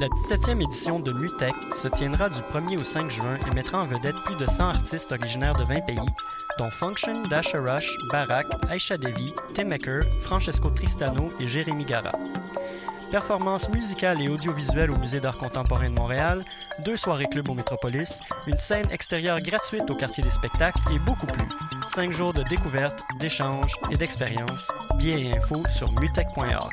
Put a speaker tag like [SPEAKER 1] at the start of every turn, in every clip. [SPEAKER 1] La 17e édition de MUTEC se tiendra du 1er au 5 juin et mettra en vedette plus de 100 artistes originaires de 20 pays, dont Function, Dasha Rush, Barak, Aisha Devi, Temaker, Francesco Tristano et Jérémy Gara. Performances musicales et audiovisuelles au Musée d'art contemporain de Montréal, deux soirées club au Métropolis, une scène extérieure gratuite au quartier des spectacles et beaucoup plus. Cinq jours de découvertes, d'échanges et d'expériences. Billets et infos sur mutech.org.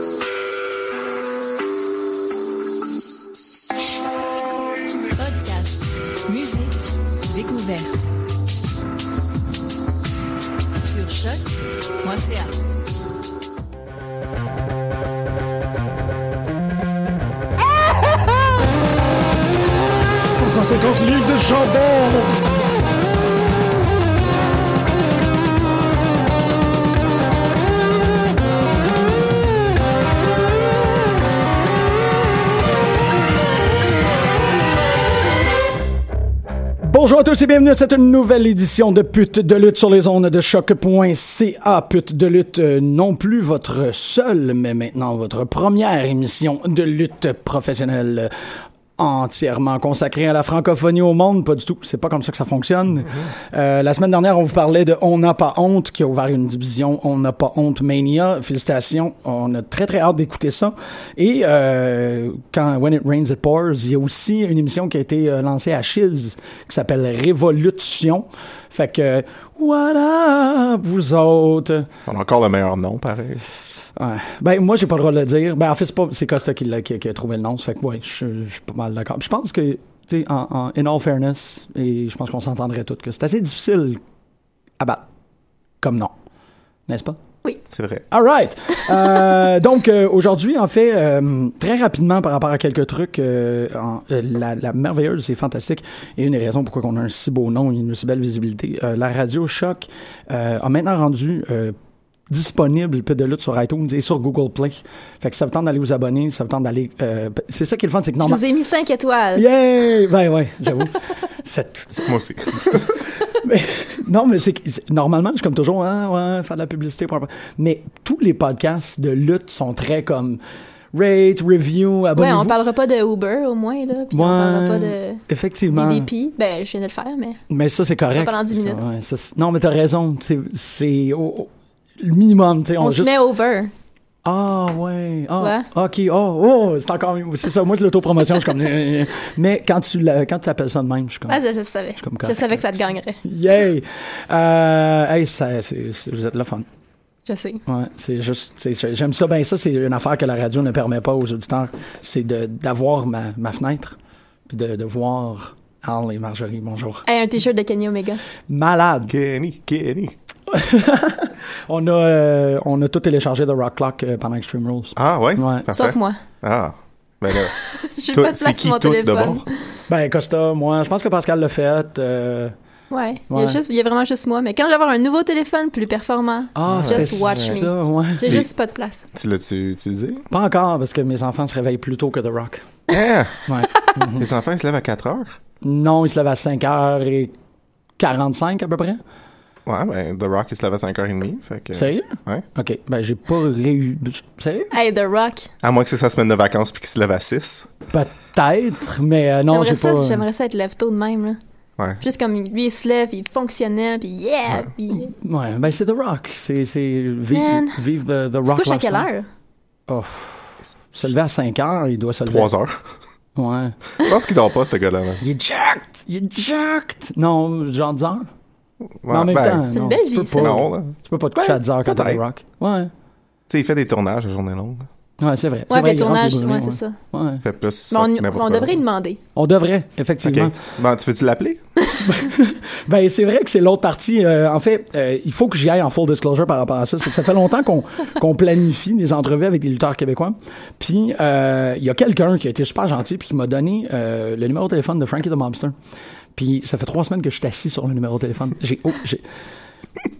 [SPEAKER 2] Podcast, musique, découverte. Sur choc.ca.
[SPEAKER 3] livres de Chambord. Bonjour à tous et bienvenue à cette nouvelle édition de Pute de lutte sur les ondes de choc.ca. Pute de lutte, euh, non plus votre seule, mais maintenant votre première émission de lutte professionnelle euh, entièrement consacrée à la francophonie au monde. Pas du tout, c'est pas comme ça que ça fonctionne. Euh, la semaine dernière, on vous parlait de On n'a pas honte, qui a ouvert une division On n'a pas honte Mania. Félicitations, on a très très hâte d'écouter ça. Et euh, quand When It Rains It Pours, il y a aussi une émission qui a été euh, lancée à Chiz qui s'appelle Révolution. Fait que, voilà, vous autres.
[SPEAKER 4] On a encore le meilleur nom, pareil.
[SPEAKER 3] Ouais. Ben, moi, j'ai pas le droit de le dire. Ben, en fait, c'est pas, c'est Costa qui, l'a- qui- qui a trouvé le nom. Ça fait que, ouais, je je suis pas mal d'accord. Puis Je pense que, tu sais, en, en- in all fairness, et je pense qu'on s'entendrait tous, que c'est assez difficile à battre comme nom. N'est-ce pas?
[SPEAKER 4] C'est vrai.
[SPEAKER 3] All right. Euh, donc, euh, aujourd'hui, en fait, euh, très rapidement par rapport à quelques trucs, euh, en- euh, la, la merveilleuse, c'est fantastique. Et une des raisons pourquoi on a un si beau nom et une si belle visibilité, euh, la radio Choc euh, a maintenant rendu euh, disponible peu de lutte sur iTunes et sur Google Play. Fait que ça vous tente d'aller vous abonner, ça vous tente d'aller... euh, c'est ça qui est le fun, c'est que
[SPEAKER 5] Je
[SPEAKER 3] normalement...
[SPEAKER 5] vous ai mis 5 étoiles.
[SPEAKER 3] Yay! Ben ouais, j'avoue. Cette-
[SPEAKER 4] Moi aussi.
[SPEAKER 3] Ben, non, mais c'est que- c'est- normalement, je suis comme toujours, ah, ouais, faire de la publicité. pour- Mais tous les podcasts de lutte sont très comme rate, review,
[SPEAKER 5] ouais,
[SPEAKER 3] abonnez-vous.
[SPEAKER 5] on parlera pas de Uber au moins, là. Puis on parlera
[SPEAKER 3] Ouais,
[SPEAKER 5] pas de
[SPEAKER 3] Effectivement.
[SPEAKER 5] DDP. Ben, je viens de le faire, mais.
[SPEAKER 3] Mais ça, c'est correct.
[SPEAKER 5] pendant 10 minutes.
[SPEAKER 3] Ouais, ça, c'est- non, mais t'as raison. C'est- C'est au- au- le minimum. tu sais,
[SPEAKER 5] On,
[SPEAKER 3] on
[SPEAKER 5] se
[SPEAKER 3] juste...
[SPEAKER 5] met over.
[SPEAKER 3] Ah ouais. Ah,
[SPEAKER 5] vois?
[SPEAKER 3] OK. Oh, oh c'est encore mieux. C'est ça. Moi, de l'autopromotion, je suis comme. euh, euh, Mais quand tu l'a- quand tu appelles ça de même, je suis comme.
[SPEAKER 5] Ah, je, je le savais.
[SPEAKER 3] comme
[SPEAKER 5] Je
[SPEAKER 3] correct,
[SPEAKER 5] savais que ça
[SPEAKER 3] là,
[SPEAKER 5] te gagnerait.
[SPEAKER 3] Yay! Euh, hey, ça, c'est- c'est- vous êtes le fun.
[SPEAKER 5] Je sais.
[SPEAKER 3] Ouais, c'est juste, c'est- c'est- j'aime ça. Ben ça, c'est une affaire que la radio ne permet pas aux auditeurs, c'est de d'avoir ma, ma fenêtre, puis de, de voir Al et Marjorie. Bonjour.
[SPEAKER 5] Hey, un t-shirt de Kenny Omega.
[SPEAKER 3] Malade.
[SPEAKER 4] Kenny, Kenny.
[SPEAKER 3] On a, euh, on a tout téléchargé de Rock Clock euh, pendant Extreme Rules.
[SPEAKER 4] Ah ouais?
[SPEAKER 3] Ouais.
[SPEAKER 4] Parfait.
[SPEAKER 5] Sauf moi.
[SPEAKER 4] Ah. Ben là,
[SPEAKER 5] J'ai
[SPEAKER 4] toi,
[SPEAKER 5] pas de
[SPEAKER 4] c'est
[SPEAKER 5] place sur
[SPEAKER 4] qui
[SPEAKER 5] mon
[SPEAKER 4] tout de
[SPEAKER 5] téléphone.
[SPEAKER 4] bord?
[SPEAKER 3] Ben Costa, moi, je pense que Pascal l'a fait. euh,
[SPEAKER 5] Ouais. Il y
[SPEAKER 3] Ouais.
[SPEAKER 5] a juste, il y a vraiment juste moi. Mais quand je vais avoir un nouveau téléphone plus performant,
[SPEAKER 3] Ah,
[SPEAKER 5] Just
[SPEAKER 3] c'était
[SPEAKER 5] watch me.
[SPEAKER 3] ça, ouais.
[SPEAKER 5] j'ai
[SPEAKER 4] Les-
[SPEAKER 5] juste pas de place.
[SPEAKER 4] Tu l'as-tu utilisé?
[SPEAKER 3] Pas encore parce que mes enfants se réveillent plus tôt que The Rock.
[SPEAKER 4] Ah!
[SPEAKER 3] Ouais.
[SPEAKER 4] Tes enfants, ils se lèvent à 4 heures?
[SPEAKER 3] non, ils se lèvent à 5h45 à peu près.
[SPEAKER 4] Ouais, ben The Rock, il se lève à 5h30. Fait que...
[SPEAKER 3] Sérieux?
[SPEAKER 4] Ouais.
[SPEAKER 3] OK. Ben j'ai pas réussi. Sérieux?
[SPEAKER 5] Hey, The Rock.
[SPEAKER 4] À moins que c'est sa semaine de vacances puis qu'il se lève à 6.
[SPEAKER 3] Peut-être, mais euh, non, j'ai
[SPEAKER 5] J'aimerais ça,
[SPEAKER 3] pas.
[SPEAKER 5] j'aimerais ça être lève tôt de même, là.
[SPEAKER 4] Ouais.
[SPEAKER 5] Juste comme lui, il se lève, il est fonctionnel, puis yeah!
[SPEAKER 4] Ouais.
[SPEAKER 5] Puis...
[SPEAKER 3] Ouais, ben c'est The Rock. C'est c'est
[SPEAKER 5] Man.
[SPEAKER 3] vive, vive the, the
[SPEAKER 5] Tu te
[SPEAKER 3] Rock.
[SPEAKER 5] couches à quelle
[SPEAKER 3] lifestyle.
[SPEAKER 5] heure?
[SPEAKER 3] Oh, se lever à 5 heures, il doit se lever.
[SPEAKER 4] 3 heures.
[SPEAKER 3] Ouais.
[SPEAKER 4] Je pense qu'il dort pas, ce gars-là. là.
[SPEAKER 3] Il est jacked! Il est jacked! Non, genre 10 heures.
[SPEAKER 4] Ouais,
[SPEAKER 3] mais en même
[SPEAKER 4] ben,
[SPEAKER 3] temps,
[SPEAKER 5] C'est une
[SPEAKER 3] non,
[SPEAKER 5] belle
[SPEAKER 3] tu peux
[SPEAKER 5] vie,
[SPEAKER 3] pas-
[SPEAKER 5] ça.
[SPEAKER 4] Non, là. Tu
[SPEAKER 3] Tu peux pas te coucher
[SPEAKER 4] Ben,
[SPEAKER 3] à 10 heures quand t'as The
[SPEAKER 4] peut-être.
[SPEAKER 3] Rock. Ouais.
[SPEAKER 4] sais, il fait des tournages la journée longue.
[SPEAKER 3] Ouais, c'est vrai. C'est
[SPEAKER 5] Ouais,
[SPEAKER 3] vrai,
[SPEAKER 5] le
[SPEAKER 3] il rentre les
[SPEAKER 5] tournage,
[SPEAKER 3] brûlés,
[SPEAKER 5] ouais,
[SPEAKER 3] ouais.
[SPEAKER 5] c'est ça.
[SPEAKER 3] Ouais.
[SPEAKER 4] Fait plus. ça
[SPEAKER 5] Mais on,
[SPEAKER 4] que
[SPEAKER 5] on
[SPEAKER 4] n'importe quoi.
[SPEAKER 5] devrait y demander.
[SPEAKER 3] On devrait,
[SPEAKER 4] Ok.
[SPEAKER 3] effectivement.
[SPEAKER 4] Bon, tu veux-tu l'appeler?
[SPEAKER 3] Ben, c'est vrai que c'est l'autre partie. Euh, en fait, euh, il faut que j'y aille en full disclosure par rapport à ça. C'est que ça fait longtemps qu'on qu'on planifie des entrevues avec des lutteurs québécois. Puis, euh, il y a quelqu'un qui a été super gentil puis qui m'a donné euh, le numéro de téléphone de Frankie the Mobster. Puis, ça fait trois semaines que je suis assis sur le numéro de téléphone. J'ai... Oh, j'ai...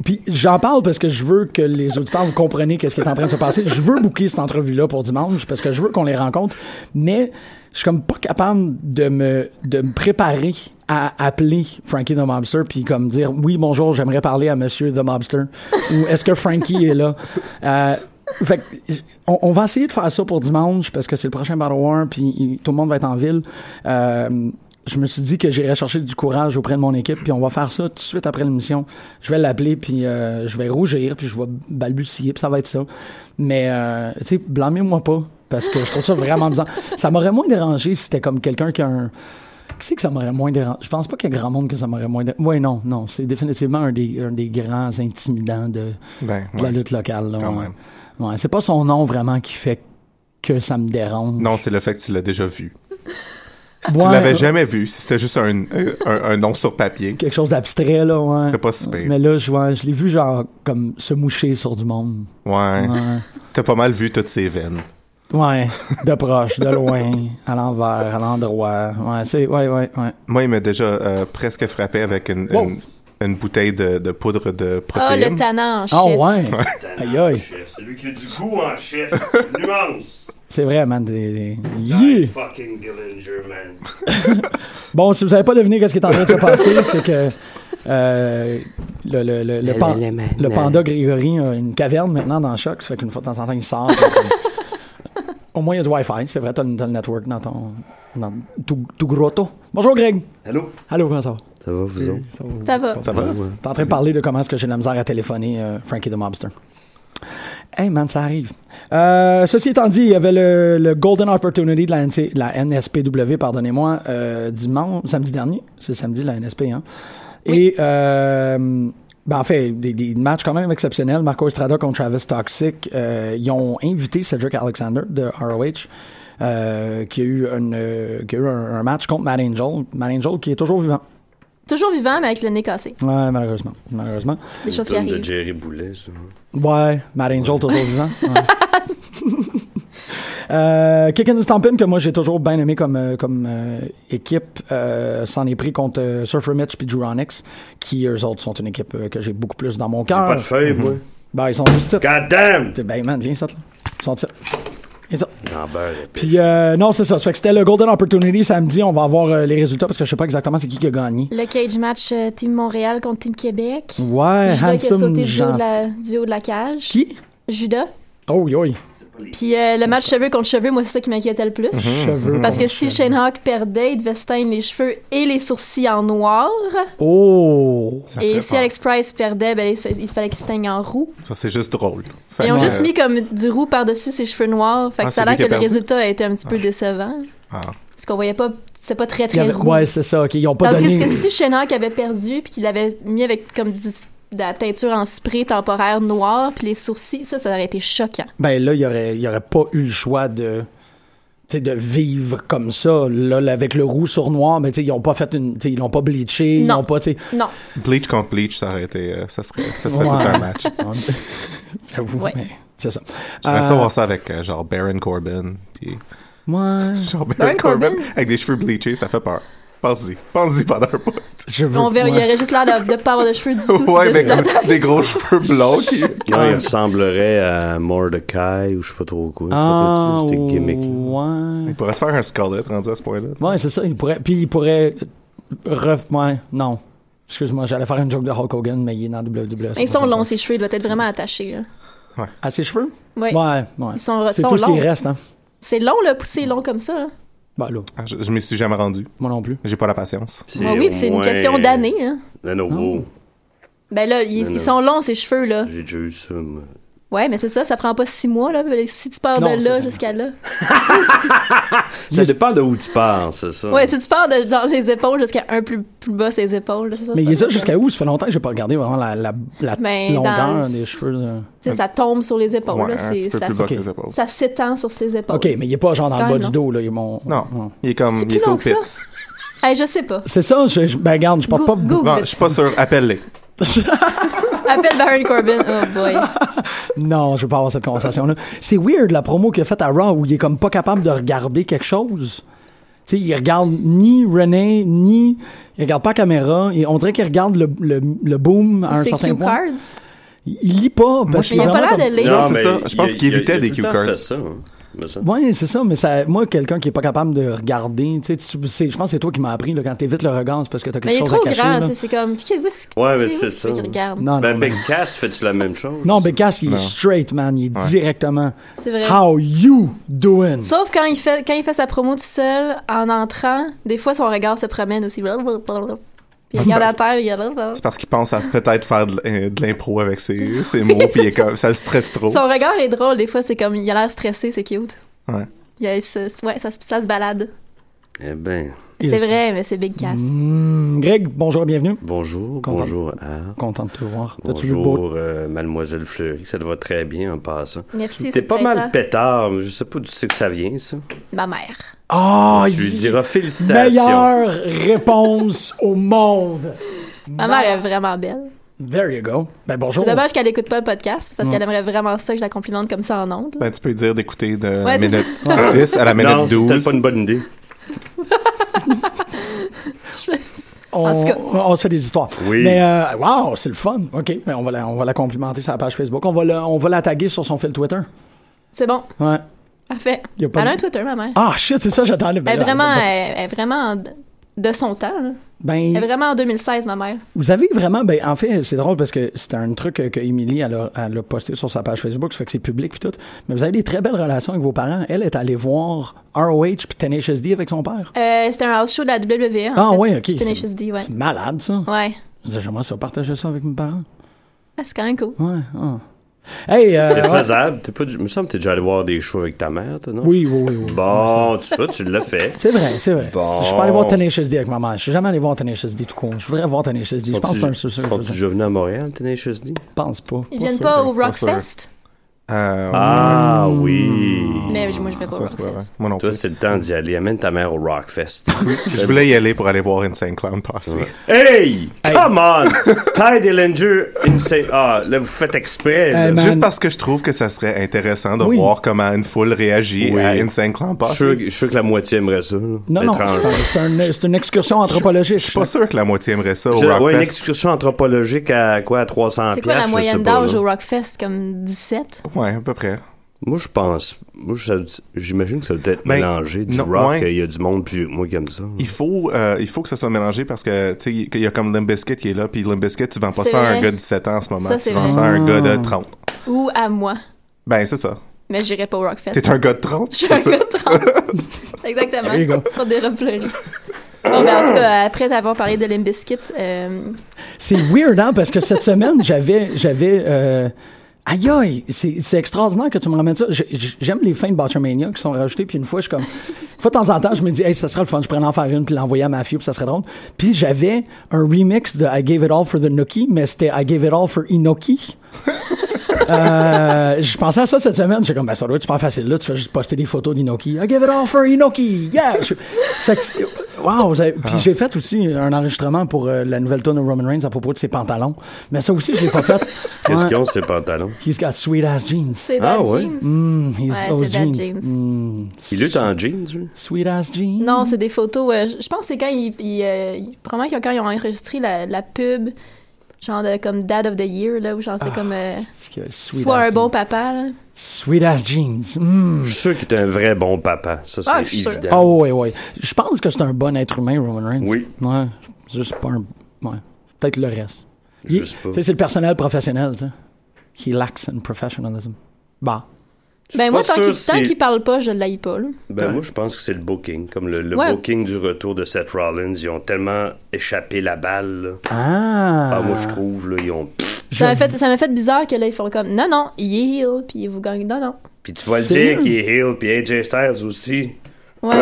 [SPEAKER 3] Puis j'en parle parce que je veux que les auditeurs vous compreniez qu'est-ce qui est en train de se passer. Je veux booker cette entrevue-là pour dimanche parce que je veux qu'on les rencontre, mais je suis comme pas capable de me de me préparer à appeler Frankie the Mobster puis comme dire oui bonjour j'aimerais parler à Monsieur the Mobster ou est-ce que Frankie est là. Euh, fait que, j- on, on va essayer de faire ça pour dimanche parce que c'est le prochain Battle War puis il- tout le monde va être en ville. Euh, je me suis dit que j'irais chercher du courage auprès de mon équipe, puis on va faire ça tout de suite après l'émission. Je vais l'appeler, puis euh, je vais rougir, puis je vais balbutier, puis ça va être ça. Mais, euh, tu sais, blâmez-moi pas, parce que je trouve ça vraiment bizarre. Ça m'aurait moins dérangé si c'était comme quelqu'un qui a un... Qui c'est que ça m'aurait moins dérangé? Je pense pas qu'il y a grand monde que ça m'aurait moins dérangé. Oui, non, non. C'est définitivement un des, un des grands intimidants de,
[SPEAKER 4] Ben,
[SPEAKER 3] de la
[SPEAKER 4] ouais.
[SPEAKER 3] lutte locale. là,
[SPEAKER 4] Quand
[SPEAKER 3] ouais.
[SPEAKER 4] même.
[SPEAKER 3] Ouais, c'est pas son nom vraiment qui fait que ça me dérange.
[SPEAKER 4] Non, c'est le fait que tu l'as déjà vu. Si
[SPEAKER 3] Ouais.
[SPEAKER 4] tu l'avais jamais vu, si c'était juste un, un, un nom sur papier,
[SPEAKER 3] euh, quelque chose d'abstrait là ouais.
[SPEAKER 4] Ce serait pas si pire.
[SPEAKER 3] mais là je vois je l'ai vu genre comme se moucher sur du monde
[SPEAKER 4] ouais,
[SPEAKER 3] ouais,
[SPEAKER 4] t'as pas mal vu toutes ses veines.
[SPEAKER 3] Ouais. de proche de loin à l'envers à l'endroit ouais c'est ouais ouais ouais
[SPEAKER 4] Moi, il m'a déjà euh, presque frappé avec une,
[SPEAKER 3] Wow.
[SPEAKER 4] une, une bouteille de, de poudre de
[SPEAKER 5] Ah, le
[SPEAKER 4] protéines.
[SPEAKER 5] tannant en chef.
[SPEAKER 3] ah ouais aïe aïe
[SPEAKER 6] chef. Celui qui a du goût en chef. Nuance.
[SPEAKER 3] c'est vrai man des- des-
[SPEAKER 6] Die
[SPEAKER 3] Yeah!
[SPEAKER 6] fucking Dillinger, man.
[SPEAKER 3] bon si vous avez pas deviné qu'est-ce qui est en train de se passer c'est que euh, le, le, le, le, pan- le panda Grégory a une caverne maintenant dans le choc ça fait qu'une fois de temps en temps il sort puis- au moins il y a du Wi-Fi c'est vrai t'as le, t'as le network dans ton dans tout, tout grotto bonjour Greg
[SPEAKER 7] Allô?
[SPEAKER 3] Allô, comment ça va?
[SPEAKER 7] Ça va, vous autres?
[SPEAKER 3] Ça va?
[SPEAKER 5] Ça va.
[SPEAKER 4] Ça va?
[SPEAKER 3] T'es en train de parler de comment est-ce que j'ai de la misère à téléphoner euh, Frankie the Mobster. Hey man, ça arrive. Euh, ceci étant dit, il y avait le, le Golden Opportunity de la, NC de la NSPW, pardonnez-moi, euh, dimanche, samedi dernier. C'est samedi la NSP, hein? Et euh, ben, en fait, des, des matchs quand même exceptionnels. Marco Estrada contre Travis Toxic. Euh, ils ont invité Cedric Alexander de ROH. euh, qui a eu, une, euh, qui a eu un, un match contre Matt Angel. Matt Angel qui est toujours vivant.
[SPEAKER 5] Toujours vivant, mais avec le nez cassé.
[SPEAKER 3] Ouais, malheureusement. Malheureusement.
[SPEAKER 5] Des choses qui
[SPEAKER 7] Tonne de
[SPEAKER 5] arrivent.
[SPEAKER 7] Jerry Boulet, ça.
[SPEAKER 3] Ouais, Mad Angel toujours vivant. Ouais. euh, Kick and Stampin' que moi j'ai toujours bien aimé comme, euh, comme euh, équipe euh, s'en est pris contre euh, Surfer Mitch puis Juronix qui eux autres sont une équipe euh, que j'ai beaucoup plus dans mon
[SPEAKER 6] Pas
[SPEAKER 3] cœur.
[SPEAKER 6] de feuille, moi.
[SPEAKER 3] Ben ils sont juste titres.
[SPEAKER 6] God damn!
[SPEAKER 3] Ben man, viens ça là. Ils sont titres. Viens ici.
[SPEAKER 7] Lambert, la
[SPEAKER 3] Puis euh, non, c'est ça. Ça fait que c'était le Golden Opportunity samedi. On va avoir euh, les résultats parce que je sais pas exactement c'est qui qui a gagné.
[SPEAKER 5] Le cage match euh, Team Montréal contre Team Québec.
[SPEAKER 3] Ouais,
[SPEAKER 5] Judas qui a
[SPEAKER 3] handsome
[SPEAKER 5] sauté du haut,
[SPEAKER 3] Jean.
[SPEAKER 5] de la, du haut de la cage.
[SPEAKER 3] Qui?
[SPEAKER 5] Judas.
[SPEAKER 3] Oh oui,
[SPEAKER 5] Puis euh, le match cheveux contre cheveux, moi, c'est ça qui m'inquiétait le plus.
[SPEAKER 4] Mm-hmm.
[SPEAKER 3] cheveux.
[SPEAKER 5] Parce que si Shane Hawk perdait, il devait se teindre les cheveux et les sourcils en noir.
[SPEAKER 3] Oh.
[SPEAKER 4] Ça
[SPEAKER 5] Et
[SPEAKER 4] fait
[SPEAKER 5] si
[SPEAKER 4] peur.
[SPEAKER 5] Alex Price perdait, ben, il fa- il fallait qu'il se teigne en roux.
[SPEAKER 4] Ça, c'est juste drôle. Fait
[SPEAKER 5] Ils ont
[SPEAKER 4] que,
[SPEAKER 5] juste
[SPEAKER 4] euh,
[SPEAKER 5] mis comme du roux par-dessus ses cheveux noirs. Fait que
[SPEAKER 4] Ah,
[SPEAKER 5] ça a
[SPEAKER 4] c'est
[SPEAKER 5] l'air
[SPEAKER 4] lui
[SPEAKER 5] que
[SPEAKER 4] qui a
[SPEAKER 5] le
[SPEAKER 4] perdu?
[SPEAKER 5] résultat a été un petit peu décevant.
[SPEAKER 4] ah.
[SPEAKER 5] Parce qu'on voyait pas, c'est pas très
[SPEAKER 3] Il y
[SPEAKER 5] très
[SPEAKER 3] avait-
[SPEAKER 5] roux.
[SPEAKER 3] ouais, c'est ça. OK, ils ont pas
[SPEAKER 5] Tandis
[SPEAKER 3] donné.
[SPEAKER 5] que si Shane Hawk avait perdu, puis qu'il avait mis avec comme du- de la teinture en spray temporaire noir, puis les sourcils, ça, ça aurait été choquant.
[SPEAKER 3] Ben là, il n'y aurait, il y aurait pas eu le choix de, tu sais, de vivre comme ça. Là, là, avec le roux sur noir, mais tu sais, ils n'ont pas fait une. tu sais, Ils l'ont pas bleaché. Ils
[SPEAKER 5] Non.
[SPEAKER 3] n'ont pas. tu sais,
[SPEAKER 5] Non.
[SPEAKER 4] Bleach contre Bleach, ça aurait été. euh, ça serait, ça serait
[SPEAKER 3] Ouais.
[SPEAKER 4] tout un match.
[SPEAKER 3] J'avoue.
[SPEAKER 5] Ouais.
[SPEAKER 3] mais C'est ça.
[SPEAKER 4] J'aimerais
[SPEAKER 3] Euh,
[SPEAKER 4] ça voir ça avec euh, genre Baron Corbin. puis-
[SPEAKER 3] ouais.
[SPEAKER 4] Genre Baron,
[SPEAKER 5] Baron
[SPEAKER 4] Corbin,
[SPEAKER 5] Corbin?
[SPEAKER 4] avec des cheveux bleachés, ça fait peur. Pense-y. Pense-y pendant un bout.
[SPEAKER 3] Je veux.
[SPEAKER 5] On verrait,
[SPEAKER 3] ouais.
[SPEAKER 5] il aurait juste l'air de, de pas avoir de cheveux du tout. c'est
[SPEAKER 4] ouais,
[SPEAKER 5] juste
[SPEAKER 4] des,
[SPEAKER 5] la tête.
[SPEAKER 4] des gros cheveux blonds qui.
[SPEAKER 7] Non, il ressemblerait à Mordecai ou je sais pas trop quoi.
[SPEAKER 3] Ah,
[SPEAKER 7] Tu te rappelles-tu de cette gimmick-là?
[SPEAKER 3] ouais.
[SPEAKER 4] Il pourrait se faire un squelette rendu à ce point-là.
[SPEAKER 3] Ouais, c'est ça. Il pourrait. Puis il pourrait. Ref... Ouais, non. Excuse-moi, j'allais faire une joke de Hulk Hogan, mais il est dans E, WWE.
[SPEAKER 5] Ils sont longs, ses cheveux, ils doivent être vraiment attachés. Là.
[SPEAKER 3] À ses cheveux?
[SPEAKER 5] Ouais.
[SPEAKER 3] Ouais, ouais.
[SPEAKER 5] Ils sont,
[SPEAKER 3] C'est
[SPEAKER 5] sont
[SPEAKER 3] tout ce qui
[SPEAKER 5] longs.
[SPEAKER 3] reste, hein.
[SPEAKER 5] C'est long, là, pousser long comme ça. hein. là.
[SPEAKER 3] Ben là,
[SPEAKER 4] Ah, Je, je m'y suis jamais rendu.
[SPEAKER 3] moi non plus.
[SPEAKER 4] J'ai pas la patience.
[SPEAKER 7] C'est
[SPEAKER 5] Ouais, oui, puis c'est
[SPEAKER 7] au
[SPEAKER 5] une
[SPEAKER 7] moins oh,
[SPEAKER 5] question d'années. hein.
[SPEAKER 7] Lenovo.
[SPEAKER 5] Ben là, ils,
[SPEAKER 7] Non,
[SPEAKER 5] ils
[SPEAKER 7] non.
[SPEAKER 5] sont longs, ses cheveux, là.
[SPEAKER 7] J'ai déjà eu ça, moi.
[SPEAKER 5] Ouais, mais c'est ça, ça prend pas six mois, là. Si tu pars
[SPEAKER 3] Non,
[SPEAKER 5] de
[SPEAKER 3] ça,
[SPEAKER 5] là
[SPEAKER 3] ça-
[SPEAKER 5] jusqu'à là.
[SPEAKER 7] Ça dépend de où tu pars, c'est ça.
[SPEAKER 5] Ouais, si tu pars de genre les épaules jusqu'à un plus, plus bas ses épaules, là, c'est ça.
[SPEAKER 3] Mais
[SPEAKER 5] ça-
[SPEAKER 3] il est là jusqu'à où? Ça fait longtemps que j'ai pas regardé vraiment la, la, la
[SPEAKER 5] Ben, dans
[SPEAKER 3] longueur
[SPEAKER 5] le-
[SPEAKER 3] des cheveux. là.
[SPEAKER 5] Tu sais, ça tombe sur les épaules,
[SPEAKER 4] Ouais,
[SPEAKER 5] là.
[SPEAKER 4] un
[SPEAKER 5] c'est-
[SPEAKER 4] petit peu
[SPEAKER 5] ça
[SPEAKER 4] plus bas que
[SPEAKER 3] Ok.
[SPEAKER 4] les épaules.
[SPEAKER 5] ça s'étend sur ses épaules.
[SPEAKER 3] OK, mais il est pas genre dans
[SPEAKER 5] C'est
[SPEAKER 3] le
[SPEAKER 5] quand
[SPEAKER 3] bas
[SPEAKER 5] même
[SPEAKER 3] du dos, là. il est mon-
[SPEAKER 4] Non,
[SPEAKER 3] mon-
[SPEAKER 4] il est comme,
[SPEAKER 5] C'est
[SPEAKER 4] il est
[SPEAKER 5] plus
[SPEAKER 4] au
[SPEAKER 5] long que ça.
[SPEAKER 4] pit.
[SPEAKER 5] Hey, je sais pas.
[SPEAKER 3] C'est ça, je, je- ben regarde, je porte pas...
[SPEAKER 5] Goog- Google,
[SPEAKER 4] Non, je suis pas sûr, appelle-les.
[SPEAKER 5] Appelle Baron Corbin. Oh boy.
[SPEAKER 3] Non, je veux pas avoir cette conversation-là. C'est weird, la promo qu'il a faite à Raw, où il est comme pas capable de regarder quelque chose. Tu sais, il regarde ni René, ni... Il regarde pas la caméra. Et on dirait qu'il regarde le, le, le boom à un
[SPEAKER 5] C'est
[SPEAKER 3] certain
[SPEAKER 5] cue
[SPEAKER 3] point.
[SPEAKER 5] cards.
[SPEAKER 3] Il lit pas. parce
[SPEAKER 5] Mais il
[SPEAKER 3] qu'il
[SPEAKER 5] a
[SPEAKER 3] est
[SPEAKER 5] pas l'air
[SPEAKER 3] vraiment
[SPEAKER 5] de lire.
[SPEAKER 4] Non, c'est ça. Je pense qu'il évitait des cue cards.
[SPEAKER 7] C'est ça, hein, me semble.
[SPEAKER 3] Oui, c'est ça, mais ça, moi, quelqu'un qui est pas capable de regarder, tu sais, tu- c'est- je pense que c'est toi qui m'as appris, là, quand t'évites le regard, c'est parce que t'as
[SPEAKER 5] Mais
[SPEAKER 3] quelque
[SPEAKER 5] il est
[SPEAKER 3] chose à
[SPEAKER 5] trop
[SPEAKER 3] cacher.
[SPEAKER 5] grand,
[SPEAKER 3] là.
[SPEAKER 5] tu sais. C'est comme. qui- où est-ce que-
[SPEAKER 7] Ouais, mais
[SPEAKER 5] tu sais, où
[SPEAKER 7] c'est
[SPEAKER 5] est-ce que
[SPEAKER 7] ça.
[SPEAKER 5] tu regardes?
[SPEAKER 3] Non, non,
[SPEAKER 7] Ben,
[SPEAKER 3] non.
[SPEAKER 7] Big Cass, fais-tu la même chose?
[SPEAKER 3] Non, Big Cass, il est
[SPEAKER 4] Non.
[SPEAKER 3] straight, man. Il est
[SPEAKER 4] Ouais.
[SPEAKER 3] directement.
[SPEAKER 5] C'est vrai.
[SPEAKER 3] How you doing?
[SPEAKER 5] Sauf quand il fait quand il fait sa promo tout seul en entrant, des fois son regard se promène aussi. Puis
[SPEAKER 3] Ah,
[SPEAKER 5] il regarde à terre, il regarde.
[SPEAKER 4] C'est parce qu'il pense à peut-être faire de l'in- de l'impro avec ses, ses mots, puis il est comme, ça le stresse
[SPEAKER 3] Oh.
[SPEAKER 4] trop.
[SPEAKER 5] Son regard est drôle, des fois c'est comme il a l'air stressé, c'est cute.
[SPEAKER 4] Ouais.
[SPEAKER 5] Il a- ce- ouais, ça, se- ça se balade.
[SPEAKER 7] Eh ben,
[SPEAKER 3] Il
[SPEAKER 5] C'est
[SPEAKER 3] est-
[SPEAKER 5] vrai, mais c'est Big Cass.
[SPEAKER 3] Hmm, Greg, bonjour et bienvenue.
[SPEAKER 7] bonjour,
[SPEAKER 3] Content.
[SPEAKER 7] bonjour à...
[SPEAKER 3] Content de te voir. T'as-tu vu le beau-
[SPEAKER 7] Bonjour, euh, Mademoiselle Fleury. Ça te va très bien en passant.
[SPEAKER 5] Merci,
[SPEAKER 7] T'es
[SPEAKER 5] c'est
[SPEAKER 7] pas mal
[SPEAKER 5] printemps.
[SPEAKER 7] pétard. mais Je sais pas d'où c'est que ça vient, ça.
[SPEAKER 5] Ma mère.
[SPEAKER 3] Ah,
[SPEAKER 7] Tu lui
[SPEAKER 3] il-
[SPEAKER 7] diras félicitations.
[SPEAKER 3] meilleure réponse au monde.
[SPEAKER 5] Ma mère est vraiment belle.
[SPEAKER 3] There you go. Ben bonjour.
[SPEAKER 5] C'est dommage qu'elle écoute pas le podcast
[SPEAKER 3] Mm.
[SPEAKER 5] parce qu'elle aimerait vraiment ça que je la complimente comme ça en ondes.
[SPEAKER 4] Ben, tu peux lui dire d'écouter de la
[SPEAKER 5] Ouais, c'est
[SPEAKER 4] minute 10 à la minute
[SPEAKER 7] non, c'est peut-être
[SPEAKER 4] 12.
[SPEAKER 7] pas une bonne idée.
[SPEAKER 3] Euh, On,
[SPEAKER 5] En tout cas.
[SPEAKER 3] on se fait des histoires.
[SPEAKER 7] Oui.
[SPEAKER 3] Mais euh, wow, c'est le fun. OK, ben on va la, on va la complimenter sur la page Facebook. On va la, on va la taguer sur son fil Twitter.
[SPEAKER 5] C'est bon,
[SPEAKER 3] Ouais.
[SPEAKER 5] parfait.
[SPEAKER 3] Y a
[SPEAKER 5] Elle
[SPEAKER 3] pas
[SPEAKER 5] a
[SPEAKER 3] de-
[SPEAKER 5] un Twitter, ma mère.
[SPEAKER 3] Ah shit, c'est ça, j'attendais. Ben
[SPEAKER 5] Elle est
[SPEAKER 3] là,
[SPEAKER 5] vraiment,
[SPEAKER 3] ben,
[SPEAKER 5] elle, elle est vraiment en- de son temps. là.
[SPEAKER 3] ben,
[SPEAKER 5] Elle est vraiment en 2016, ma mère.
[SPEAKER 3] vous avez vraiment, ben en fait, c'est drôle parce que c'est un truc que, que Émilie elle a, elle a posté sur sa page Facebook, ça fait que c'est public puis tout. Mais vous avez des très belles relations avec vos parents. Elle est allée voir ROH puis Tenacious D avec son père.
[SPEAKER 5] Euh, C'était un house show de la WWE.
[SPEAKER 3] Ah
[SPEAKER 5] en fait.
[SPEAKER 3] ouais, ok.
[SPEAKER 5] Tenacious
[SPEAKER 3] C'est-
[SPEAKER 5] D, ouais.
[SPEAKER 3] C'est malade ça.
[SPEAKER 5] Ouais.
[SPEAKER 3] J'aimerais ça partager ça avec mes parents.
[SPEAKER 5] Ah, c'est quand même cool.
[SPEAKER 3] Ouais. ah. Hey. euh,
[SPEAKER 7] C'est
[SPEAKER 3] ouais.
[SPEAKER 7] faisable. T'es pas, du- il me semble que t'es déjà allé voir des shows avec ta mère, toi, non?
[SPEAKER 3] Oui, oui, oui, oui.
[SPEAKER 7] Bon, tu vois, tu l'as fait.
[SPEAKER 3] C'est vrai, c'est vrai.
[SPEAKER 7] Bon.
[SPEAKER 3] Je suis pas allé voir Tenacious D avec ma mère. Je suis jamais allé voir Tenacious D tout court. Je voudrais voir Tenacious D. Je pense que c'est un Hmm.
[SPEAKER 7] Sont-ils
[SPEAKER 3] Je
[SPEAKER 7] déjà venus à Montréal, Tenacious D?
[SPEAKER 3] pense pas.
[SPEAKER 5] Ils
[SPEAKER 4] Pas
[SPEAKER 5] viennent
[SPEAKER 4] sûr,
[SPEAKER 5] pas
[SPEAKER 4] hein,
[SPEAKER 5] au
[SPEAKER 4] pas
[SPEAKER 5] Rockfest,
[SPEAKER 4] Euh,
[SPEAKER 7] Ah oui!
[SPEAKER 5] mais moi je vais pas au
[SPEAKER 4] ça, c'est pas vrai.
[SPEAKER 5] Rockfest.
[SPEAKER 4] Moi non
[SPEAKER 7] Toi,
[SPEAKER 4] plus.
[SPEAKER 7] c'est le temps d'y aller. Amène ta mère au Rockfest.
[SPEAKER 4] Je voulais y aller pour aller voir Insane Clown passer.
[SPEAKER 7] hey! Come on! Ty Dillinger, insane. Ah, là, vous faites exprès. là.
[SPEAKER 3] Hey, man.
[SPEAKER 4] Juste parce que je trouve que ça serait intéressant de
[SPEAKER 3] Oui.
[SPEAKER 4] voir comment une foule réagit
[SPEAKER 7] Oui.
[SPEAKER 4] à Insane Clown
[SPEAKER 7] Je suis
[SPEAKER 4] passer.
[SPEAKER 7] sûr- je suis sûr que la moitié aimerait ça. là.
[SPEAKER 3] Non, non,
[SPEAKER 7] Étrange.
[SPEAKER 3] c'est un- c'est un- c'est une excursion anthropologique.
[SPEAKER 4] Je suis pas sûr que la moitié aimerait ça au
[SPEAKER 7] Je- ouais, une
[SPEAKER 4] Rockfest.
[SPEAKER 7] excursion anthropologique à quoi? À 300
[SPEAKER 5] C'est quoi la
[SPEAKER 7] piastres, je sais
[SPEAKER 5] moyenne
[SPEAKER 7] pas,
[SPEAKER 5] d'âge
[SPEAKER 7] là.
[SPEAKER 5] au Rockfest Comme 17
[SPEAKER 4] Ouais, à peu près.
[SPEAKER 7] Moi, je pense. Moi, je- j'imagine que ça doit être
[SPEAKER 4] Ben,
[SPEAKER 7] mélangé. Du
[SPEAKER 4] non,
[SPEAKER 7] rock, euh, il
[SPEAKER 4] ouais.
[SPEAKER 7] y a du monde plus vieux que moi qui aime ça.
[SPEAKER 5] Mm.
[SPEAKER 4] Il faut, euh, il faut que ça soit mélangé parce que, tu sais, il y a comme Limp Bizkit qui est là, puis Limp Bizkit, tu vends pas
[SPEAKER 5] C'est
[SPEAKER 4] ça à
[SPEAKER 5] vrai.
[SPEAKER 4] un gars de 17 ans en ce moment.
[SPEAKER 5] Ça, c'est
[SPEAKER 4] tu vends
[SPEAKER 5] vrai.
[SPEAKER 4] ça à un gars
[SPEAKER 7] Mm.
[SPEAKER 4] de 30.
[SPEAKER 5] ou à moi.
[SPEAKER 4] Ben, c'est ça.
[SPEAKER 5] Mais j'irai pas au Rockfest.
[SPEAKER 4] T'es un gars de 30?
[SPEAKER 5] Je suis un
[SPEAKER 4] c'est ça?
[SPEAKER 5] gars de
[SPEAKER 3] There you
[SPEAKER 5] 30.
[SPEAKER 3] go.
[SPEAKER 5] Exactement. Pour des refleuris. Bon, ben, en tout cas, après avoir parlé de Limbiskit, euh,
[SPEAKER 3] C'est weird, hein, parce que cette semaine, j'avais. j'avais euh, Aïe, aïe, c'est c'est extraordinaire que tu me ramènes ça. Je- je- J'aime les fins de Botchamania qui sont rajoutées, puis une fois, je suis comme... Une fois de temps en temps, je me dis, hey, ça serait le fun, je pourrais en faire une, puis l'envoyer à ma fille, puis ça serait drôle. Puis j'avais un remix de I Gave It All for the Nookie, mais c'était I Gave It All for Inoki. Euh, je pensais à ça cette semaine. J'ai comme, ben, ça doit être super facile. Là, tu fais juste poster des photos d'Inoki. I give it all for Inoki. Yeah! Je- ça que c'est- wow! vous avez-
[SPEAKER 7] Ah.
[SPEAKER 3] Puis j'ai fait aussi un enregistrement pour euh, la nouvelle tonne de Roman Reigns à propos de ses pantalons. Mais ça aussi, je l'ai pas fait.
[SPEAKER 7] Qu'est-ce
[SPEAKER 3] Ouais.
[SPEAKER 7] qu'ils ont, ces pantalons?
[SPEAKER 3] He's got sweet ass jeans.
[SPEAKER 5] c'est
[SPEAKER 7] Ah,
[SPEAKER 5] Dad
[SPEAKER 7] ouais.
[SPEAKER 5] Jeans.
[SPEAKER 3] Mm, he's
[SPEAKER 5] Ouais,
[SPEAKER 3] those
[SPEAKER 5] c'est bad
[SPEAKER 3] jeans.
[SPEAKER 5] jeans.
[SPEAKER 3] Mm,
[SPEAKER 7] Il lutte hein. en jeans, lui?
[SPEAKER 3] sweet ass jeans.
[SPEAKER 5] Non, c'est des photos. euh, je- je pense que c'est quand ils. ils, euh, ils- probablement que quand ils ont enregistré la, la pub, genre de, comme Dad of the Year, là, où genre c'est comme. euh,
[SPEAKER 3] C'est que Ah, Sweet
[SPEAKER 5] Sois
[SPEAKER 3] ass
[SPEAKER 5] un bon
[SPEAKER 3] jeans.
[SPEAKER 5] papa, là.
[SPEAKER 3] Sweet ass jeans. Mm.
[SPEAKER 7] Je suis sûr qu'il est un vrai bon papa. Ça, c'est
[SPEAKER 5] Ah, je suis sûr.
[SPEAKER 7] évident.
[SPEAKER 3] Ah ouais, ouais. Je pense que c'est un bon être humain, Roman Reigns.
[SPEAKER 7] Oui.
[SPEAKER 3] Ouais. C'est Juste pas un. Ouais. Peut-être le reste.
[SPEAKER 7] Je
[SPEAKER 3] Il-
[SPEAKER 7] sais pas.
[SPEAKER 3] tu sais, c'est le personnel professionnel, tu sais. He lacks in professionalism. Bah.
[SPEAKER 5] Ben, moi,
[SPEAKER 7] pas
[SPEAKER 5] tant
[SPEAKER 7] sûr
[SPEAKER 5] qu'il
[SPEAKER 7] si
[SPEAKER 5] tant
[SPEAKER 7] c'est-
[SPEAKER 5] qu'il parle pas, je l'haïs pas, là.
[SPEAKER 7] Ben, moi, je pense que c'est le booking. Comme le, le
[SPEAKER 5] Ouais.
[SPEAKER 7] booking du retour de Seth Rollins. Ils ont tellement échappé la balle. là.
[SPEAKER 3] Ah.
[SPEAKER 7] Ah, moi, je trouve, là, ils ont... pff,
[SPEAKER 5] Ça m'a fait, ça m'a fait bizarre que là, ils font comme non, non, il est heel, puis vous gagnez. Non, non.
[SPEAKER 7] Puis tu vas le
[SPEAKER 3] C'est
[SPEAKER 7] dire
[SPEAKER 3] vrai.
[SPEAKER 7] qu'il est heel, puis AJ Styles aussi.
[SPEAKER 5] Ouais,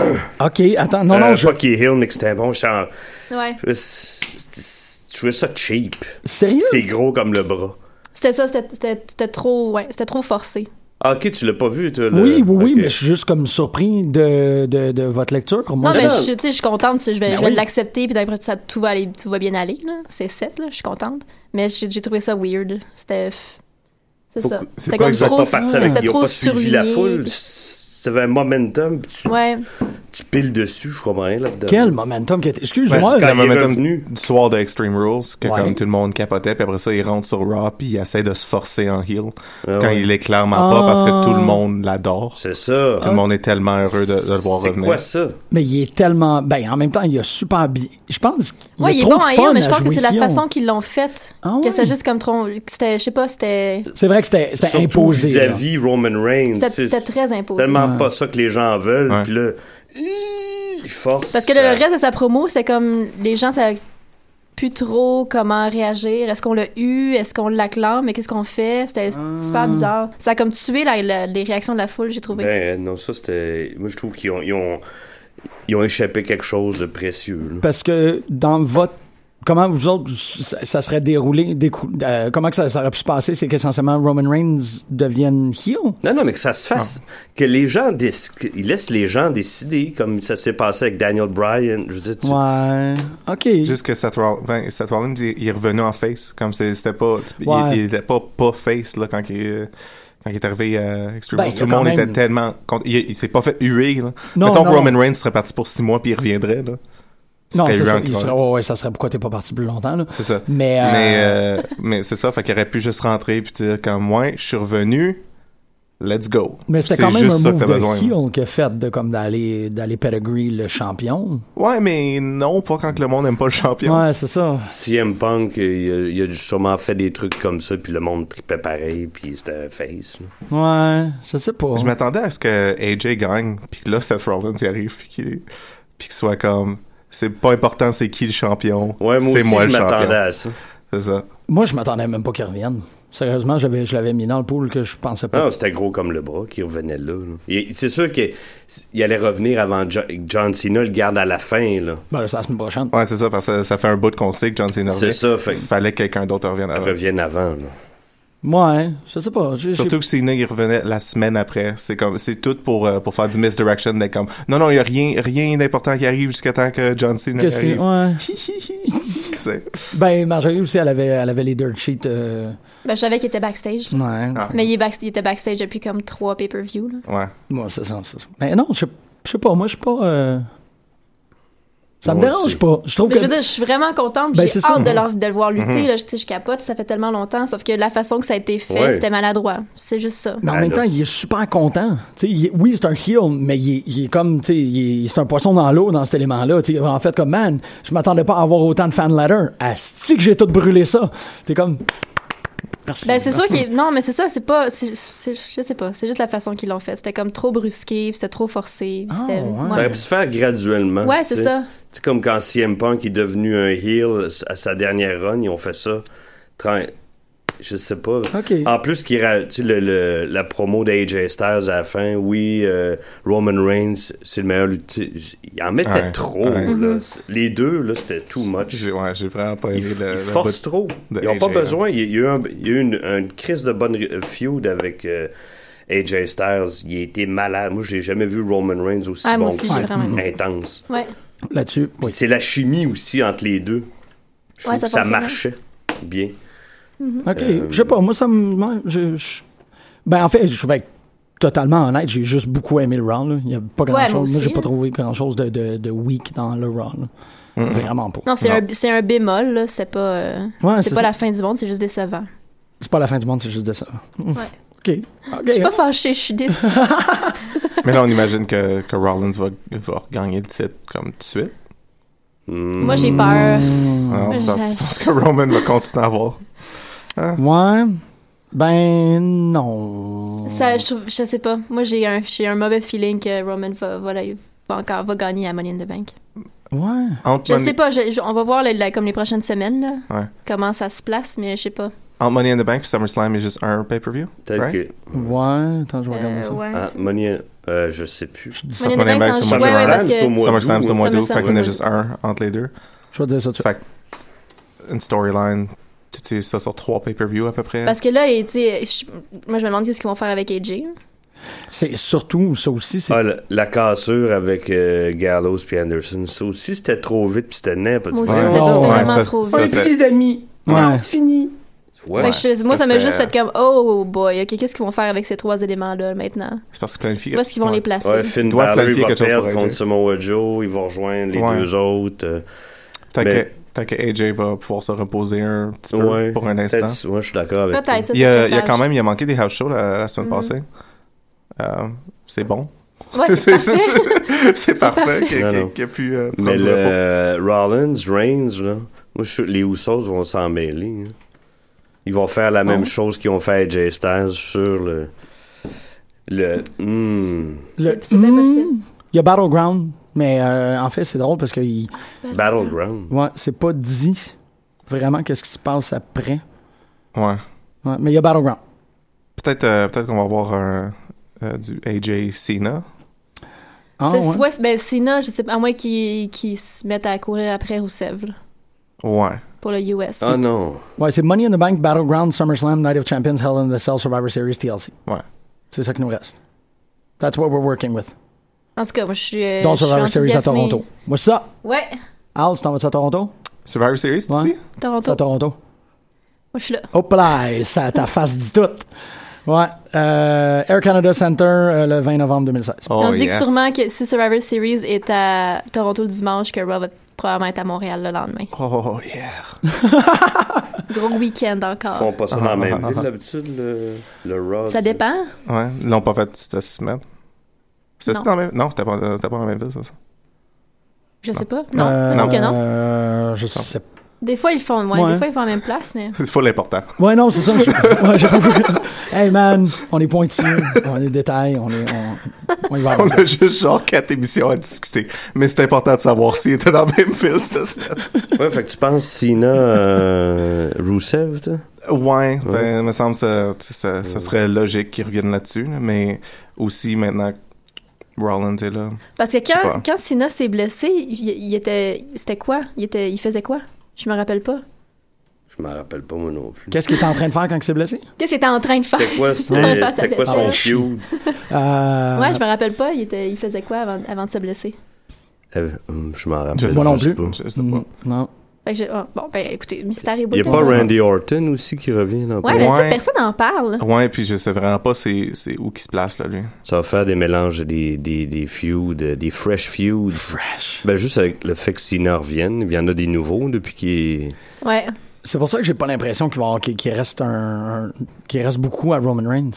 [SPEAKER 3] OK, attends, non, non,
[SPEAKER 7] Euh,
[SPEAKER 3] je...
[SPEAKER 7] Pas qu'il est heel, mais que c'était un bon chant.
[SPEAKER 5] ouais.
[SPEAKER 7] Je trouvais c- c- je trouvais ça cheap.
[SPEAKER 3] Sérieux?
[SPEAKER 7] C'est gros comme le bras.
[SPEAKER 5] C'était ça, c'était- c'était c'était trop, ouais, c'était trop forcé.
[SPEAKER 7] Ah, ok, tu l'as pas vu, toi. le-
[SPEAKER 3] Oui, oui, oui,
[SPEAKER 7] ok.
[SPEAKER 3] mais je suis juste comme surpris de, de, de votre lecture. Moi,
[SPEAKER 5] Non, mais
[SPEAKER 3] je-
[SPEAKER 5] je, tu sais, je suis contente, si je vais,
[SPEAKER 3] Ben
[SPEAKER 5] je vais
[SPEAKER 3] oui.
[SPEAKER 5] l'accepter, puis d'après ça, tout va aller, tout va bien aller, là. C'est 7, là, je suis contente. Mais j'ai j'ai trouvé ça weird. C'était. C'est ça.
[SPEAKER 4] Pourquoi- c'est
[SPEAKER 5] C'était
[SPEAKER 4] quoi
[SPEAKER 5] comme
[SPEAKER 7] Ils ont
[SPEAKER 5] trop,
[SPEAKER 7] pas parti
[SPEAKER 5] c'était
[SPEAKER 7] avec.
[SPEAKER 5] c'était
[SPEAKER 7] Ils ont
[SPEAKER 5] trop
[SPEAKER 7] pas suivi la foule.
[SPEAKER 5] surligné.
[SPEAKER 7] Ça avait un momentum, puis tu,
[SPEAKER 5] Ouais.
[SPEAKER 7] tu piles dessus, je comprends rien là-dedans.
[SPEAKER 3] Quel momentum qui était...
[SPEAKER 4] Ben,
[SPEAKER 3] Excuse-moi,
[SPEAKER 4] Euh, c'est le
[SPEAKER 7] quand il est
[SPEAKER 4] momentum
[SPEAKER 7] revenu.
[SPEAKER 4] du soir de Extreme Rules, que
[SPEAKER 3] Ouais.
[SPEAKER 4] comme tout le monde capotait, puis après ça, il rentre sur Raw, puis il essaie de se forcer en heel, quand
[SPEAKER 7] Ah ouais.
[SPEAKER 4] il est clairement pas, parce que tout
[SPEAKER 5] Ah.
[SPEAKER 4] le monde l'adore.
[SPEAKER 7] C'est ça.
[SPEAKER 4] Tout le monde est tellement heureux de, de le voir
[SPEAKER 7] C'est
[SPEAKER 4] revenir.
[SPEAKER 7] quoi ça?
[SPEAKER 3] mais il est tellement... Ben, en même temps, il a super bien... Je pense qu'il
[SPEAKER 5] Ouais,
[SPEAKER 3] y
[SPEAKER 5] il
[SPEAKER 3] a
[SPEAKER 5] est
[SPEAKER 3] trop
[SPEAKER 5] bon
[SPEAKER 3] de
[SPEAKER 5] en
[SPEAKER 3] fun
[SPEAKER 5] heel, mais je
[SPEAKER 3] à
[SPEAKER 5] pense que
[SPEAKER 3] jouer
[SPEAKER 5] c'est la
[SPEAKER 3] heel.
[SPEAKER 5] façon qu'ils l'ont faite.
[SPEAKER 3] Ah ouais.
[SPEAKER 5] Que c'est juste comme trop. que C'était, je sais pas, c'était.
[SPEAKER 3] C'est vrai que c'était c'était
[SPEAKER 7] Surtout
[SPEAKER 3] imposé. là.
[SPEAKER 7] Vis-à-vis Roman Reigns.
[SPEAKER 5] C'était
[SPEAKER 7] c'est-
[SPEAKER 5] c'était très imposé.
[SPEAKER 7] tellement pas ça que les gens veulent.
[SPEAKER 4] Ouais.
[SPEAKER 7] Puis là, ils forcent.
[SPEAKER 5] Parce que le reste de sa promo, c'est comme les gens savent plus trop comment réagir. Est-ce qu'on l'a eu? Est-ce qu'on l'acclame? Mais qu'est-ce qu'on fait? C'était
[SPEAKER 3] Ah.
[SPEAKER 5] super bizarre. Ça a comme tué la- la- les réactions de la foule, j'ai trouvé.
[SPEAKER 7] Ben, euh, non, ça c'était. Moi, je trouve qu'ils ont, ils ont, ils ont échappé quelque chose de précieux. là.
[SPEAKER 3] Parce que dans votre... Comment vous autres, ça, ça serait déroulé, décou- euh, comment que ça, ça aurait pu se passer, c'est qu'essentiellement Roman Reigns devienne heel.
[SPEAKER 7] Non, non, mais que ça se fasse.
[SPEAKER 3] Ah.
[SPEAKER 7] Que les gens. déc- Ils laissent les gens décider, comme ça s'est passé avec Daniel Bryan. Je veux dire, tu-
[SPEAKER 3] Ouais, ok.
[SPEAKER 4] Juste que Seth, Roll- ben, Seth Rollins, il, il revenait en face. Comme c'est- c'était pas, il-
[SPEAKER 3] Ouais.
[SPEAKER 4] il, était pas pas face là, quand, il, euh, quand il est arrivé à Extreme
[SPEAKER 3] Ben,
[SPEAKER 4] Rules.
[SPEAKER 3] il a
[SPEAKER 4] Tout le
[SPEAKER 3] quand
[SPEAKER 4] monde
[SPEAKER 3] même-
[SPEAKER 4] était tellement. contre- Il, il s'est pas fait huer. Là.
[SPEAKER 3] Non,
[SPEAKER 4] Mettons
[SPEAKER 3] non.
[SPEAKER 4] que Roman Reigns serait parti pour six mois puis il reviendrait. Là.
[SPEAKER 3] non,
[SPEAKER 4] serait
[SPEAKER 3] c'est
[SPEAKER 4] eu
[SPEAKER 3] ça,
[SPEAKER 4] en
[SPEAKER 3] il
[SPEAKER 4] classe.
[SPEAKER 3] ferait, ouais, ouais, ça serait pourquoi t'es pas parti plus longtemps, là.
[SPEAKER 4] C'est ça.
[SPEAKER 3] Mais, euh,
[SPEAKER 4] Mais, euh, mais c'est ça. Fait qu'il aurait pu juste rentrer puis dire comme moi, je suis revenu. Let's go.
[SPEAKER 3] Mais c'était
[SPEAKER 4] C'est
[SPEAKER 3] quand même
[SPEAKER 4] juste
[SPEAKER 3] un
[SPEAKER 4] ça que
[SPEAKER 3] move de
[SPEAKER 4] t'as besoin, là.
[SPEAKER 3] heel que fait de comme d'aller d'aller pedigree le champion.
[SPEAKER 4] Ouais, mais non, pas quand que le monde aime pas le champion.
[SPEAKER 3] Ouais, c'est ça.
[SPEAKER 7] CM Punk, il a, il a sûrement fait des trucs comme ça, puis le monde tripait pareil, puis c'était un face. là.
[SPEAKER 3] Ouais, je sais pas.
[SPEAKER 4] Je m'attendais à ce que AJ gagne, puis que là, Seth Rollins y arrive, puis qu'il puis qu'il soit comme. C'est pas important, c'est qui le champion.
[SPEAKER 7] Ouais, moi
[SPEAKER 4] c'est
[SPEAKER 7] aussi,
[SPEAKER 4] moi le
[SPEAKER 7] je m'attendais
[SPEAKER 4] champion.
[SPEAKER 7] à ça.
[SPEAKER 4] C'est ça.
[SPEAKER 3] Moi, je m'attendais même pas qu'il revienne. Sérieusement, j'avais je l'avais mis dans le pool que je pensais pas.
[SPEAKER 7] Non, c'était gros comme le bras qui revenait là. là. Il- C'est sûr qu'il allait revenir avant Jo- John Cena, le garde à la fin. Là.
[SPEAKER 3] Ben, c'est la semaine prochaine.
[SPEAKER 4] Ouais, c'est ça, parce que ça fait un bout qu'on sait que John Cena
[SPEAKER 7] C'est
[SPEAKER 4] revient.
[SPEAKER 7] ça, fait
[SPEAKER 4] Il fallait que quelqu'un d'autre revienne
[SPEAKER 7] qu'il
[SPEAKER 4] avant.
[SPEAKER 7] revienne avant. là.
[SPEAKER 3] Ouais, je sais pas. j'ai- j'ai-
[SPEAKER 4] Surtout que Cena, il revenait la semaine après. C'est comme, c'est tout pour, euh, pour faire du misdirection, d'être comme, non, non, il y a rien, rien d'important qui arrive jusqu'à temps que John Cena
[SPEAKER 3] que c'est-
[SPEAKER 4] arrive.
[SPEAKER 3] ouais.
[SPEAKER 4] Tu sais.
[SPEAKER 3] Ben, Marjorie aussi, elle avait, elle avait les dirt sheets. euh,
[SPEAKER 5] Ben, je savais qu'il était
[SPEAKER 7] Hmm.
[SPEAKER 5] backstage. là.
[SPEAKER 3] Ouais.
[SPEAKER 4] Ah.
[SPEAKER 5] Mais il, est back- il était backstage depuis comme trois pay-per-view. là.
[SPEAKER 4] Ouais.
[SPEAKER 3] Moi, c'est ça, c'est ça. Mais non, je sais- je sais pas. Moi, je suis pas. euh, Ça me
[SPEAKER 7] Moi
[SPEAKER 3] dérange
[SPEAKER 7] aussi.
[SPEAKER 3] pas. Je trouve
[SPEAKER 5] Mais
[SPEAKER 3] que.
[SPEAKER 5] Ben, je veux dire, je suis vraiment contente. puis
[SPEAKER 3] euh, Ben,
[SPEAKER 5] J'ai
[SPEAKER 3] c'est ça.
[SPEAKER 5] hâte de, leur- de le voir
[SPEAKER 7] Hmm.
[SPEAKER 5] lutter. là. Je, tu sais, je capote, ça fait tellement longtemps. Sauf que la façon que ça a été fait,
[SPEAKER 7] Ouais.
[SPEAKER 5] c'était maladroit. C'est juste ça.
[SPEAKER 3] Mais en
[SPEAKER 7] Ben,
[SPEAKER 3] même
[SPEAKER 7] là,
[SPEAKER 3] temps,
[SPEAKER 7] c'est-
[SPEAKER 3] il est super content. Tu sais, il est- oui, c'est un heel, mais il est, il est comme, tu sais, il est- c'est un poisson dans l'eau dans cet élément-là. Tu sais, En fait, comme, man, je m'attendais pas à avoir autant de fan letters. Asti que j'ai tout brûlé ça. T'es comme. Merci.
[SPEAKER 5] Ben, c'est sûr
[SPEAKER 3] merci.
[SPEAKER 5] qu'il est- Non, mais c'est ça, c'est pas. c'est- c'est- Je sais pas, c'est juste la façon qu'ils l'ont fait. C'était comme trop brusqué, puis c'était trop forcé. puis
[SPEAKER 3] Ah,
[SPEAKER 5] c'était-
[SPEAKER 3] ouais.
[SPEAKER 7] Ça aurait pu se faire graduellement.
[SPEAKER 5] Ouais, c'est
[SPEAKER 7] tu sais.
[SPEAKER 5] ça.
[SPEAKER 7] Tu sais, comme quand CM Punk est devenu un heel à sa dernière run, ils ont fait ça. Tran- Je sais pas.
[SPEAKER 3] Ok.
[SPEAKER 7] En plus, qu'il ra- tu sais, le, le- la promo d'AJ Styles à la fin, oui, euh, Roman Reigns, c'est le meilleur lutteur. Il en mettait
[SPEAKER 4] Ouais,
[SPEAKER 7] trop.
[SPEAKER 4] ouais.
[SPEAKER 7] là.
[SPEAKER 5] Mm-hmm.
[SPEAKER 7] C'est- Les deux, là, c'était too much.
[SPEAKER 4] J'ai, ouais, j'ai vraiment pas
[SPEAKER 7] Ils,
[SPEAKER 4] aimé
[SPEAKER 7] f-
[SPEAKER 4] le,
[SPEAKER 7] ils
[SPEAKER 4] le
[SPEAKER 7] forcent
[SPEAKER 4] bout
[SPEAKER 7] trop.
[SPEAKER 4] de euh. hein.
[SPEAKER 7] Ils n'ont pas
[SPEAKER 4] AJ, là.
[SPEAKER 7] besoin. Il y a- il y a eu, un- il y a eu une, une crise de bonne euh, feud avec euh, AJ Styles. Il a été malade. Moi, j'ai jamais vu Roman Reigns aussi
[SPEAKER 5] Ah,
[SPEAKER 7] bon
[SPEAKER 5] moi aussi, j'ai
[SPEAKER 7] que ça.
[SPEAKER 5] vraiment aimé ça.
[SPEAKER 7] intense.
[SPEAKER 5] Ouais.
[SPEAKER 3] Là-dessus,
[SPEAKER 7] Puis C'est la chimie aussi entre les deux. Je
[SPEAKER 5] Ouais, ça
[SPEAKER 7] trouve que ça
[SPEAKER 5] fonctionnait.
[SPEAKER 7] marchait bien.
[SPEAKER 3] OK.
[SPEAKER 7] Euh,
[SPEAKER 3] Je sais pas, moi, ça me. ouais, je- je- Ben, en fait, je vais être totalement honnête, j'ai juste beaucoup aimé le round. là. Il y a pas
[SPEAKER 5] moi
[SPEAKER 3] grand-chose. moi,
[SPEAKER 5] aussi, hein.
[SPEAKER 3] j'ai pas
[SPEAKER 5] là.
[SPEAKER 3] trouvé grand-chose de, de, de weak dans le round. là. Vraiment pas.
[SPEAKER 5] Non, c'est
[SPEAKER 4] Non.
[SPEAKER 5] un, c'est un bémol, là. C'est pas, euh,
[SPEAKER 3] Ouais, c'est
[SPEAKER 5] c'est pas
[SPEAKER 3] ça.
[SPEAKER 5] la fin du monde, c'est juste décevant.
[SPEAKER 3] C'est pas la fin du monde, c'est juste de ça. Ouais. OK. OK.
[SPEAKER 5] Je suis pas fâchée, je suis déçue.
[SPEAKER 4] Mais là, on imagine que, que Rollins va, va gagner le titre comme tout de suite.
[SPEAKER 5] Moi, j'ai peur.
[SPEAKER 3] Mm.
[SPEAKER 4] Non, c'est parce, Ah, tu penses que Roman va continuer à avoir. hein?
[SPEAKER 3] Ouais. Ben, non.
[SPEAKER 5] Ça, je, trouve- je sais pas. Moi, j'ai un, j'ai un mauvais feeling que Roman va, va, la- va encore, va gagner à Money in the Bank.
[SPEAKER 3] Ouais.
[SPEAKER 4] Entre
[SPEAKER 5] Je
[SPEAKER 4] Money-
[SPEAKER 5] sais pas, je- je- on va voir le- la- comme les prochaines semaines, là,
[SPEAKER 4] Ouais.
[SPEAKER 5] comment ça se place, mais je sais pas.
[SPEAKER 4] Entre Money in the Bank puis SummerSlam, il y a juste un pay-per-view.
[SPEAKER 7] Peut-être
[SPEAKER 4] right?
[SPEAKER 7] que.
[SPEAKER 3] Ouais, attends, je vais regarder ça.
[SPEAKER 5] Euh, ouais.
[SPEAKER 7] Ah, Money. Euh, je sais plus.
[SPEAKER 4] Je dis
[SPEAKER 5] Money in the
[SPEAKER 4] Money in the
[SPEAKER 5] Bank,
[SPEAKER 4] Bank,
[SPEAKER 5] c'est
[SPEAKER 4] c'est
[SPEAKER 5] en
[SPEAKER 4] au mois
[SPEAKER 5] juin, ouais,
[SPEAKER 4] de
[SPEAKER 5] parce
[SPEAKER 4] juin.
[SPEAKER 5] que-
[SPEAKER 7] au mois
[SPEAKER 4] SummerSlam,
[SPEAKER 7] d'août,
[SPEAKER 4] c'est au
[SPEAKER 7] ouais.
[SPEAKER 4] mois d'août. Fait
[SPEAKER 5] SummerSlam,
[SPEAKER 4] qu'il y en a
[SPEAKER 5] c'est au
[SPEAKER 4] juste un entre les deux.
[SPEAKER 3] Je vais te dire ça tout de suite.
[SPEAKER 4] Fait que une storyline, tu sais, ça sur trois pay-per-view à peu près.
[SPEAKER 5] Parce que là, et, tu sais, je- moi, je me demande qu'est-ce qu'ils vont faire avec AJ.
[SPEAKER 3] C'est surtout, ça aussi, c'est
[SPEAKER 7] Ah, la, la cassure avec euh, Gallows puis Anderson, ça aussi c'était trop vite puis c'était n'importe
[SPEAKER 5] Moi aussi,
[SPEAKER 4] Ouais.
[SPEAKER 5] c'était
[SPEAKER 3] Ouais,
[SPEAKER 5] vraiment
[SPEAKER 4] ça,
[SPEAKER 5] trop
[SPEAKER 4] ça,
[SPEAKER 5] vite.
[SPEAKER 4] c'était-
[SPEAKER 7] amis.
[SPEAKER 3] Ouais.
[SPEAKER 7] C'est fini. Ouais.
[SPEAKER 5] Fait que je- moi,
[SPEAKER 4] ça,
[SPEAKER 5] ça m'a
[SPEAKER 4] c'était-
[SPEAKER 5] juste fait comme, oh boy, ok, qu'est-ce qu'ils vont faire avec ces trois éléments-là maintenant?
[SPEAKER 4] C'est parce que plein de filles.
[SPEAKER 5] Où est-ce qu'ils vont les placer?
[SPEAKER 7] Ouais, Finn
[SPEAKER 4] doivent
[SPEAKER 7] Balor il
[SPEAKER 4] planifier
[SPEAKER 7] va
[SPEAKER 4] quelque chose
[SPEAKER 7] perdre
[SPEAKER 4] pour aider.
[SPEAKER 7] contre Samoa Joe, il va rejoindre les
[SPEAKER 4] Ouais.
[SPEAKER 7] deux autres. euh,
[SPEAKER 4] Tant
[SPEAKER 7] Mais-
[SPEAKER 4] que- tant que AJ va pouvoir se reposer un petit peu
[SPEAKER 7] ouais.
[SPEAKER 4] pour un
[SPEAKER 7] Peut-être-
[SPEAKER 4] instant.
[SPEAKER 7] Ouais, je suis d'accord avec toi.
[SPEAKER 5] Peut-être, ça, Mm-hmm.
[SPEAKER 4] Il y, a,
[SPEAKER 5] c'est
[SPEAKER 4] il y a quand même il a manqué des house shows la, la semaine passée. Euh, c'est bon.
[SPEAKER 5] Ouais, c'est parfait.
[SPEAKER 4] c'est- c'est parfait
[SPEAKER 5] parfait.
[SPEAKER 4] qu'il
[SPEAKER 7] Non, non.
[SPEAKER 4] qu'il- qu'il a pu euh, prendre
[SPEAKER 7] Mais
[SPEAKER 4] du
[SPEAKER 7] le,
[SPEAKER 4] repos.
[SPEAKER 7] euh, Rollins, Reigns, là, moi, je suis sûr que les Usos vont s'en mêler. hein. Ils vont faire la même chose qu'ils ont fait à Jay Styles sur le. Le. hmm,
[SPEAKER 3] le-
[SPEAKER 5] c'est- c'est bien possible.
[SPEAKER 3] Hmm. Il y a Battleground, mais euh, en fait, c'est drôle parce que il-
[SPEAKER 7] Battleground.
[SPEAKER 3] ouais, c'est pas dit vraiment qu'est-ce qui se passe après.
[SPEAKER 4] Ouais.
[SPEAKER 3] Ouais, mais il y a Battleground.
[SPEAKER 4] Peut-être euh, peut-être qu'on va avoir un, euh, du AJ Cena.
[SPEAKER 3] Ah,
[SPEAKER 5] Ça,
[SPEAKER 3] ouais.
[SPEAKER 5] c'est- ouais, c'est- ben, Cena, je sais pas, à moins qu'ils qu'ils se mettent à courir après Rousseff là,
[SPEAKER 4] Ouais.
[SPEAKER 5] pour le US.
[SPEAKER 7] Ah non.
[SPEAKER 3] Ouais, c'est Money in the Bank, Battleground, SummerSlam, Night of Champions, Hell in a Cell, Survivor Series, TLC.
[SPEAKER 4] Ouais.
[SPEAKER 3] C'est ça qui nous reste. That's what we're working with.
[SPEAKER 5] En tout cas, moi, je suis. euh,
[SPEAKER 3] Dans
[SPEAKER 5] je suis
[SPEAKER 3] Survivor Series à
[SPEAKER 5] enthousiasmée.
[SPEAKER 3] Toronto. What's up?
[SPEAKER 5] Ouais,
[SPEAKER 3] Al, tu t'en vas-tu à Toronto?
[SPEAKER 4] Survivor Series, c'est
[SPEAKER 3] Ouais.
[SPEAKER 4] ici?
[SPEAKER 3] C'est
[SPEAKER 5] Toronto.
[SPEAKER 3] à Toronto.
[SPEAKER 5] Moi, je suis là.
[SPEAKER 3] Hop là, ça ta face dit tout. Ouais. euh, Air Canada Center euh, le 20 novembre 2016.
[SPEAKER 4] Oh,
[SPEAKER 5] Puis on dit
[SPEAKER 4] yes.
[SPEAKER 5] que sûrement que si Survivor Series est à Toronto le dimanche, que Raw va probablement être à Montréal le lendemain.
[SPEAKER 4] Oh, yeah.
[SPEAKER 5] Gros week-end
[SPEAKER 7] Ils
[SPEAKER 5] encore.
[SPEAKER 7] font pas ça dans la même
[SPEAKER 4] Ah, ah,
[SPEAKER 7] ville
[SPEAKER 4] ah.
[SPEAKER 7] d'habitude, le, le Raw.
[SPEAKER 5] Ça dépend.
[SPEAKER 4] Ouais. Ils l'ont pas fait cette semaine. C'était
[SPEAKER 5] Non.
[SPEAKER 4] dans la même. Non, c'était pas, euh, c'était pas dans la même ville, ça. ça.
[SPEAKER 5] Je sais pas. Non,
[SPEAKER 3] Euh,
[SPEAKER 5] il me semble que non.
[SPEAKER 3] euh, je sais pas.
[SPEAKER 5] Des fois, ils font, ouais,
[SPEAKER 3] Ouais.
[SPEAKER 5] des fois, ils font en même place, mais.
[SPEAKER 4] C'est full important.
[SPEAKER 3] Ouais, non, c'est ça. je- ouais, j'ai- hey man, on est pointilleux, on est détail, on est. On, on y va.
[SPEAKER 4] On a juste genre quatre émissions à discuter. Mais c'est important de savoir s'il était dans la même ville cette semaine.
[SPEAKER 7] Ouais, fait que tu penses Cena, euh, Rusev, tu sais?
[SPEAKER 4] Ouais, ben,
[SPEAKER 7] Ouais.
[SPEAKER 4] il me semble que ça, tu sais, ça, ça serait logique qu'ils reviennent là-dessus. là, Mais aussi, maintenant que Rollins est là.
[SPEAKER 5] Parce que quand,
[SPEAKER 4] Ouais.
[SPEAKER 5] quand Sina s'est blessé, il, il était. C'était quoi il, était, il faisait quoi Je me rappelle pas.
[SPEAKER 7] Je me rappelle pas, moi non plus.
[SPEAKER 3] Qu'est-ce qu'il est en train de faire quand il s'est blessé?
[SPEAKER 5] Qu'est-ce qu'il était en train de faire
[SPEAKER 7] C'était quoi,
[SPEAKER 5] Ouais,
[SPEAKER 7] c'était,
[SPEAKER 5] ça
[SPEAKER 7] c'était quoi
[SPEAKER 5] fait ça.
[SPEAKER 7] son feud?
[SPEAKER 3] Euh,
[SPEAKER 5] Ouais, je me rappelle pas. Il, était, il faisait quoi avant, avant de se blesser
[SPEAKER 7] Euh, hum, Je m'en rappelle
[SPEAKER 4] Je sais
[SPEAKER 3] moi non
[SPEAKER 7] juste
[SPEAKER 3] plus.
[SPEAKER 7] pas.
[SPEAKER 4] Je sais
[SPEAKER 3] mm,
[SPEAKER 4] pas.
[SPEAKER 3] Non.
[SPEAKER 5] Fait que j'ai- oh, Bon, ben écoutez, mystère et
[SPEAKER 7] Il y a
[SPEAKER 5] boulot.
[SPEAKER 7] pas Randy Orton aussi qui revient dans
[SPEAKER 5] Ouais, mais
[SPEAKER 4] Ouais.
[SPEAKER 5] ça, personne n'en parle.
[SPEAKER 4] Ouais, puis je sais vraiment pas c'est, c'est où qui se place, là, lui.
[SPEAKER 7] Ça va faire des mélanges, des, des, des feuds, des fresh feuds.
[SPEAKER 3] Fresh.
[SPEAKER 7] Ben, juste avec le fait que Cena revienne, il y en a des nouveaux depuis qu'il est...
[SPEAKER 5] Ouais.
[SPEAKER 3] C'est pour ça que j'ai pas l'impression qu'il va y avoir- qu'il qu'il reste un, un- qu'il reste beaucoup à Roman Reigns.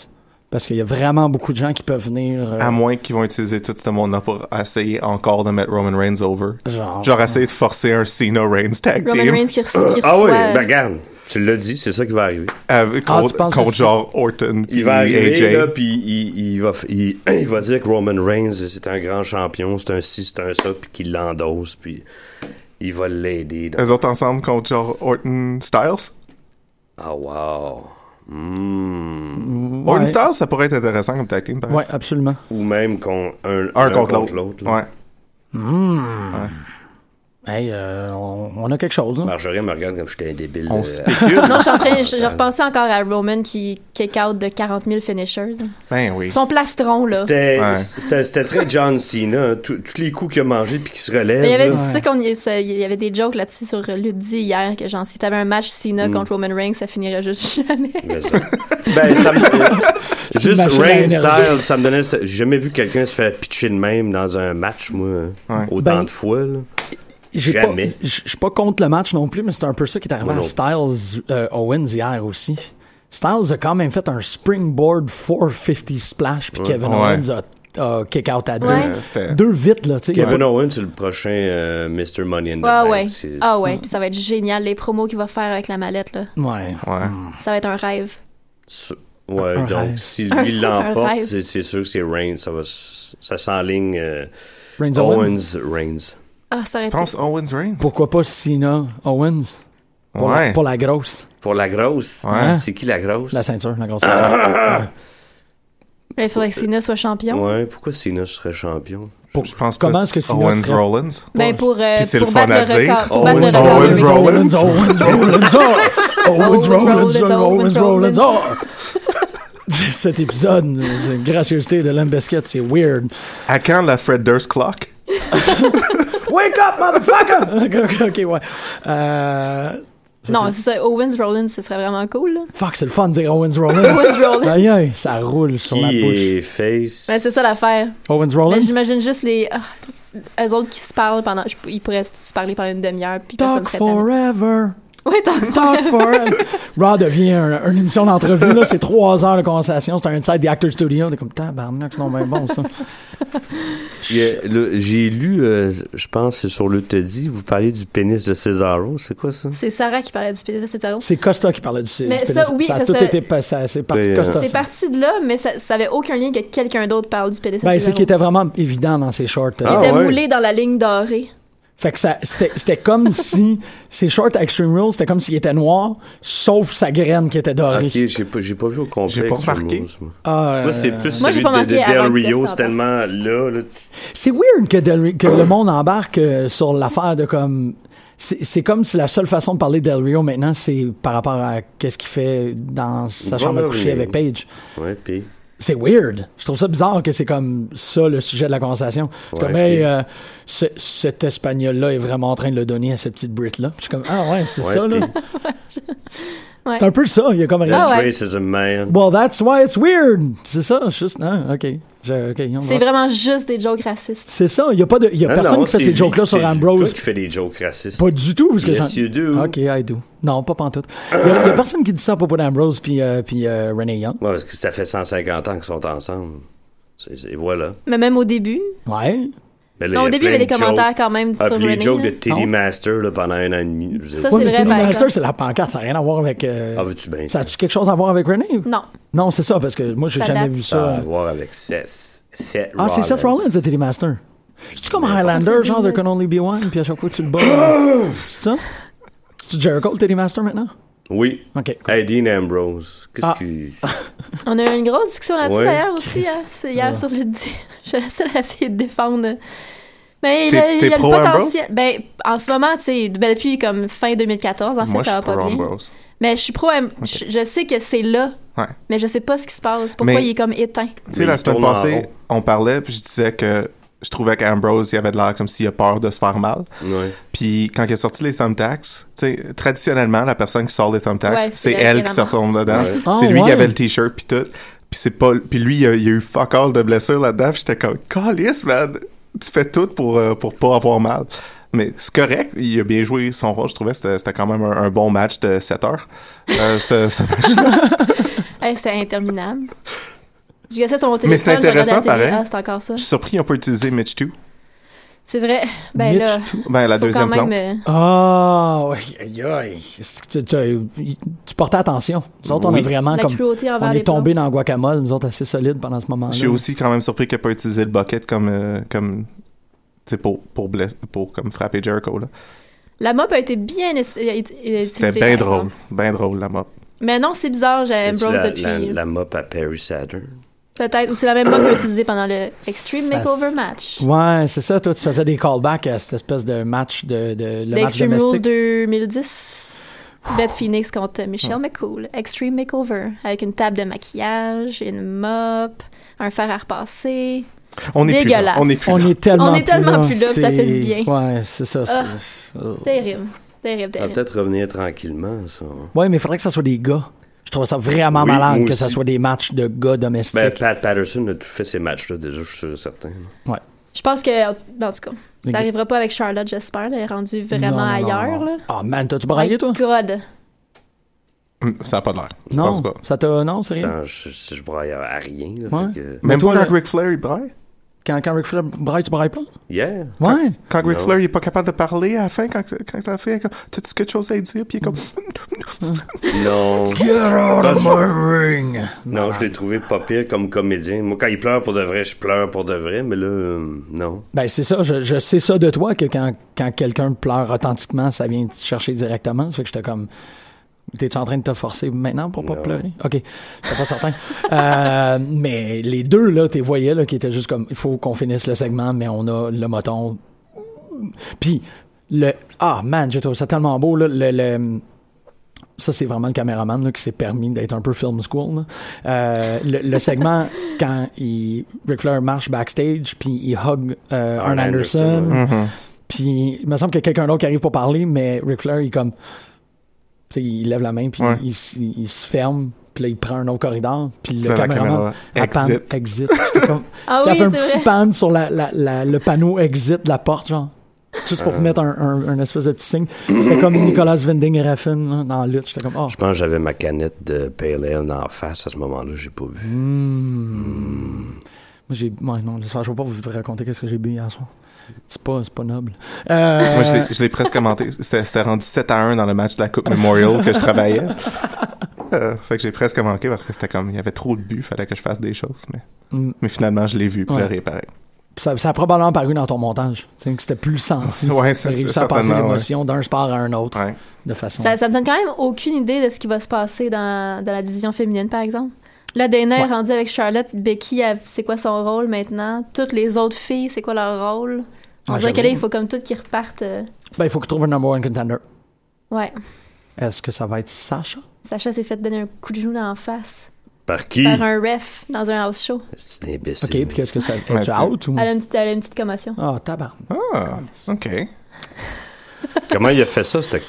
[SPEAKER 3] Parce qu'il y a vraiment beaucoup de gens qui peuvent venir. euh,
[SPEAKER 4] À moins qu'ils vont utiliser tout ce monde-là pour essayer encore de mettre Roman Reigns over.
[SPEAKER 3] genre.
[SPEAKER 4] Genre, essayer de forcer un Cena Reigns tag
[SPEAKER 5] Roman
[SPEAKER 4] team
[SPEAKER 5] Reigns qui, re- qui
[SPEAKER 7] ah oui,
[SPEAKER 5] reçoit.
[SPEAKER 7] ben regarde, tu l'as dit, c'est ça qui va arriver.
[SPEAKER 4] avec-
[SPEAKER 3] Ah, tu
[SPEAKER 4] contre,
[SPEAKER 3] penses que
[SPEAKER 4] contre
[SPEAKER 3] c'est-
[SPEAKER 4] genre Orton puis
[SPEAKER 7] Il va arriver,
[SPEAKER 4] AJ.
[SPEAKER 7] là, puis il, il va, f- il, il va dire que Roman Reigns, c'est un grand champion, c'est un ci, c'est un ça, puis qu'il l'endosse, puis il va l'aider. dans-
[SPEAKER 4] Eux autres ensemble contre genre Orton Styles.
[SPEAKER 7] Ah, wow. Hmm.
[SPEAKER 4] Orton Styles, ça pourrait être intéressant comme tag team, par
[SPEAKER 3] Ouais, absolument.
[SPEAKER 7] Ou même qu'on un,
[SPEAKER 4] Un
[SPEAKER 7] un
[SPEAKER 4] contre l'autre.
[SPEAKER 7] là.
[SPEAKER 4] Ouais.
[SPEAKER 3] Hey, euh, on, on a quelque chose. là.
[SPEAKER 7] Marjorie me regarde comme j'étais un débile.
[SPEAKER 4] On
[SPEAKER 7] euh,
[SPEAKER 4] spécule.
[SPEAKER 5] Non, je suis en train.
[SPEAKER 4] Euh,
[SPEAKER 5] Je, je repensais encore à Roman qui kick out de 40 000 finishers.
[SPEAKER 4] ben oui.
[SPEAKER 5] Son plastron, là.
[SPEAKER 7] C'était
[SPEAKER 4] Ouais.
[SPEAKER 7] c'était- c'était très John Cena, hein, tout- tous les coups qu'il a mangé puis qu'il se relève.
[SPEAKER 5] Mais il y avait,
[SPEAKER 7] là.
[SPEAKER 5] c'est ça qu'on y- ça- il y avait des jokes là-dessus sur euh, Ludzi hier que genre si t'avais un match Cena
[SPEAKER 7] Mm.
[SPEAKER 5] contre Roman Reigns ça finirait
[SPEAKER 4] Mm.
[SPEAKER 5] juste jamais.
[SPEAKER 7] Mais ça- ben, ça me...
[SPEAKER 3] une
[SPEAKER 7] Juste
[SPEAKER 3] machine à
[SPEAKER 7] Rain
[SPEAKER 3] énergie.
[SPEAKER 7] Style, ça me donnait. cette- J'ai jamais vu quelqu'un se faire pitcher de même dans un match, moi, hein,
[SPEAKER 4] Ouais.
[SPEAKER 7] autant
[SPEAKER 3] Ben,
[SPEAKER 7] de fois. là.
[SPEAKER 3] J'ai pas-
[SPEAKER 7] Jamais.
[SPEAKER 3] Je je suis pas contre le match non plus, mais c'est un peu ça qui est arrivé
[SPEAKER 7] Moi
[SPEAKER 3] à
[SPEAKER 7] non.
[SPEAKER 3] Styles euh, Owens hier aussi. Styles a quand même fait un springboard 450 splash, puis Kevin
[SPEAKER 4] Ouais.
[SPEAKER 3] Owens a, a kick out à deux.
[SPEAKER 5] Ouais.
[SPEAKER 4] C'était-
[SPEAKER 3] Deux vite, là, tu sais.
[SPEAKER 7] Kevin Owens, c'est le prochain euh, Mr. Money in the
[SPEAKER 5] Ah
[SPEAKER 4] ben,
[SPEAKER 7] Bank.
[SPEAKER 5] ouais.
[SPEAKER 7] C'est-
[SPEAKER 5] Ah
[SPEAKER 4] Mm.
[SPEAKER 5] ouais, puis ça va être génial les promos qu'il va faire avec la mallette là.
[SPEAKER 3] Ouais.
[SPEAKER 4] Ouais.
[SPEAKER 3] Hmm.
[SPEAKER 5] Ça va être un rêve.
[SPEAKER 7] c'est- ouais,
[SPEAKER 3] Un
[SPEAKER 7] donc
[SPEAKER 3] rêve.
[SPEAKER 7] si
[SPEAKER 5] Un-
[SPEAKER 7] lui
[SPEAKER 5] un
[SPEAKER 7] l'emporte,
[SPEAKER 5] rêve.
[SPEAKER 7] c'est c'est sûr que c'est Reigns. Ça va, s- ça s'enligne euh,
[SPEAKER 3] Reigns Owens.
[SPEAKER 7] Owens, Reigns.
[SPEAKER 5] Ah, ça va
[SPEAKER 4] Tu
[SPEAKER 5] être.
[SPEAKER 4] penses Owens Reigns?
[SPEAKER 3] Pourquoi pas Cena Owens? Pour,
[SPEAKER 4] Ouais.
[SPEAKER 3] la, pour la grosse.
[SPEAKER 7] Pour la grosse.
[SPEAKER 4] Ouais.
[SPEAKER 7] C'est qui la grosse?
[SPEAKER 3] La ceinture, la grosse ceinture.
[SPEAKER 7] Ah!
[SPEAKER 5] Mais Il faudrait que Cena soit champion.
[SPEAKER 7] Ouais, pourquoi Cena serait champion?
[SPEAKER 3] Pour-
[SPEAKER 4] Je pense
[SPEAKER 3] Comment
[SPEAKER 4] plus
[SPEAKER 3] est-ce que Cena
[SPEAKER 4] Owens
[SPEAKER 3] serait-
[SPEAKER 4] Rollins.
[SPEAKER 5] Ben pour, euh,
[SPEAKER 4] Puis c'est le
[SPEAKER 5] pour
[SPEAKER 4] fun
[SPEAKER 5] battre
[SPEAKER 4] à
[SPEAKER 5] le
[SPEAKER 4] dire.
[SPEAKER 5] record. Pour
[SPEAKER 7] Owens-
[SPEAKER 5] battre le record.
[SPEAKER 4] Owens
[SPEAKER 5] oui.
[SPEAKER 4] Rollins.
[SPEAKER 3] Owens, Owens, Owens, Owens, Owens, Owens, Owens, Owens, Owens. Cet épisode, euh, c'est une gracieuseté de Lambesquette, c'est weird.
[SPEAKER 4] À quand la Fred Durst Clock?
[SPEAKER 3] Wake up, motherfucker! ok, ok, ok, ouais. Euh, ça,
[SPEAKER 5] Non,
[SPEAKER 3] c'est-
[SPEAKER 5] c'est ça. Owens Rollins, ce serait vraiment cool. là.
[SPEAKER 3] Fuck, c'est le fun de dire Owens Rollins. Owens Rollins. ça roule sur
[SPEAKER 7] Qui
[SPEAKER 3] la bouche.
[SPEAKER 7] est face?
[SPEAKER 5] Ben, c'est ça l'affaire.
[SPEAKER 3] Owens
[SPEAKER 5] Mais
[SPEAKER 3] Rollins?
[SPEAKER 5] Ben, J'imagine juste les. ah, eux autres qui se parlent pendant. je- Ils pourraient se parler pendant une demi-heure. Puis personne
[SPEAKER 3] Talk
[SPEAKER 5] serait tanné.
[SPEAKER 3] forever.
[SPEAKER 5] Ouais, talk
[SPEAKER 3] Talk forever. Raw devient un- une émission d'entrevue, là. C'est trois heures de conversation. C'est un inside the actor studio. T'es comme, tabarnak, c'est donc bien bon, ça.
[SPEAKER 7] Il y a- le- J'ai lu, euh, je pense, c'est sur le Teddy, vous parlez du pénis de Cesaro. C'est quoi ça?
[SPEAKER 5] C'est Sarah qui parlait du PDS, c'est ça.
[SPEAKER 3] C'est Costa qui parlait du du
[SPEAKER 5] Mais
[SPEAKER 3] pénis.
[SPEAKER 5] ça, oui,
[SPEAKER 3] a
[SPEAKER 5] ça,
[SPEAKER 3] tout
[SPEAKER 5] ça-
[SPEAKER 3] été passé. C'est parti de
[SPEAKER 7] Oui,
[SPEAKER 3] Costa.
[SPEAKER 7] euh,
[SPEAKER 5] C'est
[SPEAKER 3] ça.
[SPEAKER 5] parti de là, mais ça, ça avait aucun lien que quelqu'un d'autre parle du PDS.
[SPEAKER 3] Ben, c'est qu'il était vraiment évident dans ses shorts. euh.
[SPEAKER 5] Il
[SPEAKER 7] Ah,
[SPEAKER 5] était
[SPEAKER 7] ouais.
[SPEAKER 5] moulé dans la ligne dorée.
[SPEAKER 3] Fait que ça, c'était, c'était comme si ses shorts à Extreme Rules, c'était comme s'il était noir, sauf sa graine qui était dorée.
[SPEAKER 7] Ok, j'ai pas, j'ai pas vu au complet.
[SPEAKER 4] J'ai pas
[SPEAKER 7] Extreme
[SPEAKER 4] remarqué.
[SPEAKER 7] Rules, moi.
[SPEAKER 3] Ah, euh,
[SPEAKER 7] Moi, c'est plus
[SPEAKER 5] Moi, j'ai
[SPEAKER 7] celui
[SPEAKER 5] pas
[SPEAKER 7] de, de
[SPEAKER 5] remarqué avant
[SPEAKER 7] Del
[SPEAKER 5] que
[SPEAKER 7] Rio,
[SPEAKER 5] Dustin
[SPEAKER 7] c'est tellement là. là tu-
[SPEAKER 3] C'est weird que, Del- que le monde embarque euh, sur l'affaire de comme. C'est c'est comme si la seule façon de parler de Del Rio maintenant, c'est par rapport à qu'est-ce qu'il fait dans sa
[SPEAKER 7] Il va
[SPEAKER 3] chambre à
[SPEAKER 7] revenir.
[SPEAKER 3] coucher avec Paige.
[SPEAKER 7] Ouais, puis
[SPEAKER 3] C'est weird. Je trouve ça bizarre que c'est comme ça le sujet de la conversation. C'est
[SPEAKER 7] Ouais,
[SPEAKER 3] comme, hey,
[SPEAKER 7] puis-
[SPEAKER 3] euh, ce- cet Espagnol-là est vraiment en train de le donner à cette petite Brit-là. Je suis comme, ah ouais, c'est
[SPEAKER 7] Ouais,
[SPEAKER 3] ça, là.
[SPEAKER 7] puis-
[SPEAKER 5] Ouais.
[SPEAKER 3] C'est un peu ça. Il y a comme rien.
[SPEAKER 7] That's
[SPEAKER 5] Ah ouais.
[SPEAKER 7] racism, man.
[SPEAKER 3] Well, that's why it's weird. C'est ça, juste, non, ok. Je- ok, on va-
[SPEAKER 5] C'est vraiment juste des jokes racistes.
[SPEAKER 3] C'est ça. Il y a pas de, il y a
[SPEAKER 7] Non,
[SPEAKER 3] personne
[SPEAKER 7] non,
[SPEAKER 3] qui fait
[SPEAKER 7] c'est
[SPEAKER 3] ces
[SPEAKER 7] lui
[SPEAKER 3] jokes-là
[SPEAKER 7] qui-
[SPEAKER 3] sur
[SPEAKER 7] c'est
[SPEAKER 3] Ambrose.
[SPEAKER 7] toi qui fait des jokes racistes.
[SPEAKER 3] Pas du tout, parce que
[SPEAKER 7] Yes,
[SPEAKER 3] j'en-
[SPEAKER 7] you do.
[SPEAKER 3] Ok, I do. Non, pas pantoute. Il y, a il y a personne qui dit ça à propos d'Ambrose puis euh, puis euh, Renee Young.
[SPEAKER 7] Ouais, parce que ça fait 150 ans qu'ils sont ensemble. C'est- c'est- voilà.
[SPEAKER 5] Mais même au début.
[SPEAKER 3] Ouais.
[SPEAKER 7] Mais là,
[SPEAKER 5] Non, au début, il y avait
[SPEAKER 7] plein
[SPEAKER 5] des
[SPEAKER 7] de jokes.
[SPEAKER 5] commentaires quand même
[SPEAKER 7] Ah,
[SPEAKER 5] sur
[SPEAKER 7] puis les
[SPEAKER 5] Renee,
[SPEAKER 7] jokes de
[SPEAKER 5] là.
[SPEAKER 7] Teddy
[SPEAKER 3] Ah.
[SPEAKER 7] Master là, pendant un an et demi. je veux
[SPEAKER 5] Ça,
[SPEAKER 7] dire,
[SPEAKER 3] ouais,
[SPEAKER 5] c'est
[SPEAKER 3] mais
[SPEAKER 5] vrai,
[SPEAKER 3] Teddy
[SPEAKER 5] par
[SPEAKER 3] Master,
[SPEAKER 5] exemple.
[SPEAKER 3] c'est la pancarte, ça n'a rien à voir avec. euh,
[SPEAKER 7] Ah, veux-tu bien?
[SPEAKER 3] ça a-tu quelque chose à voir avec Renee?
[SPEAKER 5] Non.
[SPEAKER 3] Non, c'est ça, parce que moi, j'ai
[SPEAKER 5] Ça
[SPEAKER 3] jamais
[SPEAKER 5] date.
[SPEAKER 3] vu
[SPEAKER 7] Ça a
[SPEAKER 3] ça. hein.
[SPEAKER 7] à voir avec Seth. Seth
[SPEAKER 3] Ah, c'est Seth Euh, Rollins, le Télémaster. C'est-tu comme Highlander,
[SPEAKER 5] c'est
[SPEAKER 3] genre
[SPEAKER 5] lui,
[SPEAKER 3] There
[SPEAKER 5] là.
[SPEAKER 3] Can Only Be One, puis à chaque fois tu le bats. euh, c'est ça? C'est Jericho, le Télémaster, maintenant?
[SPEAKER 7] Oui.
[SPEAKER 3] Ok. cool.
[SPEAKER 7] Hey, Dean Ambrose. Qu'est-ce
[SPEAKER 3] Ah.
[SPEAKER 7] qu'il-
[SPEAKER 5] On a eu une grosse discussion là-dessus
[SPEAKER 7] Ouais.
[SPEAKER 5] d'ailleurs aussi, hein, c'est
[SPEAKER 3] Ah.
[SPEAKER 5] hier sur le Je suis la seule à essayer de défendre. Mais il
[SPEAKER 4] T'es-
[SPEAKER 5] a, il
[SPEAKER 4] t'es
[SPEAKER 5] a le
[SPEAKER 4] pro
[SPEAKER 5] potentiel. Ben, en ce moment, tu sais, ben, depuis comme fin 2014, en fait,
[SPEAKER 4] Moi, je
[SPEAKER 5] ça
[SPEAKER 4] suis pour
[SPEAKER 5] va pas bien.
[SPEAKER 4] Ambrose.
[SPEAKER 5] Mais je suis pro. Je, je sais que c'est là,
[SPEAKER 4] Ouais.
[SPEAKER 5] mais je sais pas ce qui se passe. Pourquoi
[SPEAKER 4] Mais-
[SPEAKER 5] il est comme éteint?
[SPEAKER 4] Tu sais,
[SPEAKER 7] Mais
[SPEAKER 4] la
[SPEAKER 7] il
[SPEAKER 4] semaine
[SPEAKER 7] tourne en
[SPEAKER 4] passée,
[SPEAKER 7] rond.
[SPEAKER 4] on parlait, puis je disais que je trouvais qu'Ambrose, il avait de l'air comme s'il a peur de se faire mal.
[SPEAKER 7] Ouais.
[SPEAKER 4] Puis quand il a sorti les thumbtacks, tu sais, traditionnellement, la personne qui sort les thumbtacks,
[SPEAKER 5] Ouais, c'est
[SPEAKER 4] c'est
[SPEAKER 5] elle
[SPEAKER 4] elle
[SPEAKER 5] qui
[SPEAKER 4] qui se
[SPEAKER 5] ramasse.
[SPEAKER 4] retourne dedans.
[SPEAKER 7] Ouais.
[SPEAKER 3] Ah,
[SPEAKER 4] c'est lui
[SPEAKER 3] ouais.
[SPEAKER 4] qui avait le t-shirt puis tout. Puis c'est pas, puis lui, il a, il a eu fuck all de blessures là-dedans. Puis j'étais comme, calice, man, tu fais tout pour euh, pour pas avoir mal. Mais c'est correct, il a bien joué son rôle. Je trouvais que c'était c'était quand même un, un bon match de 7 heures. Euh, c'était- c'était-
[SPEAKER 5] Hey, C'était interminable. Je gossais sur mon téléphone.
[SPEAKER 4] Mais c'est
[SPEAKER 5] je regardais la
[SPEAKER 4] intéressant,
[SPEAKER 5] télé.
[SPEAKER 4] pareil.
[SPEAKER 5] Ah, c'est encore ça.
[SPEAKER 4] je suis surpris qu'ils n'ont pas utilisé Mitch 2.
[SPEAKER 5] C'est vrai. Ben
[SPEAKER 3] Mitch
[SPEAKER 5] là,
[SPEAKER 4] Ben, la
[SPEAKER 5] faut quand
[SPEAKER 4] deuxième plante.
[SPEAKER 5] même. euh,
[SPEAKER 3] Ah, ouais, aïe, aïe. C'est que Tu, tu, tu portais attention. Nous autres, on est
[SPEAKER 4] Oui.
[SPEAKER 3] vraiment
[SPEAKER 5] la
[SPEAKER 3] comme.
[SPEAKER 5] cruauté
[SPEAKER 3] On
[SPEAKER 5] envers les
[SPEAKER 3] est tombé dans le guacamole, nous autres, assez solides pendant ce moment-là.
[SPEAKER 4] Je suis aussi quand même surpris qu'ils n'aient pas utilisé le bucket comme, euh, comme tu sais, pour, pour, bless- pour comme frapper Jericho. là.
[SPEAKER 5] plantes. La mop a été bien essa- euh, ut-
[SPEAKER 4] C'était
[SPEAKER 5] euh, utilisée.
[SPEAKER 4] bien
[SPEAKER 5] par
[SPEAKER 4] drôle,
[SPEAKER 5] exemple.
[SPEAKER 4] bien drôle la mop.
[SPEAKER 5] Mais non, c'est bizarre, j'ai
[SPEAKER 7] As-tu
[SPEAKER 5] Ambrose Euh.
[SPEAKER 7] la,
[SPEAKER 5] depuis.
[SPEAKER 7] la, la mop à Perry Saturn.
[SPEAKER 5] Peut-être, ou c'est la même mop utilisée pendant le Extreme
[SPEAKER 3] Ça
[SPEAKER 5] Makeover
[SPEAKER 3] se-
[SPEAKER 5] Match.
[SPEAKER 3] Ouais, c'est ça. Toi, tu faisais des callbacks à cette espèce de match de, de le
[SPEAKER 5] The
[SPEAKER 3] match
[SPEAKER 5] Extreme Rules
[SPEAKER 3] domestique.
[SPEAKER 5] 2010. Beth Phoenix contre Michelle McCool. Extreme Makeover. Avec une table de maquillage, une mop, un fer à repasser.
[SPEAKER 4] On est plus là.
[SPEAKER 5] Dégueulasse.
[SPEAKER 4] On est plus
[SPEAKER 3] On
[SPEAKER 4] là.
[SPEAKER 3] est tellement
[SPEAKER 5] On est tellement
[SPEAKER 3] plus
[SPEAKER 5] plus
[SPEAKER 3] là,
[SPEAKER 5] là, ça fait
[SPEAKER 3] c'est-
[SPEAKER 5] du bien.
[SPEAKER 3] Ouais, c'est ça. c'est-
[SPEAKER 5] Ah.
[SPEAKER 3] euh,
[SPEAKER 5] Terrible.
[SPEAKER 3] Ah,
[SPEAKER 5] Terrible,
[SPEAKER 7] On va
[SPEAKER 5] terrible.
[SPEAKER 7] peut-être revenir tranquillement, ça.
[SPEAKER 3] Ouais, mais il faudrait que ça soit des gars. Je trouve ça vraiment
[SPEAKER 7] Oui,
[SPEAKER 3] malade
[SPEAKER 7] moi
[SPEAKER 3] que ça
[SPEAKER 7] aussi.
[SPEAKER 3] soit des matchs de gars
[SPEAKER 7] Ben,
[SPEAKER 3] domestiques.
[SPEAKER 7] Pat Patterson a tout fait ces matchs-là, déjà, je suis sûr et certain.
[SPEAKER 5] Je pense que, en, ben, en tout cas,
[SPEAKER 3] Ok.
[SPEAKER 5] ça arrivera pas avec Charlotte, j'espère. Elle est rendue vraiment
[SPEAKER 3] Non, non, non,
[SPEAKER 5] ailleurs.
[SPEAKER 3] non.
[SPEAKER 5] là.
[SPEAKER 3] Ah, man, t'as-tu braillé, toi?
[SPEAKER 5] My God.
[SPEAKER 4] Hum, Ça n'a pas l'air. Je
[SPEAKER 3] Non,
[SPEAKER 4] pense pas.
[SPEAKER 3] ça t'a... Non, c'est rien.
[SPEAKER 7] Attends, je, je, je braille à à rien. là,
[SPEAKER 3] Ouais.
[SPEAKER 7] fait que-
[SPEAKER 3] Mais
[SPEAKER 4] Même
[SPEAKER 3] toi,
[SPEAKER 4] pas
[SPEAKER 3] le-
[SPEAKER 4] quand Ric Flair, il braille?
[SPEAKER 3] Quand, quand Ric Flair braille, tu brailles pas?
[SPEAKER 7] Yeah.
[SPEAKER 3] Ouais.
[SPEAKER 4] Quand Ric
[SPEAKER 7] Non.
[SPEAKER 4] Flair, il est pas capable de parler à la fin, quand, quand la fille est comme, t'as-tu quelque chose à dire? Puis il est comme,
[SPEAKER 7] Non.
[SPEAKER 3] Get out of my ring!
[SPEAKER 7] Non, je l'ai trouvé pas pire comme comédien. Moi, quand il pleure pour de vrai, je pleure pour de vrai, mais là, euh, non.
[SPEAKER 3] Ben, c'est ça, je, je sais ça de toi, que quand, quand quelqu'un pleure authentiquement, ça vient te chercher directement. Ça fait que j'étais comme. T'es-tu en train de te forcer maintenant pour pas
[SPEAKER 7] Non.
[SPEAKER 3] pleurer? Ok, j'étais pas certain. Euh, mais les deux, là, t'es voyais, là, qui étaient juste comme, il faut qu'on finisse le segment, mais on a le moton. Puis, le. Ah, man, j'ai trouvé ça tellement beau, là. Le. le- ça, c'est vraiment le caméraman là, qui s'est permis d'être un peu film school. là. Euh, le, le segment, quand il, Ric Flair marche backstage, puis il hug euh, Arn
[SPEAKER 7] Arn
[SPEAKER 3] Anderson,
[SPEAKER 7] Anderson,
[SPEAKER 4] Mm-hmm. Ah.
[SPEAKER 3] puis il me semble qu'il y a quelqu'un d'autre qui arrive pour parler, mais Ric Flair, il comme... tu sais, Il lève la main, puis
[SPEAKER 4] Ouais.
[SPEAKER 3] il, s- il- il se ferme, puis là, il prend un autre corridor, puis le
[SPEAKER 4] Là, la
[SPEAKER 3] caméraman...
[SPEAKER 4] caméra,
[SPEAKER 3] elle pan-
[SPEAKER 4] exit.
[SPEAKER 3] exit. J'étais comme-
[SPEAKER 5] Ah
[SPEAKER 3] tu sais,
[SPEAKER 5] oui,
[SPEAKER 3] elle fait un
[SPEAKER 5] c'est
[SPEAKER 3] petit
[SPEAKER 5] vrai.
[SPEAKER 3] pan sur la- la- la- le panneau exit de la porte, genre. Juste
[SPEAKER 4] Euh.
[SPEAKER 3] pour mettre un, un- un espèce de petit signe. C'était comme Nicolas Vending et Raffin là, dans la lutte. J'étais comme, oh,
[SPEAKER 7] Je pense que j'avais ma canette de Pale Ale en face à ce moment-là, j'ai pas vu.
[SPEAKER 3] Moi, j'ai. Ouais, non, je ne vais pas vous raconter qu'est-ce que j'ai bu hier soir. C'est pas, c'est pas noble. Euh,
[SPEAKER 4] Moi, je l'ai- je l'ai presque commenté. C'était c'était rendu 7 à 1 dans le match de la Coupe Memorial que je travaillais. Euh, fait que j'ai presque manqué parce que c'était comme, il y avait trop de buts, fallait que je fasse des choses. Mais,
[SPEAKER 3] Mm.
[SPEAKER 4] mais finalement, je l'ai vu
[SPEAKER 3] Ouais.
[SPEAKER 4] pleurer pareil.
[SPEAKER 3] ça, ça a probablement paru dans ton montage. Tu sais, que C'était plus senti.
[SPEAKER 4] Ouais,
[SPEAKER 3] ça
[SPEAKER 4] c'est-
[SPEAKER 3] réussi
[SPEAKER 4] c'est
[SPEAKER 3] à passer
[SPEAKER 4] certainement,
[SPEAKER 3] l'émotion d'un sport à un autre
[SPEAKER 4] Ouais.
[SPEAKER 3] de façon.
[SPEAKER 5] Ça, ça me donne quand même aucune idée de ce qui va se passer dans, dans la division féminine, par exemple. Là, Dana est
[SPEAKER 3] Ouais.
[SPEAKER 5] rendue avec Charlotte. Becky, elle- c'est quoi son rôle maintenant? Toutes les autres filles, c'est quoi leur rôle?
[SPEAKER 4] Ah,
[SPEAKER 5] On
[SPEAKER 3] Ouais,
[SPEAKER 5] dirait que là,
[SPEAKER 3] j'avoue.
[SPEAKER 5] il faut comme toutes qui repartent. euh,
[SPEAKER 3] Ben, il faut qu'ils trouvent un number one contender.
[SPEAKER 5] Ouais.
[SPEAKER 3] Est-ce que ça va être Sacha?
[SPEAKER 5] Sacha s'est fait donner un coup de genou dans la face
[SPEAKER 7] Par qui?
[SPEAKER 5] par un ref dans un house show.
[SPEAKER 7] C'est un imbécile.
[SPEAKER 3] Ok, puis qu'est-ce que ça. Est-tu
[SPEAKER 4] Mathieu.
[SPEAKER 3] out ou.
[SPEAKER 5] Elle a une petite, elle a une petite commotion.
[SPEAKER 3] Ah, tabarnak.
[SPEAKER 4] Ah, OK.
[SPEAKER 7] Comment il a fait ça? C'était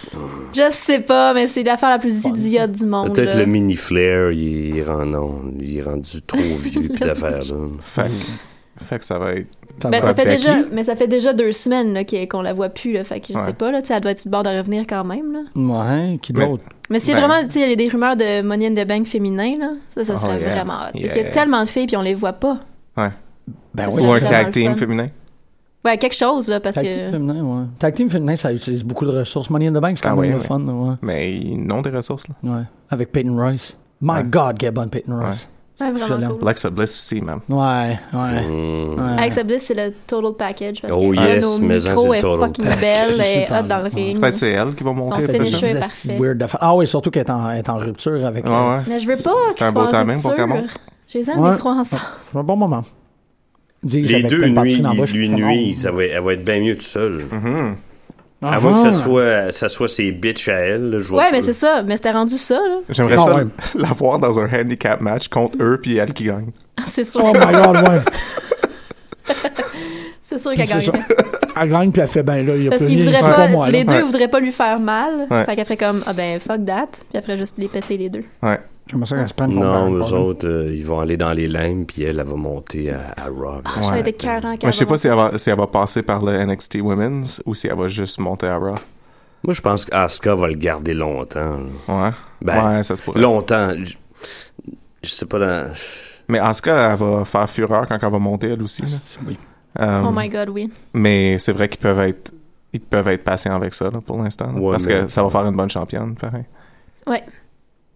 [SPEAKER 5] Je sais pas, mais c'est l'affaire la plus idiote du monde.
[SPEAKER 7] peut-être
[SPEAKER 5] là.
[SPEAKER 7] le mini flair, il est rendu, non, il est rendu trop vieux, puis d'affaires là.
[SPEAKER 4] Fait, que-
[SPEAKER 5] Mm.
[SPEAKER 4] fait que ça va être...
[SPEAKER 3] Ça
[SPEAKER 5] Ben,
[SPEAKER 3] va.
[SPEAKER 5] ça fait
[SPEAKER 4] Becky?
[SPEAKER 5] déjà, mais ça fait déjà deux semaines là, qu'il- qu'on la voit plus. Là, fait que je
[SPEAKER 4] Ouais.
[SPEAKER 5] sais pas, là, tu sais, elle doit être du bord de revenir quand même. Là.
[SPEAKER 3] Ouais, qui
[SPEAKER 4] Mais-
[SPEAKER 3] d'autre?
[SPEAKER 5] Mais si
[SPEAKER 4] Ben.
[SPEAKER 5] vraiment, tu sais, il y a des rumeurs de Money in the Bank féminin, là, ça, ça
[SPEAKER 4] Oh,
[SPEAKER 5] serait
[SPEAKER 4] yeah.
[SPEAKER 5] vraiment hot. Parce qu'il y
[SPEAKER 4] Yeah.
[SPEAKER 5] a tellement de filles puis on les voit pas.
[SPEAKER 3] Ben
[SPEAKER 5] ça
[SPEAKER 3] oui.
[SPEAKER 4] Ou un
[SPEAKER 5] vraiment
[SPEAKER 4] tag
[SPEAKER 5] le
[SPEAKER 4] team
[SPEAKER 5] fun.
[SPEAKER 4] féminin.
[SPEAKER 5] Ouais, quelque chose, là, parce
[SPEAKER 3] Tag team
[SPEAKER 5] que.
[SPEAKER 3] féminin, ouais. Tag team féminin, ça utilise beaucoup de ressources. Money in the Bank, c'est quand
[SPEAKER 4] Ah
[SPEAKER 3] même
[SPEAKER 4] ouais,
[SPEAKER 3] le
[SPEAKER 4] ouais.
[SPEAKER 3] fun, ouais.
[SPEAKER 4] Mais ils n'ont des ressources, là.
[SPEAKER 3] Ouais. Avec Peyton Royce. My
[SPEAKER 4] Ouais.
[SPEAKER 3] God, quelle bonne Peyton Royce.
[SPEAKER 5] Ouais,
[SPEAKER 3] que je
[SPEAKER 5] vraiment
[SPEAKER 3] l'aime.
[SPEAKER 5] cool.
[SPEAKER 4] Alexa Bliss aussi, man.
[SPEAKER 5] Mm.
[SPEAKER 3] Ouais, ouais.
[SPEAKER 7] Hum.
[SPEAKER 3] ouais.
[SPEAKER 5] Avec sa bliss, c'est le total package. Parce
[SPEAKER 7] Oh
[SPEAKER 5] que
[SPEAKER 7] yes,
[SPEAKER 5] un, au
[SPEAKER 7] mais ça,
[SPEAKER 5] micro
[SPEAKER 7] c'est
[SPEAKER 5] est
[SPEAKER 7] le total
[SPEAKER 5] fucking belle, elle est
[SPEAKER 3] Super.
[SPEAKER 5] hot dans le ring.
[SPEAKER 4] Peut-être c'est elle qui va monter.
[SPEAKER 5] finisher
[SPEAKER 4] peut-être.
[SPEAKER 5] est
[SPEAKER 3] Zesty
[SPEAKER 5] parfait.
[SPEAKER 3] weird d'affaire. Ah oui, surtout qu'elle est en, elle est en rupture avec.
[SPEAKER 4] Ouais,
[SPEAKER 3] euh,
[SPEAKER 4] ouais.
[SPEAKER 5] Mais je veux pas
[SPEAKER 4] C'est
[SPEAKER 5] qu'ils
[SPEAKER 4] un
[SPEAKER 5] soient
[SPEAKER 4] beau
[SPEAKER 5] en
[SPEAKER 4] timing pour
[SPEAKER 5] rupture.
[SPEAKER 4] Camon.
[SPEAKER 5] Je les aime
[SPEAKER 3] Ouais.
[SPEAKER 5] les trois ensemble.
[SPEAKER 3] C'est euh, un bon moment. Dis-je
[SPEAKER 7] Les
[SPEAKER 3] avec
[SPEAKER 7] deux
[SPEAKER 3] une partie
[SPEAKER 7] nuits,
[SPEAKER 3] dans la bouche.
[SPEAKER 7] lui
[SPEAKER 3] Ah,
[SPEAKER 7] nuit, ça va, elle va être bien mieux toute seule.
[SPEAKER 3] Mm-hmm. ah,
[SPEAKER 7] À moins
[SPEAKER 3] ah.
[SPEAKER 7] que ça soit, ça soit ses bitches à elle, là, je vois
[SPEAKER 5] Ouais,
[SPEAKER 7] pas.
[SPEAKER 5] mais c'est ça. Mais c'était rendu ça, là.
[SPEAKER 4] J'aimerais
[SPEAKER 3] Non,
[SPEAKER 4] ça
[SPEAKER 3] ouais.
[SPEAKER 4] la voir dans un handicap match contre eux, puis elle qui gagne.
[SPEAKER 5] C'est sûr.
[SPEAKER 3] Oh my god, ouais.
[SPEAKER 5] C'est sûr
[SPEAKER 3] Puis
[SPEAKER 5] qu'elle
[SPEAKER 3] c'est
[SPEAKER 5] gagne.
[SPEAKER 3] ça. Elle gagne, puis elle fait, ben là, il y a
[SPEAKER 5] Parce
[SPEAKER 3] plus
[SPEAKER 5] qu'ils
[SPEAKER 3] rien,
[SPEAKER 5] voudraient
[SPEAKER 3] c'est
[SPEAKER 5] pas,
[SPEAKER 3] moi, là.
[SPEAKER 5] les deux
[SPEAKER 4] Ouais.
[SPEAKER 5] voudraient pas lui faire mal.
[SPEAKER 4] Ouais.
[SPEAKER 5] Fait qu'après comme ah ben fuck that, puis après juste les péter les deux.
[SPEAKER 4] Ouais.
[SPEAKER 3] J'aimerais ça qu'elle se prenne pour
[SPEAKER 7] Non,
[SPEAKER 3] Baron
[SPEAKER 7] eux
[SPEAKER 3] Corbin.
[SPEAKER 7] autres, euh, ils vont aller dans les limbes, puis elle, elle va monter à, à Raw.
[SPEAKER 5] Ah, Ça
[SPEAKER 4] Ouais.
[SPEAKER 5] va être écœurant.
[SPEAKER 4] Mais je sais pas si elle, va, si elle va passer par le NXT Women's ou si elle va juste monter à Raw.
[SPEAKER 7] Moi, je pense qu'Asuka va le garder longtemps. là.
[SPEAKER 4] Ouais.
[SPEAKER 7] Ben,
[SPEAKER 4] ouais, ça se pourrait.
[SPEAKER 7] Longtemps. Je, je sais pas dans...
[SPEAKER 4] Mais Asuka, elle va faire fureur quand elle va monter, elle aussi. là.
[SPEAKER 3] Oui.
[SPEAKER 4] Euh,
[SPEAKER 5] Oh my god, oui.
[SPEAKER 4] Mais c'est vrai qu'ils peuvent être ils peuvent être patients avec ça là, pour l'instant. là,
[SPEAKER 7] Ouais,
[SPEAKER 4] parce
[SPEAKER 7] mais-
[SPEAKER 4] que ça va faire une bonne championne, pareil.
[SPEAKER 5] Ouais.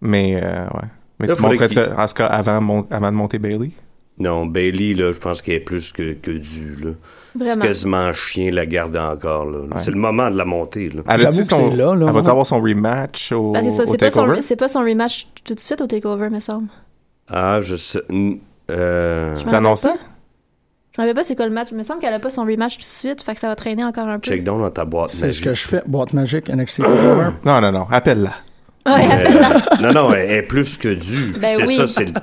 [SPEAKER 4] Mais euh, ouais. Mais
[SPEAKER 7] Là,
[SPEAKER 4] tu
[SPEAKER 7] faudrait
[SPEAKER 4] montrais
[SPEAKER 7] qu'il-
[SPEAKER 4] ça Asuka avant, mon- avant de monter Bailey?
[SPEAKER 7] Non, Bailey, là, je pense qu'elle est plus que, que due, là. C'est
[SPEAKER 5] Vraiment.
[SPEAKER 7] quasiment chien la garder encore, là. C'est le moment de la montée, là.
[SPEAKER 5] Ah.
[SPEAKER 4] Elle
[SPEAKER 3] J'avoue
[SPEAKER 4] a-tu
[SPEAKER 3] que
[SPEAKER 4] son.
[SPEAKER 3] c'est là, là,
[SPEAKER 4] elle va
[SPEAKER 3] ouais.
[SPEAKER 4] avoir son rematch au,
[SPEAKER 5] Parce que ça,
[SPEAKER 4] au
[SPEAKER 5] Ah, c'est pas, son,
[SPEAKER 4] takeover?
[SPEAKER 5] c'est pas son rematch tout de suite au takeover, me semble.
[SPEAKER 7] Ah, je sais... n- euh,
[SPEAKER 4] C'est annoncé?
[SPEAKER 5] pas. Je me rappelle pas c'est quoi le match. Il me semble qu'elle a pas son rematch tout de suite, fait que ça va traîner encore un peu.
[SPEAKER 7] Check down dans ta boîte
[SPEAKER 3] C'est ce
[SPEAKER 7] magique.
[SPEAKER 3] que je fais. Boîte magique, NXT Takeover.
[SPEAKER 4] Non, non, non. Appelle-la.
[SPEAKER 5] Ouais,
[SPEAKER 7] Euh, non, non, elle est plus que due.
[SPEAKER 5] Ben
[SPEAKER 7] c'est
[SPEAKER 5] oui.
[SPEAKER 7] ça, c'est... le-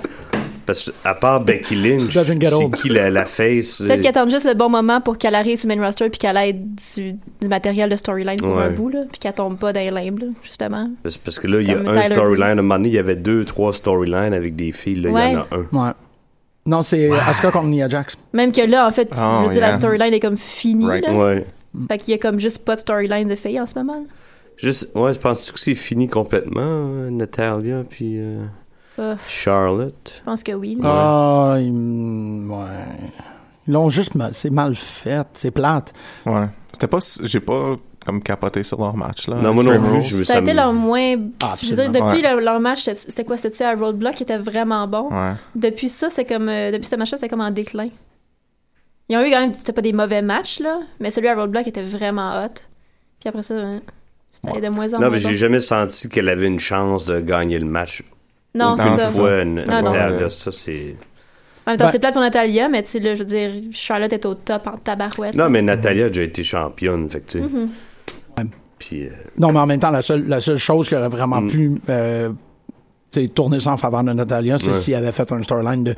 [SPEAKER 7] Parce que, à part Becky Lynch,
[SPEAKER 3] Doesn't get
[SPEAKER 7] c'est
[SPEAKER 3] old.
[SPEAKER 7] qui la, la face?
[SPEAKER 5] peut-être qu'elle attend juste le bon moment pour qu'elle arrive sur le main roster puis qu'elle ait du, du matériel de storyline pour
[SPEAKER 7] Ouais.
[SPEAKER 5] un bout, là, puis qu'elle tombe pas dans les limbes, là, justement.
[SPEAKER 7] Parce parce que là, il y a
[SPEAKER 5] Comme
[SPEAKER 7] un
[SPEAKER 5] Tyler
[SPEAKER 7] storyline. À un
[SPEAKER 5] Breeze.
[SPEAKER 7] moment donné, il y avait deux, trois storylines avec des filles. Là, il y en a un.
[SPEAKER 3] Ouais. Non, c'est Asuka contre Nia Jax.
[SPEAKER 5] Même que là, en fait, si
[SPEAKER 4] Oh,
[SPEAKER 5] je veux dire,
[SPEAKER 4] yeah.
[SPEAKER 5] la storyline est comme finie.
[SPEAKER 4] Right.
[SPEAKER 5] là.
[SPEAKER 7] Ah, Ouais.
[SPEAKER 5] Fait qu'il y a comme juste pas de storyline de filles en ce moment. là.
[SPEAKER 7] Juste, ouais, penses-tu que c'est fini complètement, euh, Natalia, puis euh,
[SPEAKER 5] Euh,
[SPEAKER 7] Charlotte?
[SPEAKER 5] je pense que oui. là.
[SPEAKER 3] Ah, il- ouais. Ils l'ont juste mal, c'est mal fait, c'est plate.
[SPEAKER 4] Ouais. C'était pas. J'ai pas comme capoté sur leur match, là.
[SPEAKER 7] Non, moi
[SPEAKER 4] Extreme
[SPEAKER 7] non plus,
[SPEAKER 4] Rules.
[SPEAKER 7] je me
[SPEAKER 5] Ça a
[SPEAKER 7] ça me-
[SPEAKER 5] été leur moins.
[SPEAKER 3] Ah,
[SPEAKER 5] je veux dire,
[SPEAKER 3] absolument.
[SPEAKER 5] depuis
[SPEAKER 4] Ouais.
[SPEAKER 5] leur, leur match, c'était- c'était quoi C'était-tu à Roadblock qui était vraiment bon
[SPEAKER 4] Ouais.
[SPEAKER 5] Depuis ça, c'est comme. euh, depuis ce match-là, c'était comme en déclin. Ils ont eu quand même. C'était pas des mauvais matchs, là, mais celui à Roadblock était vraiment hot. Puis après ça, euh, c'était de moins en
[SPEAKER 7] Non,
[SPEAKER 5] moins.
[SPEAKER 7] mais
[SPEAKER 5] bon.
[SPEAKER 7] j'ai jamais senti qu'elle avait une chance de gagner le match.
[SPEAKER 5] Non,
[SPEAKER 4] Non,
[SPEAKER 5] c'est ça.
[SPEAKER 4] c'est
[SPEAKER 7] Ouais, une-
[SPEAKER 5] Non, non.
[SPEAKER 7] une- là, ça, c'est.
[SPEAKER 5] En même temps,
[SPEAKER 3] Ben-
[SPEAKER 5] c'est plate pour Natalia, mais tu sais, là, je veux dire, Charlotte est au top en tabarouette.
[SPEAKER 7] Non,
[SPEAKER 5] là.
[SPEAKER 7] mais Natalia a déjà été championne, fait que, tu sais.
[SPEAKER 5] Mm-hmm.
[SPEAKER 7] Puis, euh,
[SPEAKER 3] Non, mais en même temps, la seule, la seule chose qui aurait vraiment pu euh, tu sais, tourner ça en faveur de Natalia, c'est
[SPEAKER 7] Ouais.
[SPEAKER 3] s'il avait fait un storyline de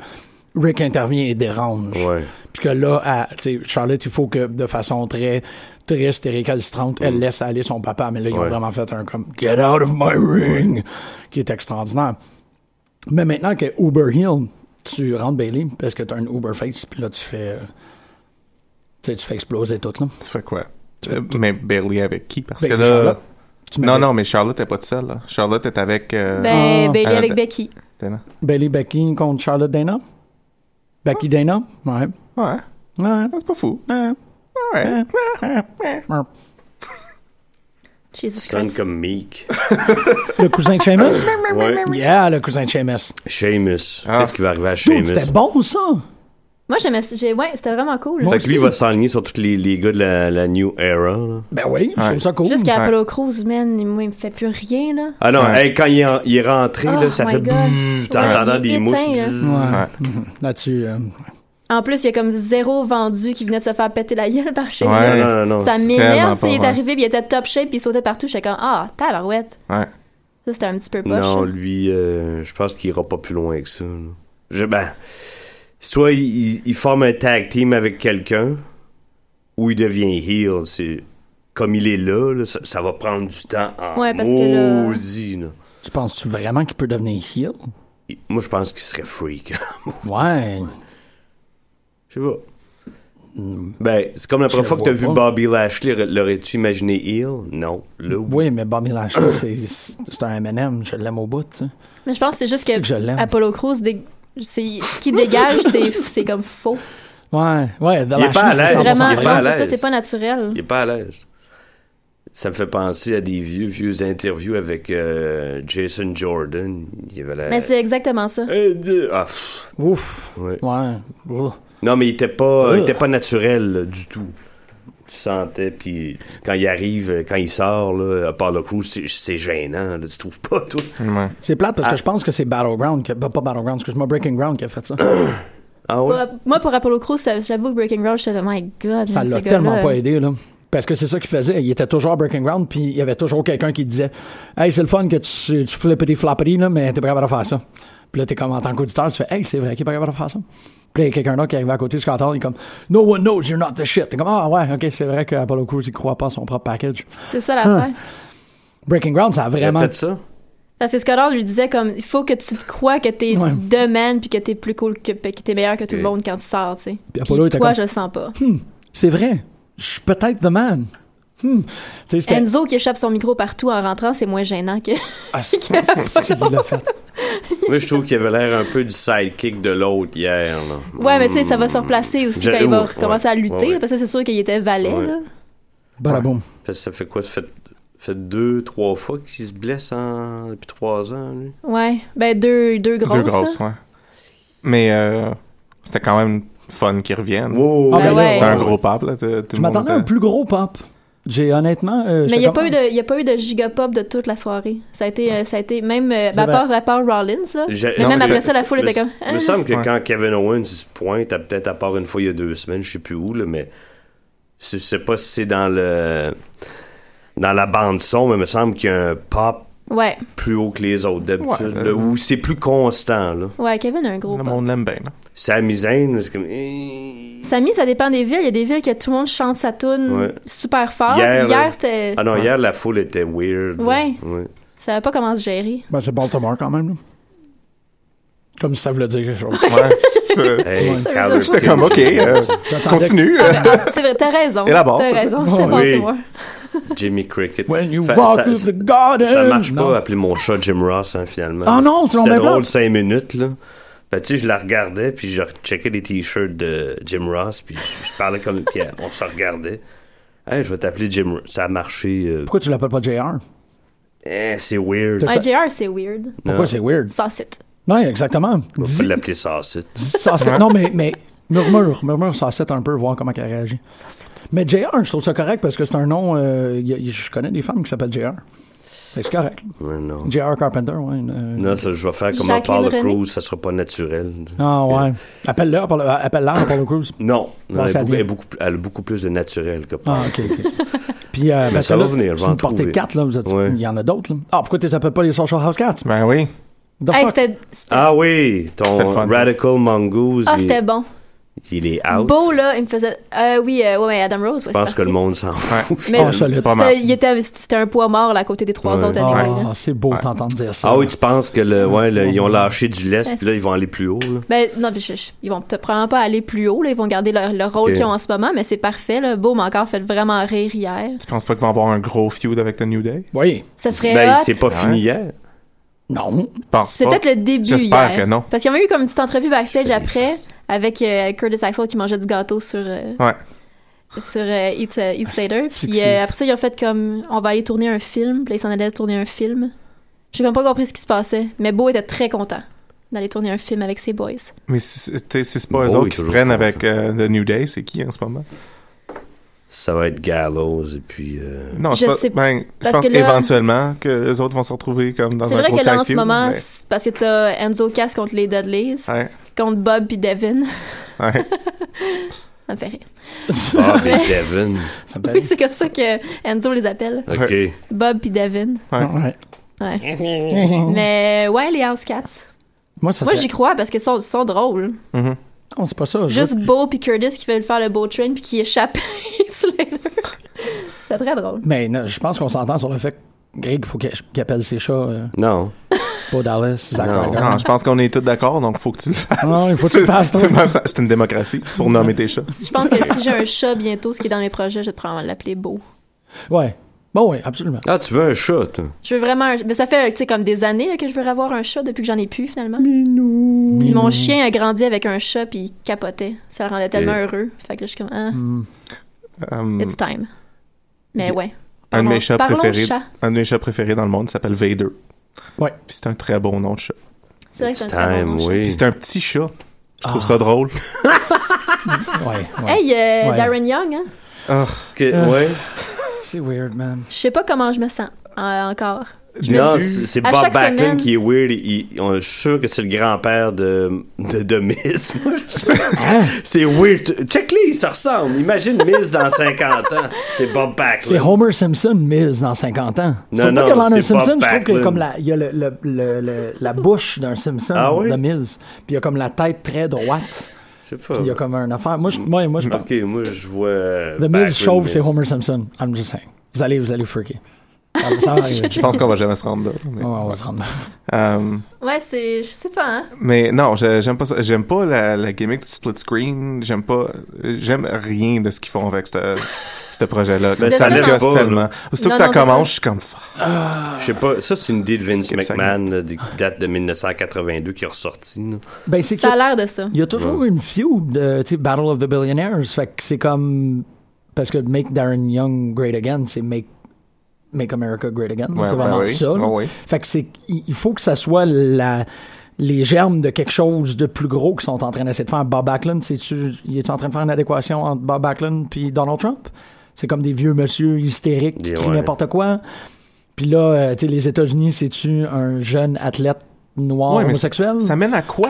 [SPEAKER 3] Rick intervient et dérange.
[SPEAKER 7] ouais.
[SPEAKER 3] Puis que là, à, tu sais, Charlotte, il faut que de façon très triste et récalcitrante,
[SPEAKER 4] Mm.
[SPEAKER 3] elle laisse aller son papa. Mais là, ils ont
[SPEAKER 7] Ouais.
[SPEAKER 3] vraiment fait un comme Get out of my ring, qui est extraordinaire. Mais maintenant que Uber Hill, tu rentres Bailey parce que t'as un Uber face, puis là, tu fais. euh, tu sais, tu fais exploser tout, là.
[SPEAKER 4] Tu fais quoi? Euh, mais Bailey avec qui? Parce
[SPEAKER 3] Ben,
[SPEAKER 4] que là.
[SPEAKER 3] Charlotte. Tu mets
[SPEAKER 4] Non, non, mais Charlotte est pas toute seule, là. Charlotte est avec. euh,
[SPEAKER 5] Ben,
[SPEAKER 3] Ah.
[SPEAKER 5] Bailey
[SPEAKER 4] Euh,
[SPEAKER 5] avec
[SPEAKER 4] de-
[SPEAKER 5] Becky.
[SPEAKER 4] Dana.
[SPEAKER 3] Bailey Becky contre Charlotte Dana. Becky Dana, ouais.
[SPEAKER 4] Ouais.
[SPEAKER 3] Ouais.
[SPEAKER 4] C'est pas fou. Euh,
[SPEAKER 3] Euh.
[SPEAKER 4] Ouais. Euh.
[SPEAKER 5] Jesus
[SPEAKER 7] Sonne
[SPEAKER 5] Christ.
[SPEAKER 7] comme Meek.
[SPEAKER 3] Le cousin de Seamus?
[SPEAKER 7] Ouais.
[SPEAKER 3] Yeah, le cousin de Seamus.
[SPEAKER 7] Seamus.
[SPEAKER 4] Ah.
[SPEAKER 7] Qu'est-ce qui va arriver à
[SPEAKER 3] Dude,
[SPEAKER 7] Seamus?
[SPEAKER 3] C'était bon, ça!
[SPEAKER 5] Moi, j'aimais. j'ai- Ouais, c'était vraiment cool.
[SPEAKER 7] Fait que lui, il va s'aligner sur tous les, les gars de la, la New Era. là.
[SPEAKER 3] Ben oui, je trouve ça cool.
[SPEAKER 5] Jusqu'à
[SPEAKER 4] Ouais.
[SPEAKER 5] Apollo Crews, man, il- moi, il me fait plus rien, là.
[SPEAKER 7] Ah non,
[SPEAKER 4] Ouais.
[SPEAKER 7] hey, quand il est, en- il est rentré,
[SPEAKER 5] Oh
[SPEAKER 7] là, ça
[SPEAKER 5] my
[SPEAKER 7] fait...
[SPEAKER 5] God.
[SPEAKER 7] bzzz, T'as
[SPEAKER 5] Ouais,
[SPEAKER 7] entendu
[SPEAKER 5] il
[SPEAKER 7] des
[SPEAKER 5] est
[SPEAKER 7] mouches.
[SPEAKER 5] éteint,
[SPEAKER 7] bzzz.
[SPEAKER 3] Ouais.
[SPEAKER 4] Ouais.
[SPEAKER 3] Là-dessus. euh,
[SPEAKER 5] En plus, il y a comme zéro vendu qui venait de se faire péter la gueule par chez
[SPEAKER 4] Ouais.
[SPEAKER 7] Non, non, non.
[SPEAKER 5] hein. Ça
[SPEAKER 4] tellement
[SPEAKER 7] non.
[SPEAKER 5] m'énerve,
[SPEAKER 4] pas
[SPEAKER 5] ça, il est
[SPEAKER 4] vrai.
[SPEAKER 5] arrivé, puis il était top shape, puis il sautait partout. J'étais comme, ah, tabarouette.
[SPEAKER 4] Ouais.
[SPEAKER 5] Ça, c'était un petit peu poche.
[SPEAKER 7] Non,
[SPEAKER 5] là.
[SPEAKER 7] lui, euh, je pense qu'il ira pas plus loin que ça. là. Je, ben, soit il, il- il forme un tag team avec quelqu'un, ou il devient heel. C'est, comme il est là, là, ça, ça va prendre du temps en
[SPEAKER 5] Ouais, parce que là-
[SPEAKER 7] maudit, là.
[SPEAKER 3] Tu penses-tu vraiment qu'il peut devenir heel?
[SPEAKER 7] Il- Moi, je pense qu'il serait freak.
[SPEAKER 3] Ouais.
[SPEAKER 7] Je sais pas. Ben, c'est comme la première
[SPEAKER 3] le
[SPEAKER 7] fois que t'as vu
[SPEAKER 3] vois pas.
[SPEAKER 7] Bobby Lashley, r- l'aurais-tu imaginé heel? Non. Là, oui.
[SPEAKER 3] Oui, mais Bobby Lashley, c'est- c'est un M&M. Je l'aime au bout, tu sais.
[SPEAKER 5] Mais je pense que c'est juste
[SPEAKER 3] C'est
[SPEAKER 5] que,
[SPEAKER 3] que je l'aime.
[SPEAKER 5] Apollo Crews, dé- c'est- ce qu'il dégage, c'est- c'est comme faux.
[SPEAKER 3] Ouais, ouais. The
[SPEAKER 7] Il est pas à
[SPEAKER 3] Lashley, c'est
[SPEAKER 7] l'aise.
[SPEAKER 3] 100%
[SPEAKER 5] Vraiment,
[SPEAKER 7] il est pas
[SPEAKER 5] non,
[SPEAKER 7] à
[SPEAKER 5] c'est ça,
[SPEAKER 7] l'aise.
[SPEAKER 5] c'est pas naturel.
[SPEAKER 7] Il est pas à l'aise. Ça me fait penser à des vieux, vieux interviews avec euh, Jason Jordan. Il avait la...
[SPEAKER 5] Mais c'est exactement ça.
[SPEAKER 7] Euh, de- ah, pff,
[SPEAKER 3] Ouf.
[SPEAKER 7] ouais.
[SPEAKER 3] Ouais. Ouh.
[SPEAKER 7] Non, mais il était pas, il
[SPEAKER 3] Ugh.
[SPEAKER 7] était pas naturel là, du tout. Tu sentais, puis quand il arrive, euh, quand il sort, là, à part le coup, c'est c'est gênant. là, tu trouves pas, toi?
[SPEAKER 4] Ouais.
[SPEAKER 3] C'est plate
[SPEAKER 7] Ah.
[SPEAKER 3] parce que je pense que c'est Battleground, qui a- pas Battleground, excuse-moi, Breaking Ground qui a fait ça.
[SPEAKER 7] Ah
[SPEAKER 5] Pour-
[SPEAKER 7] ouais?
[SPEAKER 5] moi, pour Apollo Crews, ça- j'avoue que Breaking Ground, j'étais là, my god,
[SPEAKER 3] Ça
[SPEAKER 5] man,
[SPEAKER 3] l'a
[SPEAKER 5] ce
[SPEAKER 3] tellement
[SPEAKER 5] gars-là. euh,
[SPEAKER 3] pas aidé, là. Parce que c'est ça qu'il faisait. Il était toujours à Breaking Ground, puis il y avait toujours quelqu'un qui disait Hey, c'est le fun que tu, tu flippity floppery, là, mais t'es pas capable de faire ça. Puis là, t'es comme en tant qu'auditeur, tu fais Hey, c'est vrai qu'il est pas capable de faire ça. Puis là, il y a quelqu'un d'autre qui arrive à côté du canton, il est comme No one knows you're not the shit. T'es comme Ah ouais, ok, c'est vrai qu'Apollo Crews, il croit pas à son propre package.
[SPEAKER 5] C'est ça l'affaire.
[SPEAKER 3] Hein. Breaking Ground, ça a vraiment.
[SPEAKER 7] Répète ça?
[SPEAKER 5] Parce que Scott Hall lui disait comme il faut que tu te crois que t'es
[SPEAKER 3] Ouais.
[SPEAKER 5] deux man puis que t'es plus cool que, que t'es meilleur que tout le
[SPEAKER 7] Ok.
[SPEAKER 5] monde quand tu sors, tu sais. Puis
[SPEAKER 3] Apollo
[SPEAKER 5] toi,
[SPEAKER 3] était comme-
[SPEAKER 5] je le sens pas.
[SPEAKER 3] C'est vrai, je suis peut-être the man. Hmm. Tu sais, c'était-
[SPEAKER 5] Enzo qui échappe son micro partout en rentrant, c'est moins gênant que.
[SPEAKER 3] Ah, c'est- c'est ce qu'il a fait.
[SPEAKER 7] Moi, je trouve qu'il avait l'air un peu du sidekick de l'autre hier. Là. Mm.
[SPEAKER 5] Ouais, mais tu sais, ça va se replacer aussi
[SPEAKER 7] Je-
[SPEAKER 5] quand il va
[SPEAKER 7] ouais,
[SPEAKER 5] commencer à lutter,
[SPEAKER 7] Hmm. ouais, ouais.
[SPEAKER 5] là, parce que c'est sûr qu'il était valet.
[SPEAKER 7] Ouais.
[SPEAKER 5] Là.
[SPEAKER 3] Badaboum.
[SPEAKER 7] Parce que ça fait quoi? Ça fait, fait deux, trois fois qu'il se blesse en... depuis trois ans, lui.
[SPEAKER 5] ouais. Ben deux, deux grosses.
[SPEAKER 4] Deux grosses,
[SPEAKER 5] là.
[SPEAKER 4] ouais. Mais euh, c'était quand même fun qu'ils reviennent.
[SPEAKER 5] Ah, ben ouais.
[SPEAKER 4] C'était un gros pape, là. tout- tout
[SPEAKER 3] Je
[SPEAKER 4] le monde
[SPEAKER 3] m'attendais à un
[SPEAKER 4] était-
[SPEAKER 3] plus gros pop. J'ai honnêtement. euh,
[SPEAKER 5] Mais
[SPEAKER 3] j'étais
[SPEAKER 5] il n'y a,
[SPEAKER 3] comme,
[SPEAKER 5] pas eu de- y a pas eu de gigapop de toute la soirée. Ça a été, euh, ça a été même, euh, ben, à,
[SPEAKER 3] J'avais-
[SPEAKER 5] part, à part Rollins, là.
[SPEAKER 7] J'ai-
[SPEAKER 5] Mais
[SPEAKER 7] non,
[SPEAKER 5] même
[SPEAKER 7] c'est-
[SPEAKER 5] après ça, la foule
[SPEAKER 7] me-
[SPEAKER 5] était comme.
[SPEAKER 7] Il me semble que
[SPEAKER 4] Ouais.
[SPEAKER 7] quand Kevin Owens il se pointe, à peut-être à part une fois il y a deux semaines, je sais plus où, là, mais je sais pas si c'est dans le dans la bande son, mais il me semble qu'il y a un pop
[SPEAKER 5] Ouais,
[SPEAKER 7] plus haut que les autres d'habitude,
[SPEAKER 4] Ouais,
[SPEAKER 7] là,
[SPEAKER 4] euh,
[SPEAKER 7] où c'est plus constant. Là.
[SPEAKER 5] ouais, Kevin a un gros
[SPEAKER 4] Le
[SPEAKER 5] pop.
[SPEAKER 4] monde l'aime bien, là.
[SPEAKER 7] C'est amusant, mais c'est comme. Ah
[SPEAKER 5] Samy, ça dépend des villes. Il y a des villes que tout le monde chante sa tune
[SPEAKER 7] Ouais.
[SPEAKER 5] super fort.
[SPEAKER 7] Hier,
[SPEAKER 5] Hier,
[SPEAKER 7] euh,
[SPEAKER 5] c'était.
[SPEAKER 7] non, hier la foule était weird. là.
[SPEAKER 5] Ouais.
[SPEAKER 7] ouais.
[SPEAKER 5] Tu savais pas comment se gérer.
[SPEAKER 3] Ben, c'est Baltimore quand même. là. Comme si ça voulait dire quelque chose.
[SPEAKER 4] Ouais. Je-
[SPEAKER 7] Hey,
[SPEAKER 5] Ouais.
[SPEAKER 7] Carl
[SPEAKER 4] J'étais comme, OK, euh,
[SPEAKER 3] J'attendais que-
[SPEAKER 4] continue. euh.
[SPEAKER 5] Ah, ben, c'est vrai, t'as raison.
[SPEAKER 4] Et la barre,
[SPEAKER 5] T'as
[SPEAKER 4] ça.
[SPEAKER 5] raison, c'était
[SPEAKER 3] Oui.
[SPEAKER 5] Baltimore.
[SPEAKER 7] Jimmy Cricket.
[SPEAKER 3] When you
[SPEAKER 7] Fait-
[SPEAKER 3] walk
[SPEAKER 7] ça,
[SPEAKER 3] through the garden.
[SPEAKER 7] ça marche
[SPEAKER 3] Euh, Non.
[SPEAKER 7] pas, appeler mon chat Jim Ross, hein, finalement.
[SPEAKER 3] Ah non, c'est
[SPEAKER 7] C'était
[SPEAKER 3] donc bien
[SPEAKER 7] drôle
[SPEAKER 3] plate.
[SPEAKER 7] cinq minutes, là. Fait que, tu sais, je la regardais, puis je checkais des t-shirts de Jim Ross, puis je, je parlais comme. puis on se regardait. Hey, je vais t'appeler Jim Ross. Ça a marché. euh,
[SPEAKER 3] Pourquoi tu l'appelles pas JR?
[SPEAKER 7] eh, c'est weird.
[SPEAKER 3] Ça-
[SPEAKER 5] Un JR, c'est weird.
[SPEAKER 3] Pourquoi
[SPEAKER 7] Non.
[SPEAKER 3] c'est weird?
[SPEAKER 5] Saucette.
[SPEAKER 3] Non, exactement.
[SPEAKER 7] On va
[SPEAKER 3] Dis,
[SPEAKER 7] pas l'appeler Saucette.
[SPEAKER 3] dis Saucette. Non, mais, mais murmure, murmure Saucette un peu, voir comment elle réagit.
[SPEAKER 5] Saucette.
[SPEAKER 3] Mais JR, je trouve ça correct parce que c'est un nom. euh, y a- y- je connais des femmes qui s'appellent JR. Fait que C'est correct.
[SPEAKER 7] Ouais, non.
[SPEAKER 3] JR Carpenter, ouais. une- euh,
[SPEAKER 7] Non, ça, je vais faire comme on
[SPEAKER 5] Jacqueline
[SPEAKER 7] parle de
[SPEAKER 5] René.
[SPEAKER 7] Cruise, ça sera pas naturel. Euh,
[SPEAKER 3] Ah, ouais. Appelle-la, pour le- appelle-la pour le cruise.
[SPEAKER 7] Non, non,
[SPEAKER 3] Non,
[SPEAKER 7] elle,
[SPEAKER 3] ça
[SPEAKER 7] est beaucoup,
[SPEAKER 3] vient.
[SPEAKER 7] elle est beaucoup- elle a beaucoup plus de naturel que
[SPEAKER 3] Ah,
[SPEAKER 7] pas.
[SPEAKER 3] ok, ok. Puis, euh, parce
[SPEAKER 7] ça
[SPEAKER 3] que
[SPEAKER 7] va
[SPEAKER 3] là,
[SPEAKER 7] venir, je
[SPEAKER 3] c'est
[SPEAKER 7] vais en
[SPEAKER 3] une portée de
[SPEAKER 7] trouver.
[SPEAKER 3] quatre, là. Vous êtes,
[SPEAKER 7] Ouais.
[SPEAKER 3] Il y en a d'autres, là. Ah, pourquoi tu les appelles pas les Social House Cats?
[SPEAKER 4] Ben oui.
[SPEAKER 3] The
[SPEAKER 5] Hey,
[SPEAKER 3] fuck?
[SPEAKER 5] c'était c'était-
[SPEAKER 7] Ah oui, ton
[SPEAKER 4] C'est le fun, ça.
[SPEAKER 7] Radical Mongoose,
[SPEAKER 5] ah,
[SPEAKER 7] il,
[SPEAKER 5] c'était bon.
[SPEAKER 7] il est out.
[SPEAKER 5] Beau, là, il me faisait. Euh, oui, euh, ouais, ouais, Adam Rose, ouais,
[SPEAKER 7] je pense que le monde s'en fout.
[SPEAKER 4] Ouais.
[SPEAKER 5] Mais
[SPEAKER 3] Ah, solide.
[SPEAKER 5] c'était-
[SPEAKER 4] Pas mal.
[SPEAKER 5] il était- c'était un poids mort là, à côté des trois
[SPEAKER 7] Ouais.
[SPEAKER 5] autres
[SPEAKER 3] Ah,
[SPEAKER 5] anyway, là.
[SPEAKER 3] c'est beau t'entendre dire ça.
[SPEAKER 7] Ah oui, tu penses que le, ouais, le- ils ont lâché du lest,
[SPEAKER 5] Ouais,
[SPEAKER 7] puis là, ils vont aller plus haut. Là.
[SPEAKER 5] Ben, non, mais je- je- ils vont peut-être probablement pas aller plus haut, là. Ils vont garder leur, le rôle
[SPEAKER 7] Ok.
[SPEAKER 5] qu'ils ont en ce moment, mais c'est parfait, là. Beau m'a encore fait vraiment rire hier.
[SPEAKER 4] Tu penses pas qu'ils vont avoir un gros feud avec The New Day?
[SPEAKER 3] Oui.
[SPEAKER 5] Ça serait
[SPEAKER 7] Ben,
[SPEAKER 5] hot.
[SPEAKER 7] c'est pas fini hier.
[SPEAKER 3] Non.
[SPEAKER 4] Je pense
[SPEAKER 5] C'est
[SPEAKER 4] pas.
[SPEAKER 5] peut-être le début
[SPEAKER 4] J'espère
[SPEAKER 5] hier.
[SPEAKER 4] que non.
[SPEAKER 5] Parce qu'il y a même eu comme une petite entrevue backstage
[SPEAKER 7] Je fais des
[SPEAKER 5] après
[SPEAKER 7] phrases.
[SPEAKER 5] avec euh, Curtis Axel qui mangeait du gâteau sur euh,
[SPEAKER 4] Ouais.
[SPEAKER 5] sur euh, Eat, euh, Eat Slater.
[SPEAKER 3] c'est que
[SPEAKER 5] Puis euh,
[SPEAKER 3] c'est-
[SPEAKER 5] après ça, ils ont fait comme on va aller tourner un film. Puis là, ils s'en allaient tourner un film. J'ai comme pas compris ce qui se passait. Mais Beau était très content d'aller tourner un film avec ses boys.
[SPEAKER 4] Mais si, c'est- t'sais, si c'est pas
[SPEAKER 7] Beau
[SPEAKER 4] eux
[SPEAKER 7] est
[SPEAKER 4] autres qui se
[SPEAKER 7] toujours
[SPEAKER 4] prennent
[SPEAKER 7] content.
[SPEAKER 4] avec euh, The New Day, c'est qui en ce moment?
[SPEAKER 7] Ça va être Gallows, et puis... euh,
[SPEAKER 4] Non,
[SPEAKER 5] Je
[SPEAKER 4] c'est pas-
[SPEAKER 5] sais
[SPEAKER 4] ben, je
[SPEAKER 5] parce
[SPEAKER 4] pense
[SPEAKER 5] que là-
[SPEAKER 4] éventuellement que les autres vont se retrouver comme dans
[SPEAKER 5] C'est
[SPEAKER 4] un
[SPEAKER 5] vrai
[SPEAKER 4] gros
[SPEAKER 5] que là, en
[SPEAKER 4] tag
[SPEAKER 5] ce
[SPEAKER 4] team,
[SPEAKER 5] moment,
[SPEAKER 4] mais- Ah.
[SPEAKER 5] c'est parce que t'as Enzo Cass contre les Dudleys,
[SPEAKER 4] Ouais,
[SPEAKER 5] contre Bob puis Devin.
[SPEAKER 4] ouais.
[SPEAKER 5] Ça me fait rire.
[SPEAKER 7] Bob et Devin.
[SPEAKER 3] Ça me fait
[SPEAKER 5] Ben Oui, c'est comme ça que Enzo les appelle.
[SPEAKER 7] OK.
[SPEAKER 5] Bob puis Devin.
[SPEAKER 3] Ouais.
[SPEAKER 5] Ouais. Mais ouais, les House Cats.
[SPEAKER 3] Moi, ça
[SPEAKER 5] Moi,
[SPEAKER 3] serait-
[SPEAKER 5] j'y crois parce qu'ils sont, sont drôles.
[SPEAKER 3] Non, c'est pas ça. je-
[SPEAKER 5] Juste Beau puis Curtis qui veulent faire le beau train puis qui échappe à Slater. C'est très drôle.
[SPEAKER 3] Mais non, je pense qu'on s'entend sur le fait que Greg, il faut qu'il qu'il appelle ses chats euh,
[SPEAKER 7] Non.
[SPEAKER 3] pas Dallas, Zach
[SPEAKER 7] Non. Ah.
[SPEAKER 3] Ryder.
[SPEAKER 4] Non, je pense qu'on est tous d'accord, donc faut que tu le fasses.
[SPEAKER 3] Non, il Ah faut que tu
[SPEAKER 4] C'est-
[SPEAKER 3] le fasses, toi.
[SPEAKER 4] c'est même ça- C'est une démocratie pour nommer tes chats.
[SPEAKER 5] Je pense que si j'ai un chat bientôt, ce qui est dans mes projets, je vais probablement l'appeler Beau.
[SPEAKER 3] Ouais. Bon, oui, absolument.
[SPEAKER 7] Ah, tu veux un chat, toi?
[SPEAKER 5] Je veux vraiment un... Mais ça fait, tu sais, comme des années là, que je veux avoir un chat depuis que j'en ai plus, finalement. Puis mon chien a grandi avec un chat puis il capotait. Ça le rendait tellement
[SPEAKER 7] Et-
[SPEAKER 5] heureux. Fait que là, je suis comme, ah,
[SPEAKER 4] Hum,
[SPEAKER 5] it's time. Mais ouais.
[SPEAKER 4] un de
[SPEAKER 5] Parlons-
[SPEAKER 4] mes chats
[SPEAKER 5] parlons
[SPEAKER 4] préférés,
[SPEAKER 5] chat.
[SPEAKER 4] un de mes chats préférés dans le monde s'appelle Vader.
[SPEAKER 3] Ouais.
[SPEAKER 4] Puis c'est un très bon nom de chat.
[SPEAKER 5] C'est vrai que c'est un très bon
[SPEAKER 7] Time,
[SPEAKER 5] nom,
[SPEAKER 4] Puis
[SPEAKER 7] oui.
[SPEAKER 4] c'est un petit chat. Je
[SPEAKER 3] Ah.
[SPEAKER 4] trouve ça drôle.
[SPEAKER 3] Ouais,
[SPEAKER 5] chat.
[SPEAKER 3] ouais.
[SPEAKER 5] Hey, euh,
[SPEAKER 3] Ouais.
[SPEAKER 5] Darren Young, hein?
[SPEAKER 4] Ah,
[SPEAKER 7] Que- ouais.
[SPEAKER 3] C'est weird, man.
[SPEAKER 5] je sais pas comment je me sens euh, encore.
[SPEAKER 7] Non,
[SPEAKER 4] déçu.
[SPEAKER 7] c'est c'est
[SPEAKER 5] À
[SPEAKER 7] Bob
[SPEAKER 5] chaque
[SPEAKER 7] Backlund
[SPEAKER 5] semaine-
[SPEAKER 7] qui est weird. Il- il- on est sûr que c'est le grand-père de, de, de Miss. Moi,
[SPEAKER 5] Ah.
[SPEAKER 7] je- c'est weird. Check-les, ça ressemble. Imagine Miss dans 50 ans. C'est Bob
[SPEAKER 3] C'est
[SPEAKER 7] Backlund.
[SPEAKER 3] Homer Simpson, Mills, dans 50 ans. Je
[SPEAKER 7] Non,
[SPEAKER 3] trouve pas
[SPEAKER 7] non,
[SPEAKER 3] que Leonard
[SPEAKER 7] c'est Bob
[SPEAKER 3] Simpson, je trouve qu'il y a
[SPEAKER 7] Backlund.
[SPEAKER 3] comme la, il y a le, le- le- le- la bouche d'un Simpson
[SPEAKER 7] Ah oui?
[SPEAKER 3] de Mills. Puis il y a comme la tête très droite.
[SPEAKER 7] Je sais pas.
[SPEAKER 3] Puis il y a comme un affaire. Moi, je, moi, moi, je pense.
[SPEAKER 7] Ok, moi, je vois. euh,
[SPEAKER 3] The Mills
[SPEAKER 7] Backlund,
[SPEAKER 3] chauve,
[SPEAKER 7] mais-
[SPEAKER 3] c'est Homer Simpson. I'm just saying. Vous allez, vous allez freaker. Ça, ça va arriver.
[SPEAKER 4] Je pense qu'on va jamais se rendre là. mais-
[SPEAKER 3] Ouais, on va se rendre là. Ah.
[SPEAKER 4] Euh,
[SPEAKER 5] Ouais, c'est. Je sais pas, hein?
[SPEAKER 4] Mais non, je- j'aime pas ça. J'aime pas la, la gimmick du split screen. J'aime pas. J'aime rien de ce qu'ils font avec ce ce projet-là. Comme
[SPEAKER 7] Ben,
[SPEAKER 4] ça
[SPEAKER 5] ça
[SPEAKER 4] me
[SPEAKER 5] lève
[SPEAKER 4] gosse
[SPEAKER 7] pas, là.
[SPEAKER 4] tellement. Surtout
[SPEAKER 5] Non,
[SPEAKER 4] que ça
[SPEAKER 5] non, c'est ça.
[SPEAKER 4] commence, je suis comme. fuck.
[SPEAKER 7] Je sais pas. Ça, c'est une idée de Vince
[SPEAKER 4] Skip
[SPEAKER 7] McMahon là, qui date de 1982 qui est ressortie. là.
[SPEAKER 3] Ben, c'est
[SPEAKER 5] Ça
[SPEAKER 3] que-
[SPEAKER 5] a l'air de ça.
[SPEAKER 3] Il y a toujours une feud, de tu sais, Battle of the Billionaires. Fait que c'est comme. Parce que Make Darren Young Great Again, c'est Make, make America Great Again.
[SPEAKER 4] Ouais,
[SPEAKER 3] c'est
[SPEAKER 4] ben
[SPEAKER 3] vraiment
[SPEAKER 4] oui,
[SPEAKER 3] ça. là.
[SPEAKER 4] ouais, oui.
[SPEAKER 3] Fait que c'est. Il il faut que ça soit la. Les germes de quelque chose de plus gros qu'ils sont en train d'essayer de faire. Bob Backlund, c'est-tu, il est en train de faire une adéquation entre Bob Backlund puis Donald Trump? C'est comme des vieux monsieur hystériques qui
[SPEAKER 7] Des-
[SPEAKER 3] crient
[SPEAKER 7] ouais.
[SPEAKER 3] n'importe quoi. Puis là, euh, tu sais, les États-Unis, c'est-tu un jeune athlète noir
[SPEAKER 4] Ouais, mais ça,
[SPEAKER 3] homosexuel?
[SPEAKER 4] ça mène à quoi?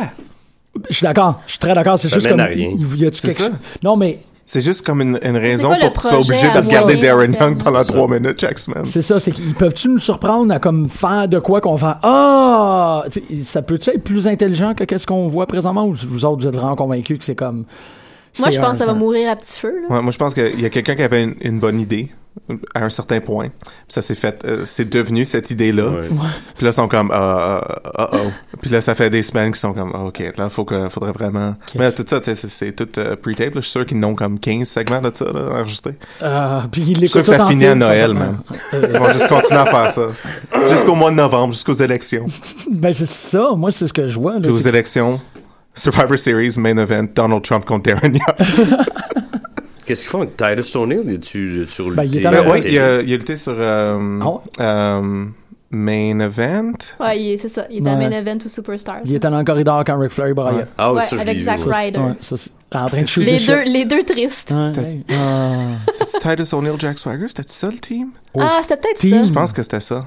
[SPEAKER 3] Je suis d'accord, je suis très d'accord. C'est
[SPEAKER 7] Ça
[SPEAKER 3] juste
[SPEAKER 7] mène
[SPEAKER 3] comme.
[SPEAKER 7] à rien.
[SPEAKER 3] il- Y a-tu
[SPEAKER 4] C'est
[SPEAKER 3] quelque
[SPEAKER 4] ça.
[SPEAKER 3] chose- Non, mais
[SPEAKER 4] C'est juste comme une, une raison
[SPEAKER 5] quoi le
[SPEAKER 4] pour qu'ils soient
[SPEAKER 5] projet
[SPEAKER 4] obligés
[SPEAKER 5] à
[SPEAKER 4] de regarder
[SPEAKER 5] moyen
[SPEAKER 4] Darren
[SPEAKER 5] terme?
[SPEAKER 4] Young pendant trois minutes chaque semaine.
[SPEAKER 3] c'est ça, c'est qu'ils peuvent-tu nous surprendre à comme faire de quoi qu'on fait Ah Tu sais, Ça peut-tu être plus intelligent que qu'est-ce qu'on voit présentement ou vous autres, vous êtes vraiment convaincus que c'est comme.
[SPEAKER 5] Moi,
[SPEAKER 3] c'est
[SPEAKER 5] je pense
[SPEAKER 3] un-
[SPEAKER 5] que ça va mourir à petit feu, là.
[SPEAKER 4] Ouais, moi, je pense qu'il y a quelqu'un qui avait une, une bonne idée euh, à un certain point. Puis ça s'est fait, euh, c'est devenu cette idée-là.
[SPEAKER 7] Ouais.
[SPEAKER 4] Puis là, ils sont comme, ah, ah, ah, oh. Puis là, ça fait des semaines qu'ils sont comme, Ah, ok, là, faut que, faudrait vraiment. Mais là, tout ça, tu sais, c'est c'est tout euh, pre-tape. là. Je suis sûr qu'ils n'ont comme 15 segments de ça, là, enregistrés.
[SPEAKER 3] Euh, puis il
[SPEAKER 4] Je suis sûr
[SPEAKER 3] l'écoute
[SPEAKER 4] que ça
[SPEAKER 3] tout en
[SPEAKER 4] finit à
[SPEAKER 3] film, ça, Euh,
[SPEAKER 4] Noël,
[SPEAKER 3] comme-
[SPEAKER 4] même. Ils vont juste continuer à faire ça. Jusqu'au mois de novembre, jusqu'aux élections.
[SPEAKER 3] Ben, c'est ça, moi, c'est ce que je vois. là.
[SPEAKER 4] Puis aux
[SPEAKER 3] C'est-
[SPEAKER 4] élections, Survivor Series Main Event, Donald Trump contre Darren
[SPEAKER 3] Ah,
[SPEAKER 4] Young.
[SPEAKER 7] Qu'est-ce qu'ils font avec Titus O'Neill? Est-tu sur
[SPEAKER 3] Ben, il est
[SPEAKER 7] lutté,
[SPEAKER 3] à la-
[SPEAKER 7] euh,
[SPEAKER 4] Ben oui,
[SPEAKER 7] télé?
[SPEAKER 4] il a, il a lutté sur euh,
[SPEAKER 3] Ah ouais?
[SPEAKER 4] euh, Main Event.
[SPEAKER 5] Ouais, il est- c'est ça. Il est à
[SPEAKER 3] Ouais.
[SPEAKER 5] Main Event ou Superstar.
[SPEAKER 3] Il était dans le corridor quand Ric Flair braillait.
[SPEAKER 4] Ouais.
[SPEAKER 7] Ah,
[SPEAKER 5] Ouais,
[SPEAKER 7] ça, je
[SPEAKER 5] avec
[SPEAKER 7] l'ai
[SPEAKER 5] Zack
[SPEAKER 7] vu,
[SPEAKER 3] Ça,
[SPEAKER 7] ouais.
[SPEAKER 3] c'est-
[SPEAKER 5] Ryder.
[SPEAKER 3] ouais, ça, c'est- en train de shooter
[SPEAKER 5] Les
[SPEAKER 3] des
[SPEAKER 5] deux,
[SPEAKER 3] shots.
[SPEAKER 5] les deux tristes.
[SPEAKER 3] Ouais,
[SPEAKER 4] C'était-
[SPEAKER 3] hey, ah.
[SPEAKER 4] C'était Titus O'Neill, Jack Swagger, c'était ça le team?
[SPEAKER 3] Oh.
[SPEAKER 5] Ah, c'était peut-être
[SPEAKER 3] Team.
[SPEAKER 5] ça.
[SPEAKER 4] Je pense que c'était ça.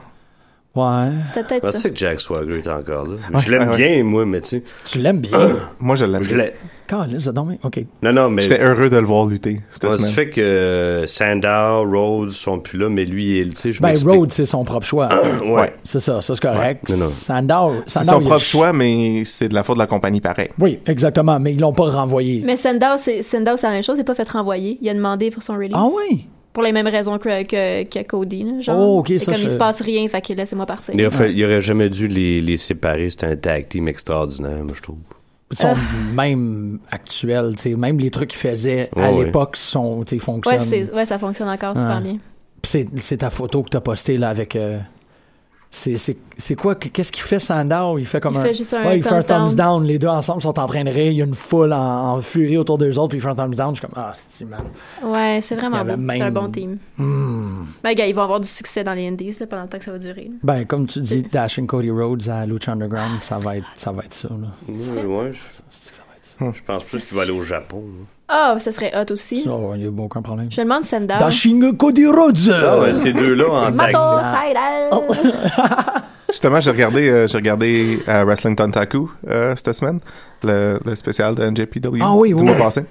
[SPEAKER 3] Ouais.
[SPEAKER 5] C'était peut-être
[SPEAKER 7] Je
[SPEAKER 5] ça.
[SPEAKER 7] sais que Jack Swagger est encore là.
[SPEAKER 4] Ouais,
[SPEAKER 7] je l'aime
[SPEAKER 4] ouais,
[SPEAKER 7] bien, moi, mais tu sais.
[SPEAKER 3] Tu l'aimes bien.
[SPEAKER 4] Moi, je l'aime.
[SPEAKER 7] Je
[SPEAKER 4] bien.
[SPEAKER 7] l'ai-
[SPEAKER 3] Calais, ça dormait. OK.
[SPEAKER 7] Non, non, mais.
[SPEAKER 4] J'étais heureux de le voir lutter cette
[SPEAKER 7] Ouais, ça
[SPEAKER 4] semaine.
[SPEAKER 7] fait que euh, Sandow, Rhodes sont plus là, mais lui, il, tu sais, je
[SPEAKER 3] Ben,
[SPEAKER 7] m'explique.
[SPEAKER 3] Rhodes, c'est son propre choix.
[SPEAKER 7] Ouais.
[SPEAKER 3] C'est ça, ça c'est correct.
[SPEAKER 7] Ouais, non, non.
[SPEAKER 3] Sandow,
[SPEAKER 4] C'est
[SPEAKER 3] Sandow,
[SPEAKER 4] son
[SPEAKER 3] il a-
[SPEAKER 4] propre choix, mais c'est de la faute de la compagnie pareil.
[SPEAKER 3] Oui, exactement, mais ils l'ont pas renvoyé.
[SPEAKER 5] Mais Sandow, c'est Sandow, c'est la même chose. Il n'est pas fait renvoyer. Il a demandé pour son release.
[SPEAKER 3] Ah oui?
[SPEAKER 5] Pour les mêmes raisons que, que, que Cody. là, genre.
[SPEAKER 3] Oh, ok,
[SPEAKER 5] Et
[SPEAKER 3] ça,
[SPEAKER 5] comme
[SPEAKER 3] je-
[SPEAKER 5] il se passe rien, fait que laissez-moi partir.
[SPEAKER 7] Il, a fait- il aurait jamais dû les, les séparer. C'était un tag team extraordinaire, moi, je trouve.
[SPEAKER 3] Ils sont
[SPEAKER 5] Ah.
[SPEAKER 3] même actuels, tu sais, même les trucs qu'ils faisaient à
[SPEAKER 7] Ouais, ouais.
[SPEAKER 3] l'époque sont, tu sais,
[SPEAKER 5] Ouais,
[SPEAKER 3] fonctionnent.
[SPEAKER 5] c'est- ouais, ça fonctionne encore super
[SPEAKER 3] Ouais.
[SPEAKER 5] bien.
[SPEAKER 3] Puis c'est, c'est ta photo que t'as postée, là, avec... euh, c'est, c'est, c'est quoi? que- Qu'est-ce qu'il fait, Sandow? Il fait comme
[SPEAKER 5] Il
[SPEAKER 3] un...
[SPEAKER 5] fait juste un
[SPEAKER 3] ouais, il fait un
[SPEAKER 5] thumbs
[SPEAKER 3] thumbs down. Les deux ensemble sont en train de rire. Il y a une foule en, en furie autour d'eux autres, puis il fait un thumbs down. Je suis comme, ah, c'est man.
[SPEAKER 5] Ouais, c'est
[SPEAKER 3] Il y
[SPEAKER 5] vraiment
[SPEAKER 3] avait
[SPEAKER 5] beau.
[SPEAKER 3] même- Hmm.
[SPEAKER 5] C'est un bon team. Ben, gars, ils vont avoir du succès dans les Indies là, pendant le temps que ça va durer. là.
[SPEAKER 3] Ben, comme tu dis, Dashing Cody Rhodes à Lucha Underground,
[SPEAKER 5] Ah,
[SPEAKER 3] ça, va être, ça va être ça, là.
[SPEAKER 7] Ouais, ouais, je, je pense plus qu'il va aller au Japon. là.
[SPEAKER 5] Ah, ça serait hot aussi.
[SPEAKER 3] Ça, il n'y a aucun problème.
[SPEAKER 5] Je demande Sandow.
[SPEAKER 3] Dashing Cody Rhodes!
[SPEAKER 7] Ah ouais, ces deux-là en tag.
[SPEAKER 5] Mato, Saïda.
[SPEAKER 3] Oh,
[SPEAKER 4] Justement, j'ai regardé, euh, j'ai regardé euh, Wrestling Tontaku euh, cette semaine, le, le spécial de NJPW
[SPEAKER 3] Ah oui,
[SPEAKER 4] du
[SPEAKER 3] oui,
[SPEAKER 4] mois
[SPEAKER 3] oui.
[SPEAKER 4] passé.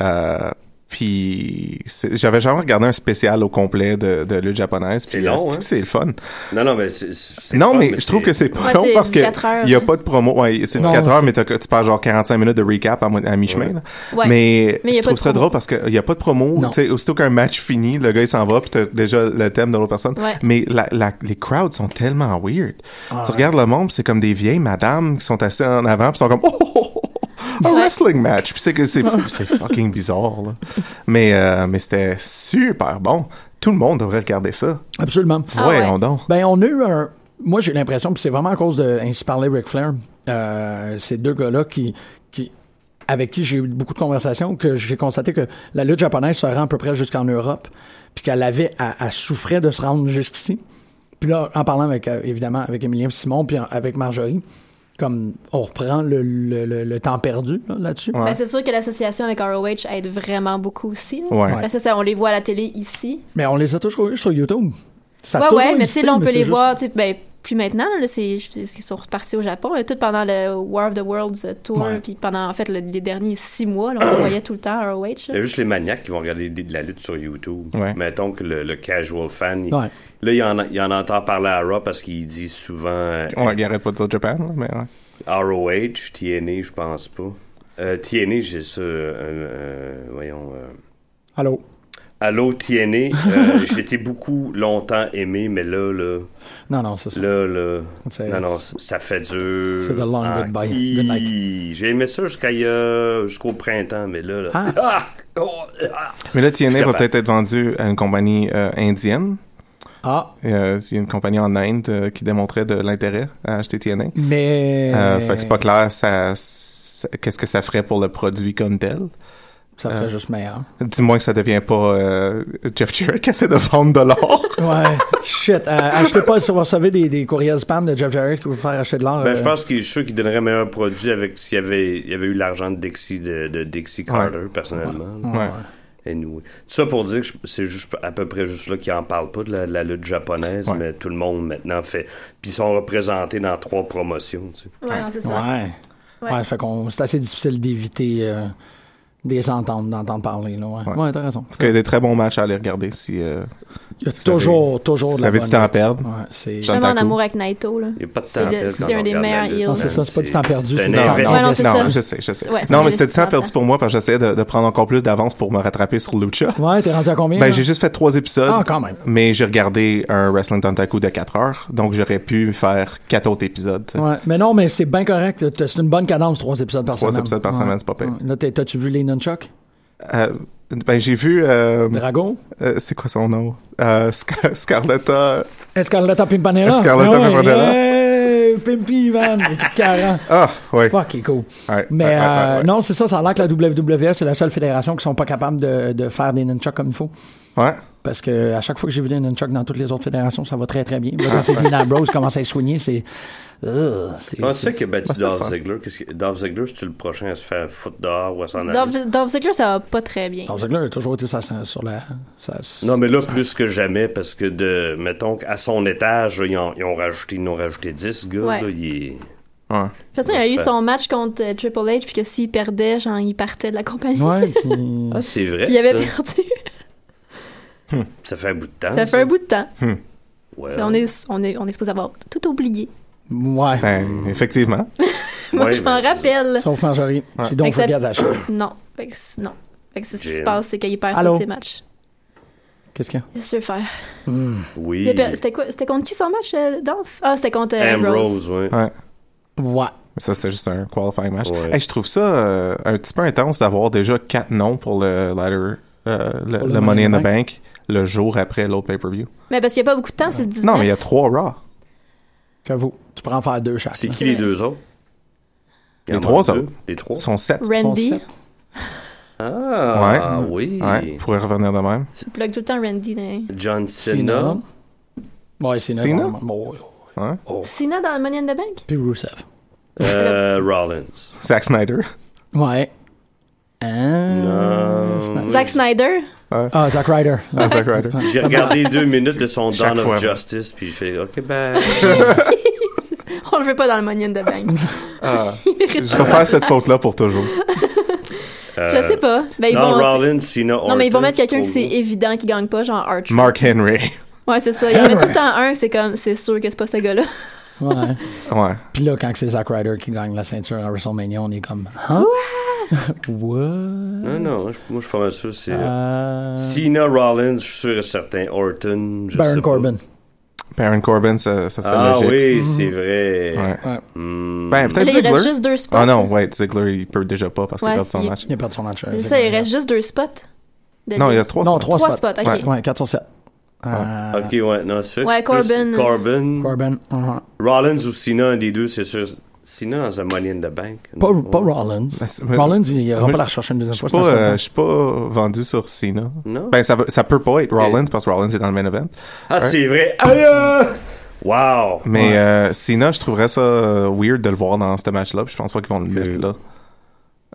[SPEAKER 4] Euh, puis c'est- j'avais jamais regardé un spécial au complet de, de lutte japonaise. Puis
[SPEAKER 7] C'est long,
[SPEAKER 4] euh, c'est-
[SPEAKER 7] hein?
[SPEAKER 4] c'est le fun.
[SPEAKER 7] Non, non, mais c'est. c'est
[SPEAKER 4] Non,
[SPEAKER 7] fun,
[SPEAKER 4] mais, je trouve que c'est pas
[SPEAKER 5] Ouais,
[SPEAKER 4] long
[SPEAKER 5] c'est
[SPEAKER 4] parce
[SPEAKER 5] du
[SPEAKER 4] que
[SPEAKER 5] quatre heures,
[SPEAKER 4] il y a
[SPEAKER 5] hein.
[SPEAKER 4] pas de promo. Ouais, c'est du
[SPEAKER 3] Non,
[SPEAKER 4] 4 heures,
[SPEAKER 3] c'est-
[SPEAKER 4] mais t'as- tu passes genre 45 minutes de recap à, mo- à mi-chemin. là.
[SPEAKER 5] Ouais.
[SPEAKER 4] Mais,
[SPEAKER 5] Mais il y
[SPEAKER 4] je
[SPEAKER 5] a pas
[SPEAKER 4] trouve
[SPEAKER 5] de
[SPEAKER 4] ça
[SPEAKER 5] promo.
[SPEAKER 4] drôle parce qu'il n'y a pas de promo.
[SPEAKER 3] Non.
[SPEAKER 4] Tu sais, aussitôt qu'un match finit, le gars il s'en va, puis t'as déjà le thème de l'autre personne.
[SPEAKER 5] Ouais.
[SPEAKER 4] Mais la- la- les crowds sont tellement weird. tu regardes le monde, puis c'est comme des vieilles madames qui sont assises en avant, puis sont comme oh, oh, oh, oh, un
[SPEAKER 5] Ouais.
[SPEAKER 4] wrestling match. Puis c'est que c'est c'est fucking bizarre. Là. Mais euh, mais c'était super bon. Tout le monde devrait regarder ça.
[SPEAKER 3] Absolument.
[SPEAKER 5] Ah ouais.
[SPEAKER 4] Voyons donc.
[SPEAKER 3] Ben, on a eu un. Moi, j'ai l'impression, puis c'est vraiment à cause de ainsi parler Ric Flair, euh, ces deux gars-là qui, qui, avec qui j'ai eu beaucoup de conversations, que j'ai constaté que la lutte japonaise se rend à peu près jusqu'en Europe, puis qu'elle avait à, souffrir de se rendre jusqu'ici. Puis là, en parlant avec, euh, évidemment, avec Emilien Simon, puis en- avec Marjorie, comme on reprend le, le- le- le temps perdu là, là-dessus.
[SPEAKER 4] Ouais.
[SPEAKER 5] Ben, c'est sûr que l'association avec ROH aide vraiment beaucoup aussi. là.
[SPEAKER 4] Ouais.
[SPEAKER 5] Parce que ça, on les voit à la télé ici.
[SPEAKER 3] Mais on les a toujours eu sur YouTube. Ça a
[SPEAKER 5] Ouais,
[SPEAKER 3] toujours
[SPEAKER 5] ouais, mais tu
[SPEAKER 3] existé,
[SPEAKER 5] sais, là, on peut
[SPEAKER 3] c'est
[SPEAKER 5] les
[SPEAKER 3] juste-
[SPEAKER 5] voir, tu sais, ben, puis maintenant, là, là, c'est, je- c'est- ils sont repartis au Japon, là, tout pendant le War of the Worlds euh, Tour,
[SPEAKER 3] Ouais.
[SPEAKER 5] puis pendant, en fait, le- les derniers six mois, là, on les voyait tout le temps à ROH.
[SPEAKER 7] Il y a juste les maniaques qui vont regarder des- de la lutte sur YouTube.
[SPEAKER 4] Ouais.
[SPEAKER 7] Mettons que le, le casual fan, il-
[SPEAKER 3] Ouais.
[SPEAKER 7] là, il en, a- il en entend parler à Raw parce qu'il dit souvent euh,
[SPEAKER 4] Ouais, il arrête pas de dire Japan, là, mais ouais.
[SPEAKER 7] ROH, TNA, je pense pas. Euh, TNA, j'ai ça. euh, euh, voyons. euh,
[SPEAKER 3] Allô?
[SPEAKER 7] Allô, TNA. euh, J'étais beaucoup longtemps aimé, mais là, là,
[SPEAKER 3] Non, non, c'est ça.
[SPEAKER 7] là, là.
[SPEAKER 3] C'est-
[SPEAKER 7] Non, non, c- ça fait dur. Ah,
[SPEAKER 3] C'est the long goodbye.
[SPEAKER 7] hi.
[SPEAKER 3] Good night.
[SPEAKER 7] J'ai aimé ça jusqu'à il y a- jusqu'au printemps, mais là, là.
[SPEAKER 3] Ah.
[SPEAKER 7] Ah! Oh, ah!
[SPEAKER 4] Mais là, TNA va
[SPEAKER 7] capable.
[SPEAKER 4] peut-être être vendu à une compagnie euh, indienne.
[SPEAKER 3] Ah,
[SPEAKER 4] Et, euh, Il y a une compagnie en Inde euh, qui démontrait de l'intérêt à acheter TNA.
[SPEAKER 3] mais.
[SPEAKER 4] Euh, fait que c'est pas clair ça, ça- qu'est-ce que ça ferait pour le produit comme tel.
[SPEAKER 3] Ça ferait
[SPEAKER 4] Euh.
[SPEAKER 3] juste meilleur.
[SPEAKER 4] Dis-moi que ça devient pas euh, Jeff Jarrett qui essaie de vendre de l'or.
[SPEAKER 3] Ouais. Shit. euh, achetez pas si vous recevez des, des courriels spam de Jeff Jarrett qui vous faire acheter de l'or.
[SPEAKER 7] Ben,
[SPEAKER 3] euh,
[SPEAKER 7] je pense que je suis sûr qu'il donnerait meilleur produit avec s'il y avait, il y avait eu l'argent de Dixie, de, de Dixie Carter, personnellement.
[SPEAKER 4] Ouais.
[SPEAKER 7] Anyway. Tout ça pour dire que je- c'est juste à peu près juste là qu'ils en parlent pas de la, de la lutte japonaise,
[SPEAKER 4] Ouais.
[SPEAKER 7] mais tout le monde maintenant fait. Puis ils sont représentés dans trois promotions. tu sais.
[SPEAKER 5] Ouais, non, c'est ça.
[SPEAKER 3] Ouais. Ouais.
[SPEAKER 5] Ouais.
[SPEAKER 3] fait qu'on. C'est assez difficile d'éviter euh, des ententes, d'entendre parler, là. Ouais, ouais. t'as raison.
[SPEAKER 4] Parce qu'il y a des très bons matchs à aller regarder si, euh,
[SPEAKER 3] Il y a
[SPEAKER 4] si vous
[SPEAKER 3] toujours,
[SPEAKER 4] avez-
[SPEAKER 3] toujours
[SPEAKER 4] si
[SPEAKER 3] de
[SPEAKER 4] vous
[SPEAKER 3] la
[SPEAKER 4] avez
[SPEAKER 3] bonne
[SPEAKER 4] du temps à
[SPEAKER 3] lutte.
[SPEAKER 4] perdre.
[SPEAKER 3] Ouais, c'est.
[SPEAKER 4] Je-
[SPEAKER 5] Je suis vraiment en
[SPEAKER 4] Taku.
[SPEAKER 5] amour avec Naito, là.
[SPEAKER 7] Il n'y a pas de temps
[SPEAKER 5] C'est
[SPEAKER 7] à
[SPEAKER 5] le-
[SPEAKER 7] perdre
[SPEAKER 5] c'est un
[SPEAKER 7] quand on
[SPEAKER 5] des
[SPEAKER 7] regarde la
[SPEAKER 5] meilleurs
[SPEAKER 7] lutte,
[SPEAKER 5] heels.
[SPEAKER 7] man.
[SPEAKER 3] Non, c'est ça, c'est pas du temps perdu,
[SPEAKER 7] C'est
[SPEAKER 3] c'est
[SPEAKER 7] un
[SPEAKER 3] du temps
[SPEAKER 4] Non,
[SPEAKER 7] investissement.
[SPEAKER 4] non,
[SPEAKER 5] Ouais, non, c'est
[SPEAKER 4] non,
[SPEAKER 5] ça.
[SPEAKER 4] je sais, je sais.
[SPEAKER 5] Ouais, c'est
[SPEAKER 4] non,
[SPEAKER 5] un
[SPEAKER 4] mais c'était du temps
[SPEAKER 5] investissement.
[SPEAKER 4] perdu pour moi parce que j'essayais de, de prendre encore plus d'avance pour me rattraper sur Lucha.
[SPEAKER 3] Ouais, t'es rendu à combien?
[SPEAKER 4] Ben,
[SPEAKER 3] là?
[SPEAKER 4] j'ai juste fait trois épisodes.
[SPEAKER 3] hein. Ah, quand même.
[SPEAKER 4] Mais j'ai regardé un Wrestling Tentacle de 4 heures, donc j'aurais pu faire quatre autres épisodes. tu sais.
[SPEAKER 3] Ouais, mais non, mais c'est bien correct. T'as- C'est une bonne cadence, trois épisodes par
[SPEAKER 4] Trois
[SPEAKER 3] semaine.
[SPEAKER 4] épisodes par
[SPEAKER 3] Ouais.
[SPEAKER 4] semaine, c'est pas pire.
[SPEAKER 3] Ouais. Là, t'es- t'as-tu vu les Nunchuck?
[SPEAKER 4] Euh, ben, j'ai vu. euh,
[SPEAKER 3] Drago?
[SPEAKER 4] euh, c'est quoi son nom Euh, Sc- Scarletta.
[SPEAKER 3] Escarlata Pimpanera.
[SPEAKER 4] Escarlata
[SPEAKER 3] Ah ouais,
[SPEAKER 4] Pimpinella.
[SPEAKER 3] hey, Pimpy, man. Il était carré.
[SPEAKER 4] Ah, ouais.
[SPEAKER 3] Fuck, il est cool.
[SPEAKER 4] Ouais,
[SPEAKER 3] Mais
[SPEAKER 4] ouais, ouais,
[SPEAKER 3] euh,
[SPEAKER 4] ouais.
[SPEAKER 3] non, c'est ça, ça a l'air que la WWE, c'est la seule fédération qui sont pas capables de, de faire des nunchucks comme il faut.
[SPEAKER 4] Ouais.
[SPEAKER 3] Parce que à chaque fois que j'ai vu des nunchucks dans toutes les autres fédérations, ça va très très bien. Là, quand c'est Dean Ambrose commence à se soigner, c'est. Euh, c'est-
[SPEAKER 7] Comment
[SPEAKER 3] c'est-
[SPEAKER 7] ça qu'il a battu
[SPEAKER 4] Ouais, Ah, c'est le
[SPEAKER 7] Dolph
[SPEAKER 4] fun.
[SPEAKER 7] Ziggler? Qu'est-ce que- Dolph Ziggler, c'est-tu le prochain à se faire foutre dehors ou à s'en aller?
[SPEAKER 5] Dolph Dolph Ziggler, ça va pas très bien.
[SPEAKER 3] Dolph Ziggler a toujours été sur, la- sur la. ça-
[SPEAKER 7] Non, mais là, plus que jamais, parce que de, mettons, qu'à son étage, là, ils ont, ils ont rajouté, ils ont rajouté 10 gars,
[SPEAKER 5] Ouais.
[SPEAKER 7] là, il est...
[SPEAKER 4] Ouais.
[SPEAKER 5] De toute façon, il a eu son match contre euh, Triple H, puis que s'il perdait, genre, il partait de la compagnie.
[SPEAKER 3] Ouais, puis-
[SPEAKER 7] Ah, c'est vrai,
[SPEAKER 5] Puis il avait
[SPEAKER 7] ça. Ah,
[SPEAKER 5] perdu.
[SPEAKER 7] Ça fait un bout de temps.
[SPEAKER 5] Ça fait un bout de temps.
[SPEAKER 7] Ouais.
[SPEAKER 5] Ça, on, est, on, est, on est supposé avoir tout oublié.
[SPEAKER 3] ouais.
[SPEAKER 4] Ben, effectivement.
[SPEAKER 5] Moi,
[SPEAKER 7] Ouais,
[SPEAKER 5] je m'en
[SPEAKER 7] ben, c'est
[SPEAKER 5] rappelle.
[SPEAKER 3] Sauf Marjorie.
[SPEAKER 4] Ouais.
[SPEAKER 3] J'ai donc
[SPEAKER 5] Except-
[SPEAKER 3] regardé la chose.
[SPEAKER 5] Non. Fait que c'est- non. Fait que c'est ce qui se
[SPEAKER 7] Jim.
[SPEAKER 5] passe, c'est qu'il perd
[SPEAKER 3] Allô?
[SPEAKER 5] tous ses matchs.
[SPEAKER 3] Qu'est-ce qu'il y a?
[SPEAKER 5] Qu'est-ce que tu veux faire? Il a
[SPEAKER 7] Oui.
[SPEAKER 5] per- C'était quoi- c'était contre qui son match, euh, Dolph? Ah, c'était contre euh, Ambrose.
[SPEAKER 7] Ambrose, ouais.
[SPEAKER 4] Ouais.
[SPEAKER 3] Ouais.
[SPEAKER 4] Mais Ça, c'était juste un qualifying match.
[SPEAKER 7] Ouais.
[SPEAKER 4] Hey, je trouve ça euh, un petit peu intense d'avoir déjà quatre noms pour le ladder, euh, le,
[SPEAKER 3] Pour
[SPEAKER 4] le Money in the bank. le jour après l'autre pay-per-view.
[SPEAKER 5] Mais parce qu'il n'y a pas beaucoup de temps, c'est le 19.
[SPEAKER 4] Non, mais il y a trois Raw.
[SPEAKER 3] J'avoue. Tu prends en faire deux chaque.
[SPEAKER 7] C'est
[SPEAKER 3] là.
[SPEAKER 7] qui les deux autres? Il
[SPEAKER 4] Les
[SPEAKER 7] en
[SPEAKER 4] trois
[SPEAKER 7] manque
[SPEAKER 4] autres.
[SPEAKER 7] deux. Les trois?
[SPEAKER 4] Ils sont sept.
[SPEAKER 3] Ils
[SPEAKER 5] Randy.
[SPEAKER 3] sont sept.
[SPEAKER 7] Ah, oui.
[SPEAKER 4] Ouais, pourrait revenir de même.
[SPEAKER 5] Tu bloques tout le temps Randy. dans-
[SPEAKER 7] John
[SPEAKER 3] Cena.
[SPEAKER 7] Cena.
[SPEAKER 3] Ouais, Cena.
[SPEAKER 4] Cena?
[SPEAKER 3] vraiment. Bon, ouais.
[SPEAKER 5] Cena dans le Money in the Bank?
[SPEAKER 3] Puis Rusev.
[SPEAKER 7] Euh, Rollins.
[SPEAKER 4] Zack Snyder.
[SPEAKER 3] Ouais. Hein?
[SPEAKER 7] Non.
[SPEAKER 3] Zack-
[SPEAKER 5] Zack Snyder?
[SPEAKER 3] Ah, Zack Ryder.
[SPEAKER 4] Ah, Zack Ryder.
[SPEAKER 7] J'ai regardé deux minutes de son
[SPEAKER 4] Chaque
[SPEAKER 7] Dawn of
[SPEAKER 4] fois, moi.
[SPEAKER 7] Justice, puis j'ai fait, OK, ben...
[SPEAKER 5] On le veut pas dans le Money in the Bank.
[SPEAKER 4] Ah,
[SPEAKER 5] Il mérite
[SPEAKER 4] je vais faire cette faute-là pour toujours.
[SPEAKER 5] Je sais pas. Ben, ils
[SPEAKER 7] euh, non,
[SPEAKER 5] vont,
[SPEAKER 7] Rollins, Cena,
[SPEAKER 5] non, mais ils vont
[SPEAKER 7] Orton,
[SPEAKER 5] mettre quelqu'un que
[SPEAKER 7] trop
[SPEAKER 5] c'est
[SPEAKER 7] gros.
[SPEAKER 5] évident qu'il gagne pas, genre Archer.
[SPEAKER 4] Mark Henry.
[SPEAKER 5] Ouais, c'est ça. Ils en mettent tout le temps un, que c'est comme, c'est sûr que c'est pas ce gars-là.
[SPEAKER 3] Ouais.
[SPEAKER 4] Ouais.
[SPEAKER 3] Puis là, quand c'est Zack Ryder qui gagne la ceinture à WrestleMania, on est comme. Hein? What?
[SPEAKER 5] Mm.
[SPEAKER 7] Non, non, je- moi, je suis pas mal sûr, que c'est...
[SPEAKER 3] Euh,
[SPEAKER 7] Cena, Rollins, je suis sûr et certain. Orton, je sais
[SPEAKER 3] Baron
[SPEAKER 7] pas.
[SPEAKER 3] Corbin. Mm-hmm.
[SPEAKER 4] Baron Corbin, ça, ça serait
[SPEAKER 7] Ah
[SPEAKER 4] logique.
[SPEAKER 7] oui, c'est vrai.
[SPEAKER 4] Ouais.
[SPEAKER 3] Ouais.
[SPEAKER 7] Hmm.
[SPEAKER 4] Ben, peut-être
[SPEAKER 5] Là, il reste
[SPEAKER 4] Ziggler.
[SPEAKER 5] juste deux spots.
[SPEAKER 4] Ah non, ouais, Ziggler, il peut déjà pas parce qu'il
[SPEAKER 5] Ouais,
[SPEAKER 4] perd son
[SPEAKER 5] il-
[SPEAKER 4] match.
[SPEAKER 3] Il a perdu son match. euh,
[SPEAKER 5] C'est
[SPEAKER 3] Zack
[SPEAKER 5] ça, il
[SPEAKER 3] Ryder.
[SPEAKER 5] reste juste deux spots. de
[SPEAKER 4] Non, il
[SPEAKER 5] ligne.
[SPEAKER 4] y a trois
[SPEAKER 3] Non,
[SPEAKER 4] spots.
[SPEAKER 3] trois,
[SPEAKER 5] Trois
[SPEAKER 3] spots.
[SPEAKER 5] spots, ok.
[SPEAKER 3] Ouais, 4 sur 7. Euh,
[SPEAKER 7] Ok, ouais, non, c'est vrai.
[SPEAKER 5] Ouais,
[SPEAKER 7] que c'est plus
[SPEAKER 5] Corbin. euh,
[SPEAKER 7] Corbin.
[SPEAKER 3] Corbin. uh-huh.
[SPEAKER 7] Rollins ou Cena, un des deux, c'est sûr. Cena dans un Money in the Bank.
[SPEAKER 3] Pas,
[SPEAKER 7] Non.
[SPEAKER 3] pas Rollins.
[SPEAKER 4] Ben, c'est-
[SPEAKER 3] Rollins, il n'ira
[SPEAKER 4] Moi,
[SPEAKER 3] pas la rechercher une deuxième
[SPEAKER 4] Je
[SPEAKER 3] fois.
[SPEAKER 4] suis pas,
[SPEAKER 3] c'est un
[SPEAKER 4] euh,
[SPEAKER 3] seul.
[SPEAKER 4] je suis pas vendu sur Cena.
[SPEAKER 7] Non?
[SPEAKER 4] Ben, ça, va- ça peut pas être Rollins parce que Rollins est dans le main event.
[SPEAKER 7] Ah, c'est vrai. Aïe! euh, Wow!
[SPEAKER 4] Mais euh, Cena, je trouverais ça euh, weird de le voir dans ce match-là. puis Je pense pas qu'ils vont le mettre là.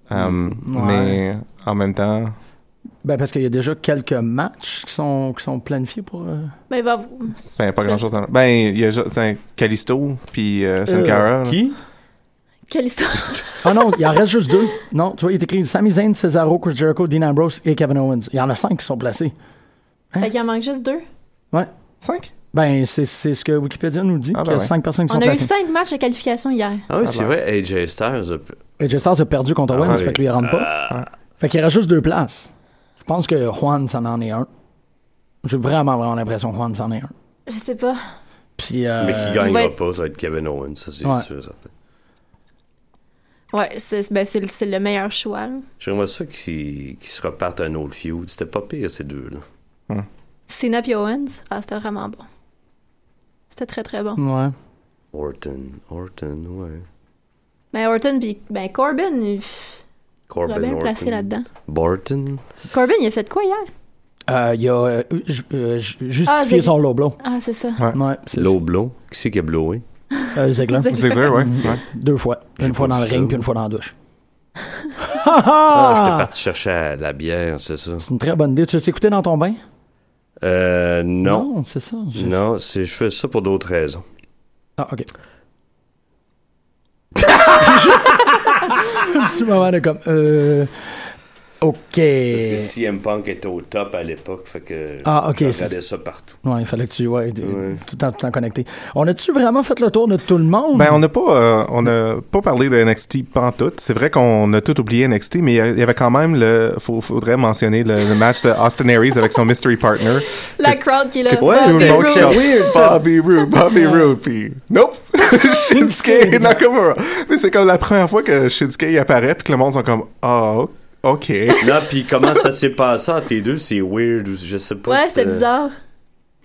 [SPEAKER 4] Um, Mais en même temps,
[SPEAKER 3] Ben, parce qu'il y a déjà quelques matchs qui sont, qui sont planifiés pour. euh,
[SPEAKER 5] Ben, il va.
[SPEAKER 4] ben, pas grand-chose. dans- Ben, il y a juste un Calisto puis euh, Sin Cara. là.
[SPEAKER 7] Qui?
[SPEAKER 5] Quelle histoire.
[SPEAKER 3] Ah non, il en reste juste deux. Non, tu vois, il est écrit Sami Zayn, Cesaro, Chris Jericho, Dean Ambrose et Kevin Owens. Il y en a cinq qui sont placés.
[SPEAKER 5] Fait qu'il en manque juste deux.
[SPEAKER 3] Ouais.
[SPEAKER 4] Cinq?
[SPEAKER 3] Ben, c'est c'est ce que Wikipédia nous dit,
[SPEAKER 4] Ah, ben
[SPEAKER 3] qu'il y a
[SPEAKER 4] ouais.
[SPEAKER 3] cinq personnes qui
[SPEAKER 5] On
[SPEAKER 3] sont
[SPEAKER 5] a eu
[SPEAKER 3] placées.
[SPEAKER 5] cinq matchs de qualification hier.
[SPEAKER 7] Ah oui,
[SPEAKER 4] ben.
[SPEAKER 7] c'est vrai, AJ Styles. euh, a-
[SPEAKER 3] Et Stars a perdu contre Owens,
[SPEAKER 7] ouais.
[SPEAKER 3] fait que lui, il rentre
[SPEAKER 7] Ah.
[SPEAKER 3] pas. Fait qu'il reste juste deux places. Je pense que Juan, ça en est un. J'ai vraiment, vraiment l'impression que Juan, ça en est un.
[SPEAKER 5] Je sais pas.
[SPEAKER 3] Puis, euh,
[SPEAKER 7] Mais qui gagnera
[SPEAKER 5] va être-
[SPEAKER 7] pas, ça va être Kevin Owens, ça c'est
[SPEAKER 3] Ouais.
[SPEAKER 7] sûr et certain.
[SPEAKER 5] Ouais, c'est ben, c'est le- c'est le meilleur choix. là.
[SPEAKER 7] J'aimerais ça qu'ils qu'ils se repartent un autre feud. C'était pas pire, ces deux-là.
[SPEAKER 5] Cena puis Owens. Ah, c'était vraiment bon. C'était très, très bon.
[SPEAKER 3] Ouais.
[SPEAKER 7] Orton, Orton, ouais.
[SPEAKER 5] Mais Orton puis ben, Corbin, il pff, il
[SPEAKER 7] Corbin
[SPEAKER 5] aurait bien le
[SPEAKER 7] Orton.
[SPEAKER 5] placé là-dedans.
[SPEAKER 7] Borton.
[SPEAKER 5] Corbin, il a fait quoi hier?
[SPEAKER 3] Euh, il a euh, ju- euh, ju-
[SPEAKER 5] Ah,
[SPEAKER 3] justifié
[SPEAKER 5] Ziggler.
[SPEAKER 3] son low blow.
[SPEAKER 5] Ah, c'est ça.
[SPEAKER 3] Ouais, c'est
[SPEAKER 7] Low blow. Qui c'est qui a blowé?
[SPEAKER 3] euh, Ziggler.
[SPEAKER 4] Ziggler, ouais. ouais.
[SPEAKER 3] Deux fois. Une fois
[SPEAKER 7] pas
[SPEAKER 3] dans le
[SPEAKER 7] vu ça.
[SPEAKER 3] ring, puis une fois dans la douche.
[SPEAKER 7] Ah, j'étais
[SPEAKER 3] Ah!
[SPEAKER 7] parti chercher à la bière, c'est ça.
[SPEAKER 3] C'est une très bonne idée. Tu l'as écouté dans ton bain?
[SPEAKER 7] Euh, non.
[SPEAKER 3] c'est ça. J'ai-
[SPEAKER 7] Non, c'est je fais ça pour d'autres raisons.
[SPEAKER 3] Ah, OK. Un petit moment de comme... Euh... OK.
[SPEAKER 7] Parce que CM Punk était au top à l'époque, fait que
[SPEAKER 3] Ah, ok,
[SPEAKER 7] je
[SPEAKER 3] c'est
[SPEAKER 7] regardais ça partout.
[SPEAKER 3] Ouais, il fallait que tu... Ouais, t- Tout, le temps, tout le temps connecté. On a-tu vraiment fait le tour de tout le monde?
[SPEAKER 4] Ben, on n'a pas, euh, on a pas parlé de NXT pantoute. C'est vrai qu'on a tout oublié NXT, mais il y a- il y avait quand même le, faut- faudrait mentionner le, le match de Austin Aries avec son mystery partner.
[SPEAKER 5] La crowd qui est là.
[SPEAKER 4] Que-
[SPEAKER 7] Ouais,
[SPEAKER 5] Bobby
[SPEAKER 4] tout le monde
[SPEAKER 5] Roode.
[SPEAKER 4] chante,
[SPEAKER 3] weird, ça.
[SPEAKER 4] Bobby Roode, Bobby Roode, puis nope, Shinsuke Nakamura. Mais c'est comme la première fois que Shinsuke y apparaît, puis que le monde sont comme, ah, o- ok.
[SPEAKER 7] Non, puis comment ça s'est passé entre les deux, c'est weird, ou je sais pas.
[SPEAKER 5] Ouais,
[SPEAKER 7] c'est-
[SPEAKER 5] c'était bizarre.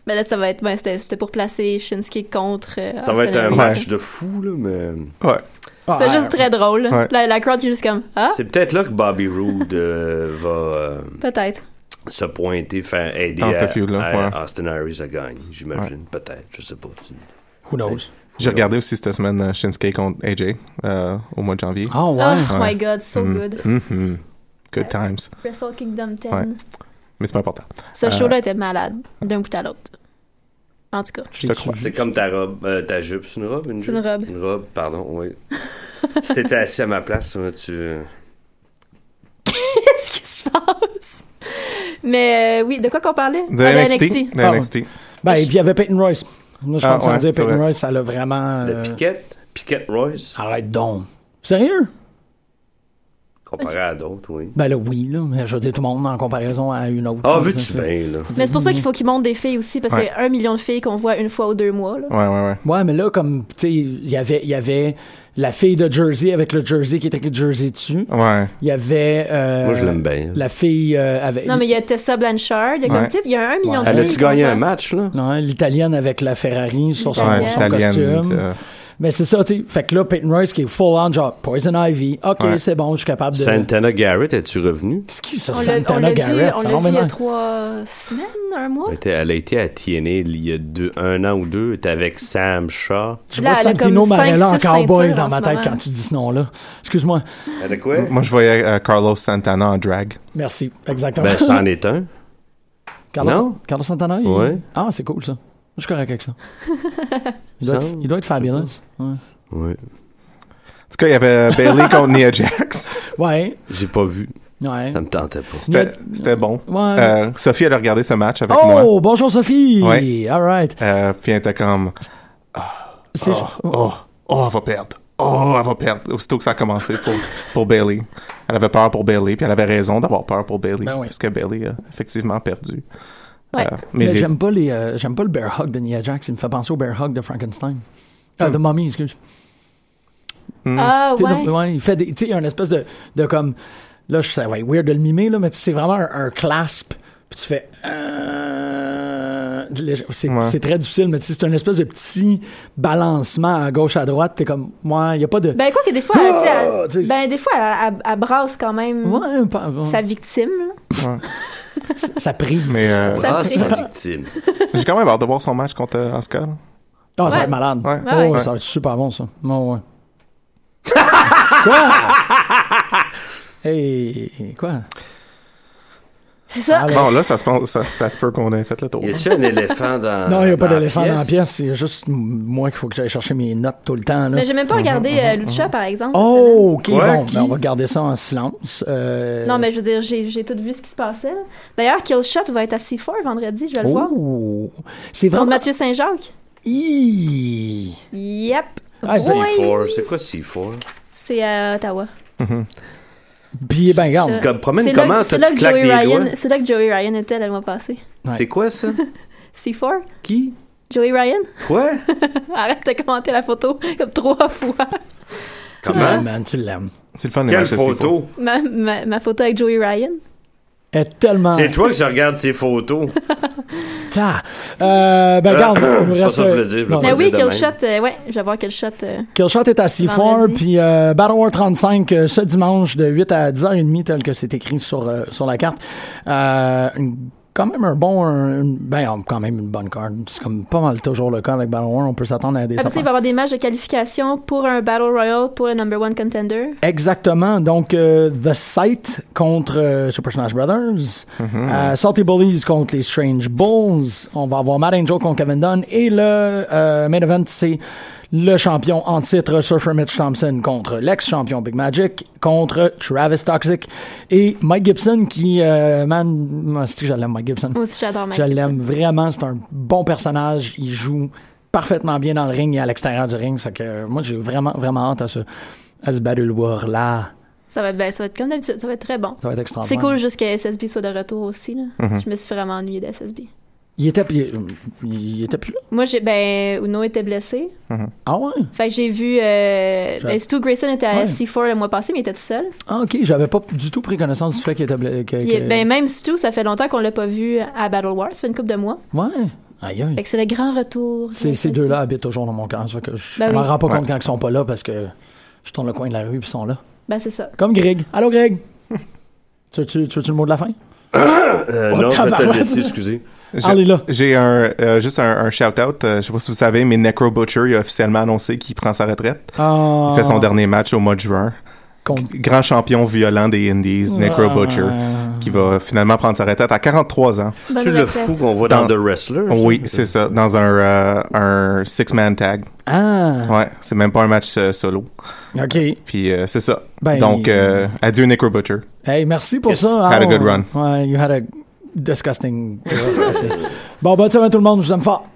[SPEAKER 5] Mais là, ça va être. Ben, c'était c'était pour placer Shinsuke contre. euh,
[SPEAKER 7] Ça va être un
[SPEAKER 5] Arsenal.
[SPEAKER 7] match de fou, là, mais.
[SPEAKER 4] Ouais.
[SPEAKER 3] Ah,
[SPEAKER 5] C'est juste très drôle.
[SPEAKER 4] Ouais.
[SPEAKER 5] La, la crowd est juste comme Ah,
[SPEAKER 7] C'est peut-être là que Bobby Roode euh, va euh,
[SPEAKER 5] peut-être.
[SPEAKER 7] se pointer, faire aider
[SPEAKER 4] Dans
[SPEAKER 7] à,
[SPEAKER 4] cette feud-là,
[SPEAKER 7] à
[SPEAKER 4] ouais.
[SPEAKER 7] Austin Harris à gagner, j'imagine. Peut-être, je sais pas. C'est-
[SPEAKER 3] Who knows?
[SPEAKER 4] J'ai regardé aussi cette semaine euh, Shinsuke contre AJ euh, au mois de janvier.
[SPEAKER 3] Ah ouais.
[SPEAKER 5] Oh
[SPEAKER 4] Ouais.
[SPEAKER 5] my god, so
[SPEAKER 4] Mhm.
[SPEAKER 5] good.
[SPEAKER 4] Mhm. Good times.
[SPEAKER 5] Wrestle Kingdom 10.
[SPEAKER 4] Ouais. Mais c'est pas important.
[SPEAKER 5] Ce
[SPEAKER 4] Euh,
[SPEAKER 5] show-là était malade, d'un bout à l'autre. En tout cas.
[SPEAKER 3] Je
[SPEAKER 4] te crois.
[SPEAKER 7] C'est comme ta robe, euh, ta jupe, c'est une robe? Une
[SPEAKER 5] C'est
[SPEAKER 7] jupe?
[SPEAKER 5] une robe.
[SPEAKER 7] Une robe, pardon, oui. si t'étais assis à ma place, euh, tu... euh,
[SPEAKER 5] Qu'est-ce qui se passe? Mais euh, oui, de quoi qu'on parlait?
[SPEAKER 4] De
[SPEAKER 5] Ah, de
[SPEAKER 4] NXT. De
[SPEAKER 3] Ah ouais.
[SPEAKER 4] NXT.
[SPEAKER 3] Ben, et puis il y avait Peyton Royce. Moi, je
[SPEAKER 4] Ah,
[SPEAKER 3] pense qu'on
[SPEAKER 4] ouais,
[SPEAKER 3] dire
[SPEAKER 4] c'est
[SPEAKER 3] Peyton
[SPEAKER 4] vrai.
[SPEAKER 3] Royce, elle a vraiment.
[SPEAKER 7] Le
[SPEAKER 3] euh, Ah.
[SPEAKER 7] Piquette, Piquette Royce,
[SPEAKER 3] Arrête donc. Sérieux?
[SPEAKER 7] comparé à d'autres, oui.
[SPEAKER 3] Ben là, oui, là. Mais je veux dire, tout le monde en comparaison à une autre.
[SPEAKER 7] Ah,
[SPEAKER 3] là,
[SPEAKER 7] veux-tu
[SPEAKER 3] c'est-
[SPEAKER 7] bien, là?
[SPEAKER 5] Mais c'est pour ça qu'il faut qu'ils montent des filles aussi, parce
[SPEAKER 4] Ouais.
[SPEAKER 5] qu'il y a un million de filles qu'on voit une fois ou deux mois. Là.
[SPEAKER 4] Ouais, ouais, ouais.
[SPEAKER 3] Ouais, mais là, comme, tu sais, il y avait, il y avait la fille de Jersey avec le Jersey qui était écrit Jersey dessus.
[SPEAKER 4] Ouais.
[SPEAKER 3] Il y avait. euh,
[SPEAKER 7] Moi, je l'aime bien.
[SPEAKER 3] La fille euh, avec.
[SPEAKER 5] Non, mais il y a Tessa Blanchard, il y a
[SPEAKER 4] Ouais.
[SPEAKER 5] comme type, il y a un million
[SPEAKER 3] Ouais.
[SPEAKER 5] de
[SPEAKER 7] Elle
[SPEAKER 5] filles.
[SPEAKER 7] a-tu gagné
[SPEAKER 5] qu'on
[SPEAKER 7] un
[SPEAKER 5] voit.
[SPEAKER 7] match, là?
[SPEAKER 3] Non, hein, l'italienne avec la Ferrari sur son,
[SPEAKER 4] Ouais,
[SPEAKER 5] Italienne.
[SPEAKER 3] son
[SPEAKER 4] italienne.
[SPEAKER 3] costume.
[SPEAKER 4] euh,
[SPEAKER 3] Mais c'est ça, tu sais. Fait que là, Peyton Royce qui est full on, genre Poison Ivy. Ok,
[SPEAKER 4] Ouais.
[SPEAKER 3] c'est bon, je suis capable de.
[SPEAKER 7] Santana Garrett, es-tu revenu?
[SPEAKER 3] Qu'est-ce qui ça,
[SPEAKER 5] On l'a- On
[SPEAKER 3] Santana
[SPEAKER 5] l'a vu,
[SPEAKER 3] Garrett?
[SPEAKER 5] on
[SPEAKER 3] ça
[SPEAKER 5] l'a
[SPEAKER 3] rend
[SPEAKER 5] vu il y a
[SPEAKER 3] bien.
[SPEAKER 5] trois semaines, un mois.
[SPEAKER 7] Elle, était- elle a été à TNA il y a deux, un an ou deux, elle était avec Sam Shaw.
[SPEAKER 3] Je
[SPEAKER 5] Là,
[SPEAKER 3] vois
[SPEAKER 5] elle a
[SPEAKER 3] Santino
[SPEAKER 5] comme cinq,
[SPEAKER 3] Marella en
[SPEAKER 5] six
[SPEAKER 3] cowboy
[SPEAKER 5] ceintures
[SPEAKER 3] dans
[SPEAKER 5] en
[SPEAKER 3] ma
[SPEAKER 5] ce
[SPEAKER 3] tête
[SPEAKER 5] moment.
[SPEAKER 3] quand tu dis ce nom-là. Excuse-moi.
[SPEAKER 7] Elle a quoi?
[SPEAKER 4] Moi, je voyais euh, Carlos Santana en drag.
[SPEAKER 3] Merci. Exactement.
[SPEAKER 7] Ben, c'en est un.
[SPEAKER 3] Carlos,
[SPEAKER 7] non.
[SPEAKER 3] Carlos Santana? il-
[SPEAKER 7] Ouais.
[SPEAKER 3] Ah, c'est cool ça. Je suis correct avec ça. Il doit,
[SPEAKER 7] Ça,
[SPEAKER 3] être, il doit être fabulous. Ouais.
[SPEAKER 7] Oui.
[SPEAKER 4] En tout cas, il y avait euh, Bailey contre Nia Jax.
[SPEAKER 3] Ouais.
[SPEAKER 7] J'ai pas vu.
[SPEAKER 3] ouais.
[SPEAKER 7] Ça me tentait pas.
[SPEAKER 4] C'était c'était bon.
[SPEAKER 3] Ouais.
[SPEAKER 4] Euh, Sophie, elle a regardé ce match avec
[SPEAKER 3] oh,
[SPEAKER 4] moi.
[SPEAKER 3] bonjour Sophie!
[SPEAKER 4] Ouais.
[SPEAKER 3] All right.
[SPEAKER 4] Euh, puis elle était comme
[SPEAKER 3] C'est-
[SPEAKER 4] oh, oh, oh, elle va perdre. Oh, elle va perdre. Aussitôt que ça a commencé pour, pour Bailey. Elle avait peur pour Bailey, puis elle avait raison d'avoir peur pour Bailey.
[SPEAKER 3] Ben oui.
[SPEAKER 4] Parce que Bailey a effectivement perdu.
[SPEAKER 5] Ouais.
[SPEAKER 4] Euh, mais
[SPEAKER 3] Mais
[SPEAKER 4] les-
[SPEAKER 3] j'aime pas les, euh, j'aime pas le bear hug de Nia Jax. Il me fait penser au bear hug de Frankenstein. Ah,
[SPEAKER 7] Hmm.
[SPEAKER 3] de Mommy, excuse. Mm.
[SPEAKER 5] Ah,
[SPEAKER 3] Tu sais,
[SPEAKER 5] ouais.
[SPEAKER 3] de- ouais, il fait des, tu sais, un espèce de, de comme, là, je sais, ouais, weird de le mimer, là, mais tu sais, c'est vraiment un, un clasp. Puis tu fais, euh, léger- c'est
[SPEAKER 4] Ouais.
[SPEAKER 3] c'est très difficile, mais tu sais, c'est un espèce de petit balancement à gauche, à droite. T'es comme, ouais, il y a pas de.
[SPEAKER 5] Ben, quoi que des fois, elle, tu sais,
[SPEAKER 3] Ah,
[SPEAKER 5] elle-
[SPEAKER 3] tu sais,
[SPEAKER 5] ben, des fois, elle, elle- elle brasse quand même
[SPEAKER 3] ouais, pas- ouais,
[SPEAKER 5] sa victime. là.
[SPEAKER 3] ça, prise.
[SPEAKER 4] Mais euh,
[SPEAKER 5] Ça
[SPEAKER 7] Ah,
[SPEAKER 5] me
[SPEAKER 7] c'est
[SPEAKER 5] fait-
[SPEAKER 7] la victime.
[SPEAKER 4] j'ai quand même hâte de voir son match contre euh, Asuka. là.
[SPEAKER 3] Ah, ça va
[SPEAKER 5] Ouais.
[SPEAKER 3] être malade.
[SPEAKER 4] Ouais.
[SPEAKER 3] Oh,
[SPEAKER 5] Ouais, ouais.
[SPEAKER 3] ça va être super bon, ça. Oh, ouais. quoi? Hey, quoi?
[SPEAKER 5] C'est ça.
[SPEAKER 3] Ah,
[SPEAKER 4] Bon, là, ça se, pense- ça, ça se peut qu'on ait fait le tour.
[SPEAKER 7] Y a-tu un éléphant dans.
[SPEAKER 3] Non, il n'y a pas
[SPEAKER 7] Euh, dans la
[SPEAKER 3] d'éléphant dans la pièce. C'est juste m- moi qu'il faut que j'aille chercher mes notes tout le temps. Là.
[SPEAKER 5] Mais j'ai même pas regardé euh, Lucha, par exemple. cette
[SPEAKER 3] Mm-hmm, Oh, ok,
[SPEAKER 7] Ouais,
[SPEAKER 3] bon.
[SPEAKER 7] qui-
[SPEAKER 3] ben, on va garder ça en silence. Euh,
[SPEAKER 5] semaine. Non, mais je veux dire, j'ai j'ai tout vu ce qui se passait. là. D'ailleurs, Killshot va être à C4 vendredi, je vais le voir.
[SPEAKER 3] Oh, c'est
[SPEAKER 5] Contre
[SPEAKER 3] vraiment.
[SPEAKER 5] Mathieu Saint-Jacques.
[SPEAKER 3] Hi.
[SPEAKER 5] Yep.
[SPEAKER 3] Ah, c'est-
[SPEAKER 5] Ouais.
[SPEAKER 7] C4. C'est quoi C4?
[SPEAKER 5] C'est à Ottawa.
[SPEAKER 3] Puis, ben, garde.
[SPEAKER 5] Ça-
[SPEAKER 7] Comme, promène
[SPEAKER 5] c'est là-
[SPEAKER 7] comment,
[SPEAKER 5] c'est
[SPEAKER 7] toi,
[SPEAKER 5] là
[SPEAKER 7] tu
[SPEAKER 5] que
[SPEAKER 7] claques
[SPEAKER 5] Joey
[SPEAKER 7] des
[SPEAKER 5] Ryan-
[SPEAKER 7] doigts?
[SPEAKER 5] C'est là que Joey Ryan était le mois passé.
[SPEAKER 3] Ouais.
[SPEAKER 7] C'est quoi ça?
[SPEAKER 5] C4?
[SPEAKER 7] Qui?
[SPEAKER 3] Ah,
[SPEAKER 5] Joey Ryan?
[SPEAKER 7] Quoi?
[SPEAKER 5] Arrête de commenter la photo comme trois fois.
[SPEAKER 3] Tu
[SPEAKER 7] Comment?
[SPEAKER 3] l'aimes, man, tu l'aimes.
[SPEAKER 4] C'est le fun, les
[SPEAKER 7] Quelle
[SPEAKER 4] matchs de C4.
[SPEAKER 7] photo?
[SPEAKER 5] Ma, ma- ma photo avec Joey Ryan.
[SPEAKER 3] Elle est tellement.
[SPEAKER 7] C'est toi que je regarde ces photos.
[SPEAKER 3] Ta. Euh, ben, garde. il nous
[SPEAKER 7] Pas
[SPEAKER 3] reste-
[SPEAKER 7] ça que je voulais dire, je voulais
[SPEAKER 3] Non,
[SPEAKER 7] pas
[SPEAKER 5] Mais
[SPEAKER 7] va
[SPEAKER 5] oui,
[SPEAKER 7] dire de
[SPEAKER 5] Killshot, euh, ouais, je vais voir Killshot. euh,
[SPEAKER 3] Killshot est à C4,
[SPEAKER 5] Vendredi.
[SPEAKER 3] puis euh, Battle War 35 euh, ce dimanche de 8 à 10h30, tel que c'est écrit sur, euh, sur la carte. Euh, une- quand même un bon. un- une- ben, euh, quand même une bonne carte. C'est comme pas mal toujours le cas avec Battle War. On peut s'attendre à des
[SPEAKER 5] Après ça, il va y
[SPEAKER 3] affaires.
[SPEAKER 5] avoir des matchs de qualification pour un Battle Royale pour le number one contender.
[SPEAKER 3] Exactement. Donc, euh, The Sight contre euh, Super Smash Brothers. Euh, Salty Bullies contre les Strange Bulls. On va avoir Matt Angel contre Kevin Dunn. Et le euh, main event, c'est le champion en titre, Surfer Mitch Thompson, contre l'ex-champion Big Magic, contre Travis Toxic et Mike Gibson, qui, euh, man, moi, c'est que je l'aime, Mike Gibson.
[SPEAKER 5] Moi aussi, j'adore Mike
[SPEAKER 3] Je
[SPEAKER 5] Gibson.
[SPEAKER 3] l'aime vraiment. C'est un bon personnage. Il joue parfaitement bien dans le ring et à l'extérieur du ring. C'est que euh, moi, j'ai vraiment, vraiment hâte à ce, à ce Battle War là.
[SPEAKER 5] Ça va être, ben, ça va être comme d'habitude, ça va être très bon.
[SPEAKER 3] Ça va être extraordinaire.
[SPEAKER 5] C'est cool juste que SSB soit de retour aussi. Là.
[SPEAKER 3] Mm-hmm.
[SPEAKER 5] Je me suis vraiment ennuyée d'SSB.
[SPEAKER 3] Il était, il, il était plus là.
[SPEAKER 5] Moi, j'ai ben Uno était blessé.
[SPEAKER 3] Ah ouais?
[SPEAKER 5] Fait que j'ai vu... Euh, ben, Stu Grayson était à
[SPEAKER 3] Ouais.
[SPEAKER 5] SC4 le mois passé, mais il était tout seul.
[SPEAKER 3] Ah ok, j'avais pas du tout pris connaissance du fait qu'il était. bla- Que,
[SPEAKER 5] Puis,
[SPEAKER 3] que-
[SPEAKER 5] ben, même Stu, ça fait longtemps qu'on l'a pas vu à Battle War. Ça fait une couple de mois.
[SPEAKER 3] Ouais. Aïe, aïe.
[SPEAKER 5] Fait que c'est le grand retour. de
[SPEAKER 3] Ces, ces
[SPEAKER 5] Sesame.
[SPEAKER 3] deux-là habitent toujours dans mon cœur. Ça fait que je
[SPEAKER 5] Ben oui.
[SPEAKER 3] m'en rends pas compte
[SPEAKER 4] Ouais.
[SPEAKER 3] quand ils sont pas là parce que je tourne le coin de la rue et ils sont là.
[SPEAKER 5] Ben, c'est ça.
[SPEAKER 3] Comme Greg. Allô, Greg? tu, veux-tu, tu veux-tu le mot de la fin?
[SPEAKER 7] Euh,
[SPEAKER 3] Oh,
[SPEAKER 7] non, je vais te le
[SPEAKER 3] tabarouette.
[SPEAKER 7] laisser, excusez.
[SPEAKER 4] J'ai-
[SPEAKER 3] Allez-là.
[SPEAKER 4] J'ai un, euh, juste un, un shout-out. Euh, je sais pas si vous savez, mais Necro Butcher il a officiellement annoncé qu'il prend sa retraite. Il fait son dernier match au mois de juin.
[SPEAKER 3] Contre-
[SPEAKER 4] Grand champion violent des Indies, Necro Butcher,
[SPEAKER 3] Ah.
[SPEAKER 4] qui va finalement prendre sa retraite à 43 ans.
[SPEAKER 5] Bonne
[SPEAKER 7] Tu le
[SPEAKER 5] retraite.
[SPEAKER 7] fou qu'on voit dans,
[SPEAKER 4] Dans-
[SPEAKER 7] The Wrestler?
[SPEAKER 4] Oui, c'est ça, dans un, euh, un six-man tag.
[SPEAKER 3] Ah,
[SPEAKER 4] Ouais, c'est même pas un match euh, solo.
[SPEAKER 3] OK.
[SPEAKER 4] Puis euh, c'est ça.
[SPEAKER 3] Ben,
[SPEAKER 4] Donc, euh, adieu Necro Butcher.
[SPEAKER 3] Hey, merci pour
[SPEAKER 7] Yes.
[SPEAKER 3] ça.
[SPEAKER 4] Had a
[SPEAKER 3] Ah,
[SPEAKER 4] good
[SPEAKER 3] ouais.
[SPEAKER 4] run.
[SPEAKER 3] Ouais, you had a disgusting... bon, bonne semaine tout le monde. Je vous aime fort.